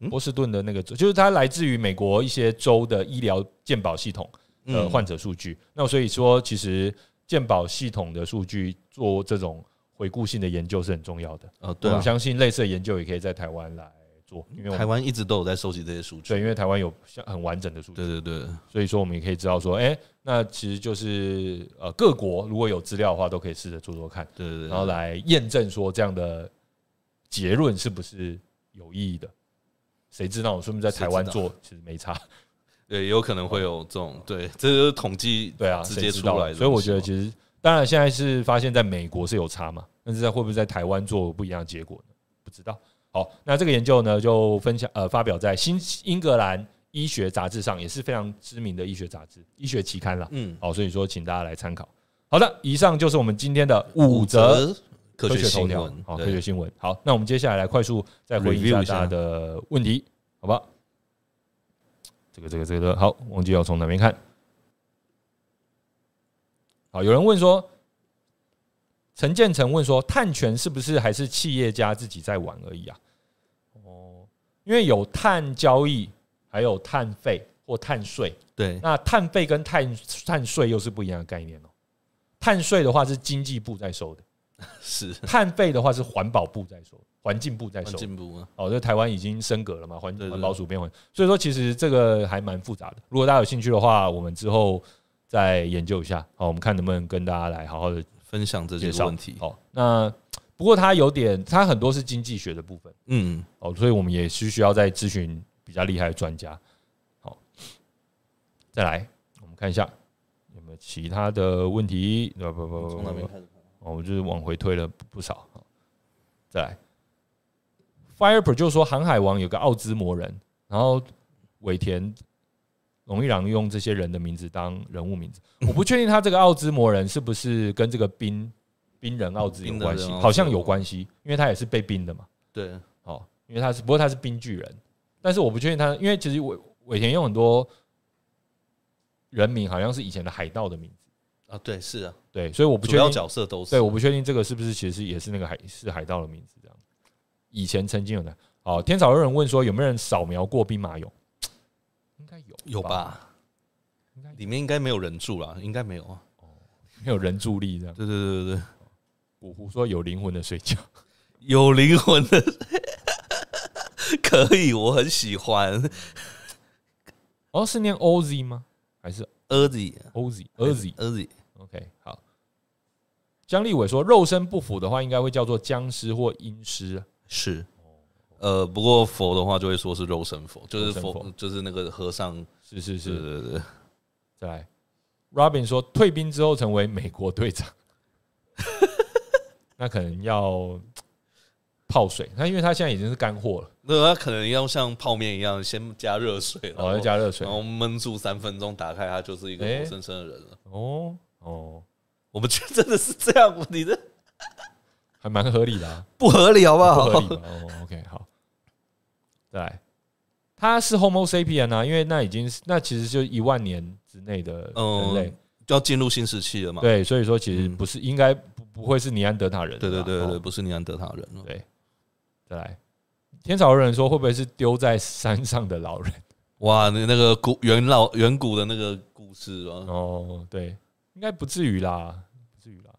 Speaker 2: 嗯
Speaker 1: 波士顿的那个州，就是它来自于美国一些州的医疗健保系统
Speaker 2: 嗯
Speaker 1: 的患者数据。那所以说，其实健保系统的数据做这种回顾性的研究是很重要的。
Speaker 2: 啊，
Speaker 1: 我
Speaker 2: 对啊嗯
Speaker 1: 们，相信类似的研究也可以在台湾来做，因为我
Speaker 2: 台
Speaker 1: 们
Speaker 2: 湾一直都有在收集这些数据。
Speaker 1: 对，因为台湾有像很完整的数据。
Speaker 2: 对对对，
Speaker 1: 所以说我们也可以知道说，哎、那其实就是呃各国如果有资料的话，都可以试着做做看，
Speaker 2: 对对对，
Speaker 1: 然后来验证说这样的结论是不是有意义的。谁知道我说不定在台湾
Speaker 2: 谁知
Speaker 1: 做其实没差，
Speaker 2: 对，也有可能会有这种，对，这就是统计
Speaker 1: 对啊，
Speaker 2: 直接
Speaker 1: 谁知
Speaker 2: 出
Speaker 1: 道
Speaker 2: 来的东西嘛。
Speaker 1: 所以我觉得其实当然现在是发现在美国是有差嘛，但是在会不会在台湾做不一样的结果呢？不知道。好，那这个研究呢就分享呃发表在新英格兰医学杂志上，也是非常知名的医学杂志、医学期刊啦。
Speaker 2: 嗯，
Speaker 1: 好，所以说请大家来参考。好的，以上就是我们今天的
Speaker 2: 五
Speaker 1: 五则
Speaker 2: 折科学
Speaker 1: 头
Speaker 2: 新
Speaker 1: 条
Speaker 2: 闻，
Speaker 1: 好，科
Speaker 2: 对
Speaker 1: 学新闻。好，那我们接下来来快速再回应一
Speaker 2: Review
Speaker 1: 下
Speaker 2: 一下
Speaker 1: 大家的问题，好吧？这个这个这个好，忘记要从哪边看。好，有人问说，陈建成问说，碳权是不是还是企业家自己在玩而已啊？哦，因为有碳交易，还有碳费或碳税， [LAUGHS]
Speaker 2: 对
Speaker 1: 那碳费跟碳碳税又是不一样的概念哦。碳税的话是经济部在收的，
Speaker 2: 是
Speaker 1: 碳费的话是环保部在收，环境部在收。
Speaker 2: 进步啊，
Speaker 1: 哦，这台湾已经升格了嘛，环
Speaker 2: 对对
Speaker 1: 环保署变环，所以说其实这个还蛮复杂的。如果大家有兴趣的话，我们之后再研究一下。哦好，我们看能不能跟大家来好好的
Speaker 2: 分享这
Speaker 1: 介
Speaker 2: 些
Speaker 1: 绍
Speaker 2: 问题，
Speaker 1: 好，那不过它有点，它很多是经济学的部分。
Speaker 2: 嗯，
Speaker 1: 哦，所以我们也是需要再咨询比较厉害的专家。好，再来，我们看一下有没有其他的问题。不不不不
Speaker 2: 从哪边
Speaker 1: 不，
Speaker 2: 开始看？
Speaker 1: 哦，我就是往回推了不不少。好再来，Fireper 就说航海王有个奥兹魔人，然后尾田龙一郎用这些人的名字当人物名字，我不确定他这个奥兹魔人是不是跟这个冰冰人奥兹有
Speaker 2: 冰的
Speaker 1: 关
Speaker 2: 人
Speaker 1: 系
Speaker 2: 奥，兹
Speaker 1: 好像有
Speaker 2: 有
Speaker 1: 关系，因为他也是被冰的嘛。
Speaker 2: 对，
Speaker 1: 哦，因为他是不过他是冰巨人，但是我不确定他，因为其实尾尾田用很多人名，好像是以前的海盗的名字，
Speaker 2: 啊，对，是啊，
Speaker 1: 对，所以我不
Speaker 2: 主
Speaker 1: 确
Speaker 2: 要
Speaker 1: 定，
Speaker 2: 角色都是
Speaker 1: 对，我不确定这个是不是其实也是那个海是海盗的名字这样。以前曾经有的，哦，天草有人问说有没有人扫描过兵马俑，应该有
Speaker 2: 有？吧
Speaker 1: 应该有？
Speaker 2: 里面应该没有人住啦，应该没有啊。
Speaker 1: 没有人助力这样。
Speaker 2: 对对对对对，
Speaker 1: 古湖说有灵魂的睡觉，
Speaker 2: 有灵魂的，可以，我很喜欢。
Speaker 1: 哦，是念 Oz 吗？还是
Speaker 2: Ozzy
Speaker 1: Oz？Oz？
Speaker 2: Ozzy
Speaker 1: OK，好。江立伟说，肉身不腐的话，应该会叫做僵尸或阴尸。啊
Speaker 2: 是，呃，不过佛的话就会说是肉身佛，就
Speaker 1: 肉
Speaker 2: 是
Speaker 1: 身
Speaker 2: 佛
Speaker 1: 佛，
Speaker 2: 就是那个和尚，
Speaker 1: 是是
Speaker 2: 对
Speaker 1: 是。
Speaker 2: 对对，
Speaker 1: 再来，Robin 说，退兵之后成为美国队长， [LAUGHS] 那可能要泡水。他因为他现在已经是干货了，哦
Speaker 2: 那他可能要像泡面一样，先加热水，然
Speaker 1: 哦，
Speaker 2: 后
Speaker 1: 要加热水
Speaker 2: 然。后焖住三分钟，打开它就是一个
Speaker 1: 哎
Speaker 2: 活生生的人了。
Speaker 1: 哦哦，
Speaker 2: 我们觉得真的是这样，你这
Speaker 1: 还蛮合理的、
Speaker 2: [LAUGHS]
Speaker 1: 啊，
Speaker 2: 不合理好不
Speaker 1: 不合
Speaker 2: 好
Speaker 1: 理？吧？哦，OK，好。再来，他是 Homo sapien 啊，因为那已经是那其实就一万年之内的人类。
Speaker 2: 嗯，就要进入新时期了嘛？
Speaker 1: 对，所以说其实
Speaker 2: 嗯
Speaker 1: 不是，应该不不会是尼安德塔人啦。
Speaker 2: 对对对对，
Speaker 1: 哦
Speaker 2: 不是尼安德塔人了。
Speaker 1: 对。再来，天朝人说会不会是丢在山上的老人？ [LAUGHS]
Speaker 2: 哇，那那个古元老远古的那个故事啊，
Speaker 1: 哦，对，应该不至于啦，不至于啦。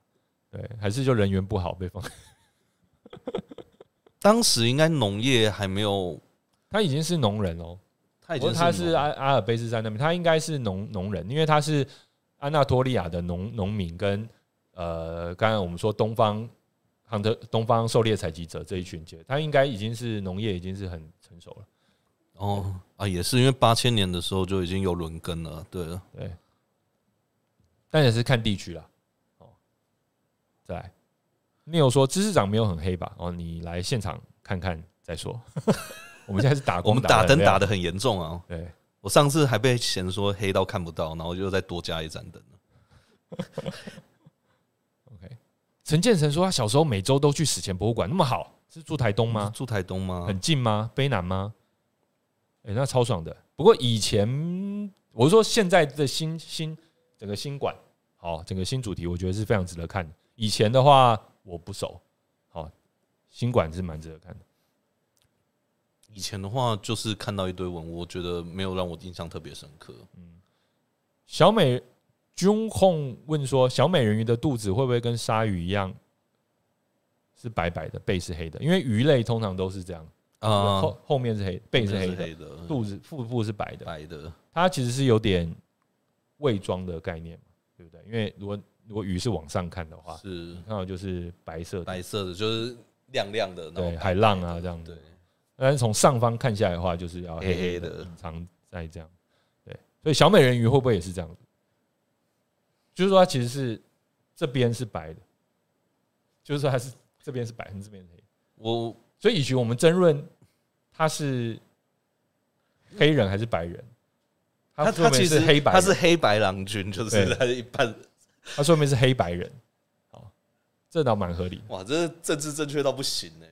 Speaker 1: 对，还是就人缘不好被放。 [LAUGHS]
Speaker 2: 当时应该农业还没有，
Speaker 1: 他已经是农人哦，
Speaker 2: 他
Speaker 1: 不
Speaker 2: 已
Speaker 1: 过
Speaker 2: 经
Speaker 1: 他是
Speaker 2: 农
Speaker 1: 阿阿尔卑斯山那边，他应该是农农人，因为他是安纳托利亚的农农民跟呃，刚才我们说东方。亨特东方狩猎采集者这一群结，他应该已经是农业已经是很成熟了。
Speaker 2: 哦啊，也是因为八千年的时候就已经有轮耕了，对啊了，
Speaker 1: 对，但也是看地区啦。哦，再来，你有说知识长没有很黑吧？哦，你来现场看看再说。 [LAUGHS] 我们现在是打光
Speaker 2: 我们打灯打
Speaker 1: 的
Speaker 2: 的很严重
Speaker 1: 很
Speaker 2: 啊，
Speaker 1: 亮，对，
Speaker 2: 我上次还被嫌说黑到看不到，然后又再多加一盏灯。
Speaker 1: OK。陈建成说他小时候每周都去史前博物馆，那么好，是住台东吗？
Speaker 2: 住台东吗？
Speaker 1: 很近吗？卑南吗？哎、那超爽的。不过以前我是说现在的新新整个新馆，好，整个新主题，我觉得是非常值得看的。以前的话我不熟，好，新馆是蛮值得看的。
Speaker 2: 以前的话就是看到一堆文物，我觉得没有让我印象特别深刻。
Speaker 1: 小美军控问说，小美人鱼的肚子会不会跟鲨鱼一样是白白的，背是黑的？因为鱼类通常都是这样，
Speaker 2: 啊，
Speaker 1: 后后面是黑，背是黑
Speaker 2: 是
Speaker 1: 的，
Speaker 2: 黑的，
Speaker 1: 肚子腹部是白的。
Speaker 2: 白的，
Speaker 1: 它其实是有点伪装的概念嘛，对不对？因为如果如果鱼是往上看的话，
Speaker 2: 是
Speaker 1: 你看到就是白色的，
Speaker 2: 白色的，就是亮亮的，然后
Speaker 1: 对海浪啊这样
Speaker 2: 对
Speaker 1: 子。，但是从上方看下来的话，就是要
Speaker 2: 黑
Speaker 1: 黑
Speaker 2: 黑
Speaker 1: 的，
Speaker 2: 的
Speaker 1: 隐藏在这样。对，所以小美人鱼会不会也是这样子？就是说它其实是这边是白的，就是说它是这边是白，这边是黑。
Speaker 2: 我
Speaker 1: 所以，以及我们争论它是黑人还是白人，
Speaker 2: 他
Speaker 1: 说
Speaker 2: 他
Speaker 1: 明
Speaker 2: 其
Speaker 1: 是
Speaker 2: 实
Speaker 1: 黑白
Speaker 2: 他
Speaker 1: 人，
Speaker 2: 是黑白郎君，就是
Speaker 1: 对
Speaker 2: 他一般
Speaker 1: 他说明是黑白人。好，哦这倒蛮合理，
Speaker 2: 哇，这政治正确到不行哎、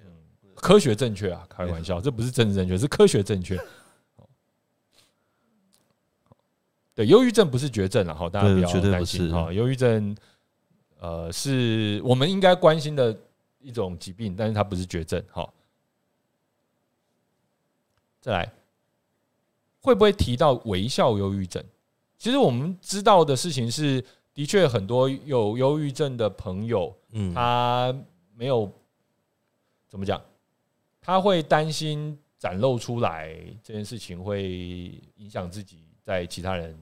Speaker 1: 科学正确啊，开玩笑，这不是政治正确，是科学正确。哦对，忧郁症不是绝症了哈，大家
Speaker 2: 对
Speaker 1: 不要
Speaker 2: 绝对不
Speaker 1: 担心
Speaker 2: 是
Speaker 1: 哈。忧郁症，呃，是我们应该关心的一种疾病，但是它不是绝症哈。再来，会不会提到微笑忧郁症？其实我们知道的事情是，的确很多有忧郁症的朋友，
Speaker 2: 嗯，
Speaker 1: 他没有怎么讲，他会担心展露出来这件事情会影响自己在其他人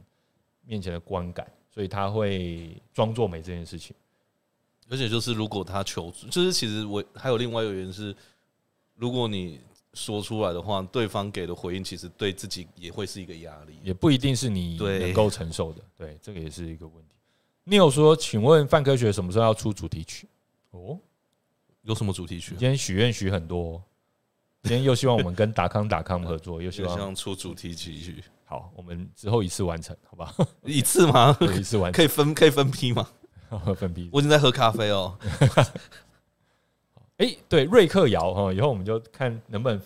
Speaker 1: 面前的观感，所以他会装作没这件事情。
Speaker 2: 而且就是如果他求助，就是其实我还有另外一个原因是，如果你说出来的话，对方给的回应其实对自己也会是一个压力。
Speaker 1: 也不一定是你
Speaker 2: 对
Speaker 1: 能够承受的。对，这个也是一个问题。你有说，请问范科学什么时候要出主题曲？哦，
Speaker 2: 有什么主题曲
Speaker 1: 今
Speaker 2: 啊？
Speaker 1: 天许愿许很多、哦，今天又希望我们跟达康达康合作，又希
Speaker 2: 就
Speaker 1: 望
Speaker 2: 像出主题曲
Speaker 1: 好，我们之后一次完成，好 [LAUGHS] 吧？
Speaker 2: 一次吗？
Speaker 1: 一次完
Speaker 2: [LAUGHS] 可以分可以分批吗？
Speaker 1: 成，分批。
Speaker 2: 我已经在喝咖啡哦。
Speaker 1: 哎、对，瑞克摇哈，以后我们就看能不能。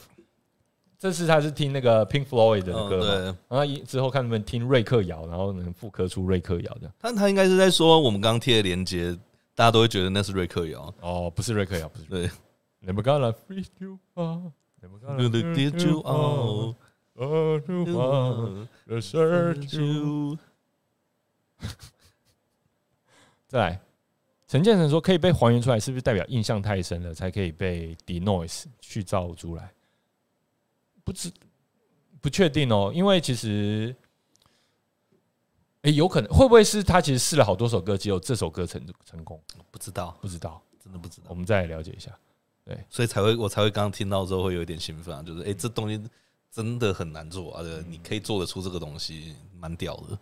Speaker 1: 这次他是听那个 Pink Floyd 的
Speaker 2: 嗯，
Speaker 1: 歌嘛，
Speaker 2: 对，
Speaker 1: 然后一之后看能不能听瑞克摇，然后能复刻出瑞克摇的。
Speaker 2: 但他应该是在说我们刚刚贴的链接，大家都会觉得那是瑞克摇。
Speaker 1: 哦，不是瑞克摇，不是。
Speaker 2: 对，
Speaker 1: Never gonna free you are, never
Speaker 2: 嗯
Speaker 1: gonna
Speaker 2: Did you all
Speaker 1: Oh, you are the search you. 再来，陈建成说可以被还原出来，是不是代表印象太深了才可以被 denoise 去造出来？不知不确定哦，因为其实，诶，有可能会不会是他其实试了好多首歌，只有这首歌成成功？
Speaker 2: 不知道，
Speaker 1: 不知道，
Speaker 2: 真的不知道
Speaker 1: 我，们再来了解一下。
Speaker 2: 所以才会我才会刚刚听到之后会有一点兴奋啊，就是哎、诶这东西真的很难做啊，这个你可以做得出这个东西，蛮屌的。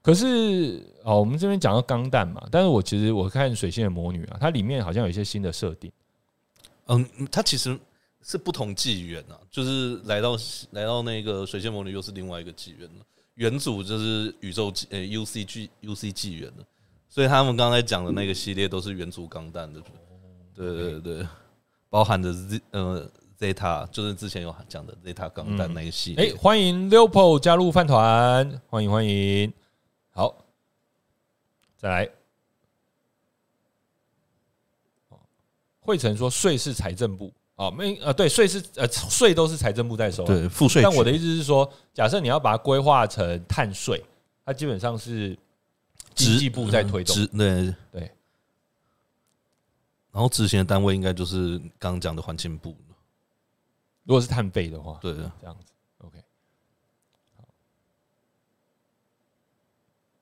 Speaker 1: 可是哦，我们这边讲到钢弹嘛，但是我其实我看《水星的魔女》啊，它里面好像有一些新的设定。
Speaker 2: 嗯，它其实是不同纪元啊，就是来到来到那个水仙魔女又是另外一个纪元了。原主就是宇宙纪呃 UCG UC 纪元的，所以他们刚才讲的那个系列都是原主钢弹的，对对对，包含着 Z 呃 Zeta，就是之前有讲的 Zeta 钢弹那一系
Speaker 1: 哎、
Speaker 2: 列。
Speaker 1: 欢迎 Leopold 加入饭团，欢迎欢迎。好，再来。哦惠成说税是财政部啊，没呃对，税是呃税都是财政部在收啊。
Speaker 2: 对赋税局，
Speaker 1: 但我的意思是说，假设你要把它规划成碳税，它基本上是经济部在推动。
Speaker 2: 执对
Speaker 1: 对。
Speaker 2: 然后执行的单位应该就是刚刚讲的环境部，
Speaker 1: 如果是碳费的话，
Speaker 2: 对，
Speaker 1: 这样子。OK，好，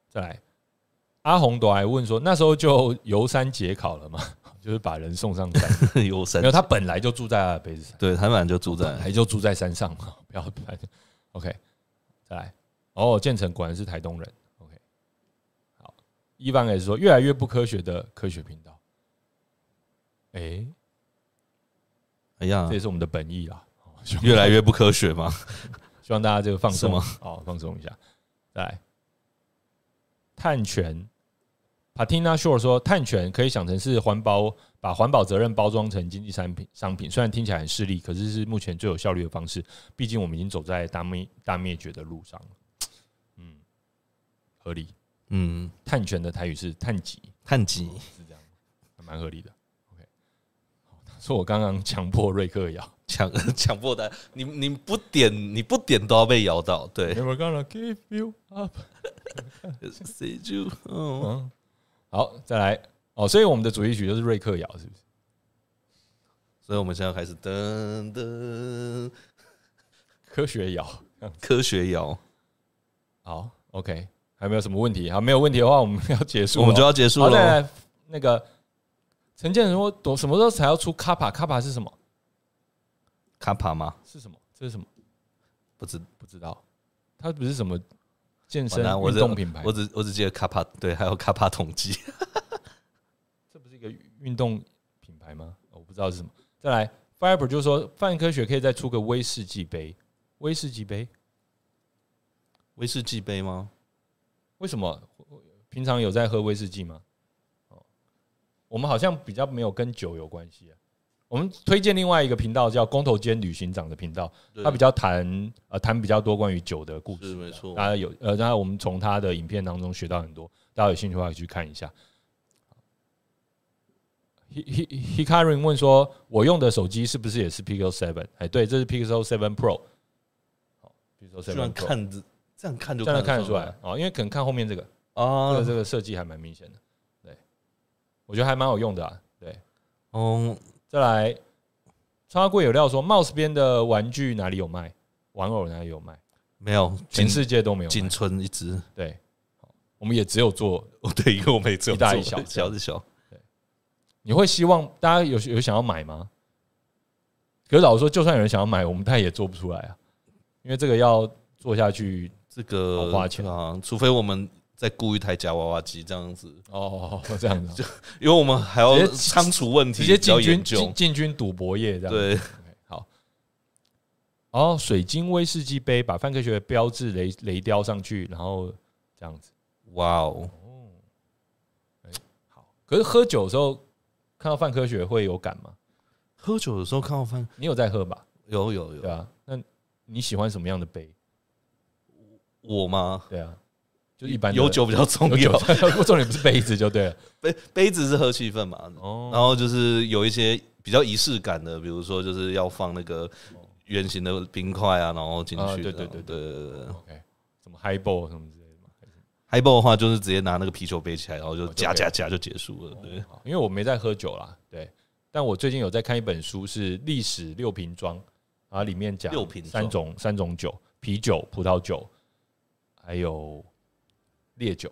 Speaker 1: 再来，阿红都还问说，那时候就游山解考了嘛，就是把人送上山。
Speaker 2: [LAUGHS] 有神
Speaker 1: 没有，，他本来就住在阿尔卑斯山，
Speaker 2: 对，他本来就住
Speaker 1: 本
Speaker 2: 在
Speaker 1: 来就住在山上嘛，不要拍。OK，再来，哦，建成果然是台东人。OK，好，伊万也是说，越来越不科学的科学频道。哎、
Speaker 2: 哎呀
Speaker 1: 这也，是我们的本意啦。哦希望
Speaker 2: 越来越不科
Speaker 1: [LAUGHS]
Speaker 2: 学嘛。
Speaker 1: 希望大家这个放松
Speaker 2: 是
Speaker 1: 哦，放松一下。再来，碳权，Patina Shore 说，碳权可以想成是环保，把环保责任包装成经济产品商品。虽然听起来很势利，可是是目前最有效率的方式。毕竟我们已经走在大灭大灭绝的路上了。嗯，合理。
Speaker 2: 嗯，
Speaker 1: 碳权的台语是碳极，
Speaker 2: 碳基
Speaker 1: 是这样，还蛮合理的。OK，好他说我刚刚强迫瑞克摇。
Speaker 2: [LAUGHS] 强强迫的，你你不点你不点都要被摇到，对
Speaker 1: Never gonna give you up。
Speaker 2: 谁就嗯，
Speaker 1: 嗯，好，再来哦，所以我们的主题曲就是瑞克摇，是不是？
Speaker 2: 所以我们现在开始噔噔
Speaker 1: 科学摇。
Speaker 2: 科学摇，
Speaker 1: 好，OK，还没有什么问题。好，没有问题的话，我们要结束了，
Speaker 2: 我们就要结束
Speaker 1: 啊好再
Speaker 2: 了。
Speaker 1: 来那个陈建仁说，多什么时候才要出卡帕？卡帕是什么？
Speaker 2: 卡帕吗？
Speaker 1: 是什么？这是什么？
Speaker 2: 不知
Speaker 1: 不知道，它不是什么健身
Speaker 2: 完蛋我
Speaker 1: 运
Speaker 2: 这
Speaker 1: 动品牌
Speaker 2: 我，只我只记得卡帕，对，还有卡帕统计。
Speaker 1: [LAUGHS] 这不是一个运动品牌吗？哦我不知道是什么。再来，Fiber 就说泛科学可以再出个威士忌杯，威士忌杯
Speaker 2: 威士忌杯吗？
Speaker 1: 为什么？平常有在喝威士忌吗？哦，我们好像比较没有跟酒有关系啊、我们推荐另外一个频道叫工头间旅行长的频道，
Speaker 2: 对
Speaker 1: 他比较谈呃谈比较多关于酒的故事
Speaker 2: 是
Speaker 1: 的，
Speaker 2: 没错
Speaker 1: 大家有呃，当然我们从他的影片当中学到很多，大家有兴趣的话可以去看一下。Hi- Hi- Hikarin 问说：“我用的手机是不是也是 Pixel Seven？” 哎，对，这是 Pixel Seven Pro。好，Pixel
Speaker 2: 居
Speaker 1: Seven
Speaker 2: 然
Speaker 1: Pro，
Speaker 2: 看着这样看就
Speaker 1: 真的看得出
Speaker 2: 出
Speaker 1: 来哦，因为可能看后面这个，这
Speaker 2: 啊
Speaker 1: 个，这个设计还蛮明显的。对，我觉得还蛮有用的啊。对，
Speaker 2: 哦，
Speaker 1: 再来，超花贵有料说，Mouse 边的玩具哪里有卖？玩偶哪里有卖？
Speaker 2: 没有，仅
Speaker 1: 全世界都没有卖。
Speaker 2: 仅存一只， [LAUGHS]
Speaker 1: 对，我们也只有做。
Speaker 2: 哦，对，一个我没只有
Speaker 1: 一大
Speaker 2: 做
Speaker 1: 一小
Speaker 2: 小是小，
Speaker 1: 你会希望大家有有想要买吗？可是老实说，就算有人想要买，我们大概也做不出来啊，因为这个要做下去
Speaker 2: 这个
Speaker 1: 好花钱
Speaker 2: 啊，除非我们再雇一台夹娃娃机这样子，
Speaker 1: 哦，这样子啊、
Speaker 2: 因为我们还要
Speaker 1: 直接
Speaker 2: 仓储问题
Speaker 1: 直接
Speaker 2: 比较
Speaker 1: 进
Speaker 2: 严
Speaker 1: 军
Speaker 2: 重
Speaker 1: 进，进军赌博业这样。
Speaker 2: 对，
Speaker 1: OK，好。哦，水晶威士忌杯把范科学的标志雷雷雕上去，然后这样子。哎
Speaker 2: 哇哦，
Speaker 1: 可是喝酒的时候看到范科学会有感吗？
Speaker 2: 喝酒的时候看到饭，
Speaker 1: 你有在喝吧？
Speaker 2: 有有
Speaker 1: 对
Speaker 2: 有，
Speaker 1: 啊，那你喜欢什么样的杯？
Speaker 2: 我吗？
Speaker 1: 对啊，就一般的
Speaker 2: 有酒比较重
Speaker 1: [LAUGHS] 有酒
Speaker 2: 要，，
Speaker 1: 重点不是杯子就对了。
Speaker 2: [LAUGHS] 杯杯子是喝气氛嘛，
Speaker 1: 哦，
Speaker 2: 然后就是有一些比较仪式感的，比如说就是要放那个圆形的冰块啊，然后进
Speaker 1: 啊
Speaker 2: 去
Speaker 1: 对
Speaker 2: 这样。
Speaker 1: 对对
Speaker 2: 对对对对
Speaker 1: OK，什么 highball 什么之类的嘛。
Speaker 2: highball 的话就是直接拿那个啤酒杯起来，然后就
Speaker 1: 哦就
Speaker 2: 夹
Speaker 1: 可以
Speaker 2: 夹夹就结束了。对，
Speaker 1: 好因为我没在喝酒啦，对。但我最近有在看一本书，是历史六瓶装，啊，里面讲
Speaker 2: 六瓶装
Speaker 1: 三种三种酒，啤酒、葡萄酒，还有烈酒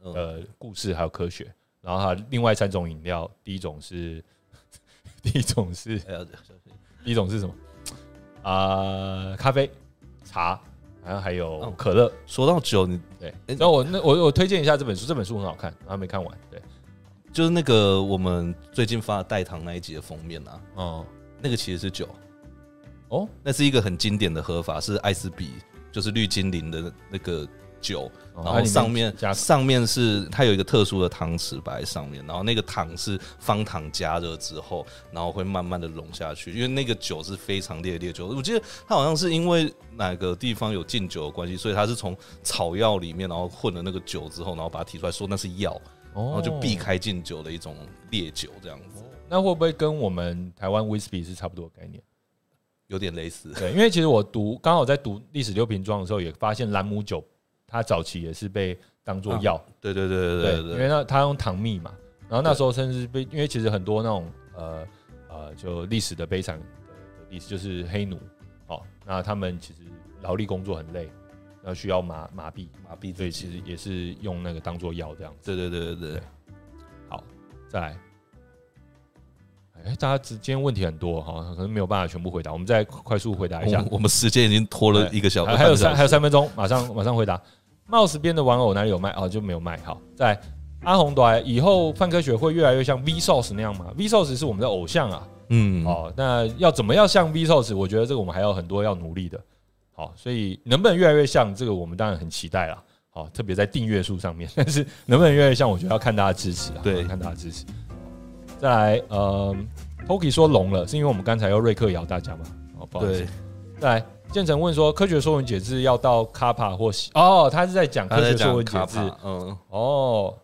Speaker 2: 嗯，
Speaker 1: 呃，故事还有科学。然后它另外三种饮料，第一种是 [LAUGHS] 第一种是
Speaker 2: 哎呀，
Speaker 1: 第一种是什么？啊、咖啡、茶，然后还有
Speaker 2: 哦哎
Speaker 1: 可乐。
Speaker 2: 说到酒，你
Speaker 1: 对，然后我那我我推荐一下这本书，这本书很好看，然后没看完。对，
Speaker 2: 就是那个我们最近发的代糖那一集的封面啊，
Speaker 1: 哦
Speaker 2: 那个其实是酒，
Speaker 1: 哦，
Speaker 2: 那是一个很经典的喝法，是艾斯比，就是绿精灵的那个酒，然
Speaker 1: 那
Speaker 2: 后
Speaker 1: 哦里
Speaker 2: 上面
Speaker 1: 加
Speaker 2: 上面是它有一个特殊的糖匙摆在上面，然后那个糖是方糖加热之后，然后会慢慢的溶下去，因为那个酒是非常烈的烈酒。我记得它好像是因为哪个地方有禁酒的关系，所以它是从草药里面然后混了那个酒之后，然后把它提出来说那是药，
Speaker 1: 哦
Speaker 2: 然后就避。开禁酒的一种烈酒这样子，
Speaker 1: 那会不会跟我们台湾 whisky 是差不多的概念？ [LAUGHS]
Speaker 2: 有点类似。
Speaker 1: 对，因为其实我读刚好在读历史六瓶装的时候，也发现兰姆酒它早期也是被当做药，
Speaker 2: 对对对
Speaker 1: 对，
Speaker 2: 对啊对
Speaker 1: 因
Speaker 2: 对，
Speaker 1: 为那它用糖蜜嘛，然后那时候甚至被，因为其实很多那种呃呃，就历史的悲惨的历史，就是黑奴哦，那他们其实劳力工作很累，然后需要麻麻痹，
Speaker 2: 麻痹
Speaker 1: 所
Speaker 2: 自
Speaker 1: 以
Speaker 2: 己
Speaker 1: 其。实也是用那个当做药这样子。
Speaker 2: 对对对对对，
Speaker 1: 好，再来。哎，大家之今天问题很多哈，可能没有办法全部回答，我们再快速回答一
Speaker 2: 我
Speaker 1: 下
Speaker 2: 们。我们时间已经拖了一个小
Speaker 1: 还
Speaker 2: 时，
Speaker 1: 还有三
Speaker 2: 半
Speaker 1: 还
Speaker 2: 个小
Speaker 1: 有
Speaker 2: 时
Speaker 1: 三分钟，马上马上回答。Mouse 边的玩偶哪里有卖？哦，就没有卖。好，再来阿红短，以后范科学会越来越像 Vsauce 那样吗？Vsauce 是我们的偶像啊。
Speaker 2: 嗯，
Speaker 1: 哦，那要怎么样像 Vsauce？我觉得这个我们还有很多要努力的。好，所以能不能越来越像这个，我们当然很期待啦。好，特别在订阅数上面， [LAUGHS] 但是能不能越来越像，我觉得要看大家支持啊。
Speaker 2: 对
Speaker 1: 看大家支持。再来，呃，Toki 说聋了，是因为我们刚才要瑞克咬大家吗？哦，不好意思
Speaker 2: 对。，
Speaker 1: 再来，建成问说，科学说文解字要到卡帕或西哦，他是在讲科
Speaker 2: 他在
Speaker 1: 学说
Speaker 2: 讲
Speaker 1: 文解
Speaker 2: 卡
Speaker 1: 字
Speaker 2: 帕，嗯，
Speaker 1: 哦，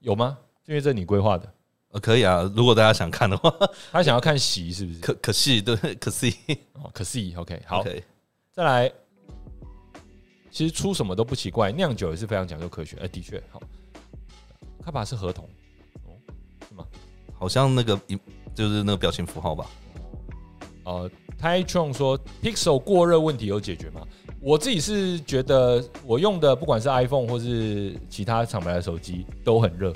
Speaker 1: 有吗？因为这你规划的，
Speaker 2: 呃可以啊，如果大家想看的话， [LAUGHS]
Speaker 1: 他想要看席是不是？
Speaker 2: 可可惜对， [LAUGHS] 可惜
Speaker 1: 哦，可惜，OK，好
Speaker 2: OK
Speaker 1: 再来。其实出什么都不奇怪，酿酒也是非常讲究科学。哎、的确，好，卡帕是合同，
Speaker 2: 好像那个一就是那个表情符号吧，
Speaker 1: 呃 t y t r o n 说 Pixel 过热问题有解决吗？我自己是觉得我用的不管是 iPhone 或是其他厂牌的手机都很热，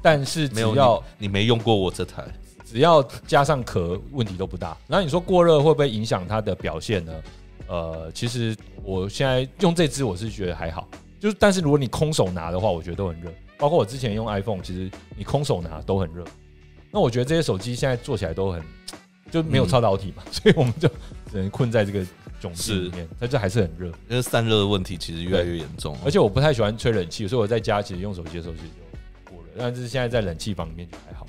Speaker 1: 但是
Speaker 2: 没
Speaker 1: 只
Speaker 2: 有
Speaker 1: 要
Speaker 2: 你你没用过我这台，
Speaker 1: 只要加上壳，问题都不大。然后你说过热会不会影响它的表现呢？呃，其实我现在用这支我是觉得还好，就是但是如果你空手拿的话，我觉得都很热。包括我之前用 iPhone，其实你空手拿都很热。那我觉得这些手机现在做起来都很就没有超导体嘛，所以我们就只能困在这个窘境里面，但这还是很热。
Speaker 2: 因为散热的问题其实越来越严重，
Speaker 1: 而且我不太喜欢吹冷气，所以我在家其实用手机的时候其实就过热。的，但是现在在冷气房里面就还好。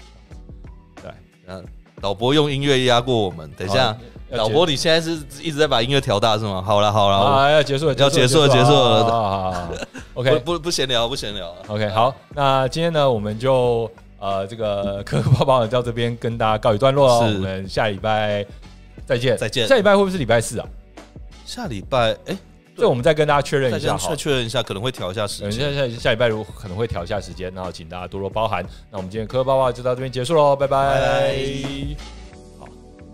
Speaker 2: 嗯，导播用音乐压过我们。等一下
Speaker 1: 好，要
Speaker 2: 导播，你现在是一直在把音乐调大是吗？好了好
Speaker 1: 好
Speaker 2: 了，
Speaker 1: 啊，要结束了，
Speaker 2: 要结束了结束
Speaker 1: 好
Speaker 2: 了
Speaker 1: 好好好好
Speaker 2: 我
Speaker 1: ，OK
Speaker 2: 不不不闲聊不闲聊了。
Speaker 1: OK，好，那今天呢，我们就呃这个可可泡泡到这边跟大家告一段落了，
Speaker 2: 是
Speaker 1: 我们下礼拜再见，
Speaker 2: 再见
Speaker 1: 下礼拜会不会是礼拜四啊？
Speaker 2: 下礼拜哎，对
Speaker 1: 这我们再跟大家确认
Speaker 2: 再
Speaker 1: 一下
Speaker 2: 先
Speaker 1: 好
Speaker 2: 确
Speaker 1: 了。
Speaker 2: 确认一下，可能会调一下时
Speaker 1: 等下
Speaker 2: 间。
Speaker 1: 下下礼拜如可能会调一下时间，然后请大家多多包涵。那我们今天科科泡泡就到这边结束喽，拜
Speaker 2: 拜
Speaker 1: 拜
Speaker 2: 拜。
Speaker 1: 好，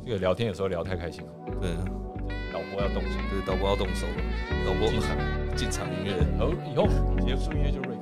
Speaker 1: 这个聊天有时候聊太开心了，
Speaker 2: 对
Speaker 1: 导播要动手。
Speaker 2: 对，导播要动手了，导播
Speaker 1: 进场
Speaker 2: 进场音乐。
Speaker 1: 然后以后结束音乐就是 rap。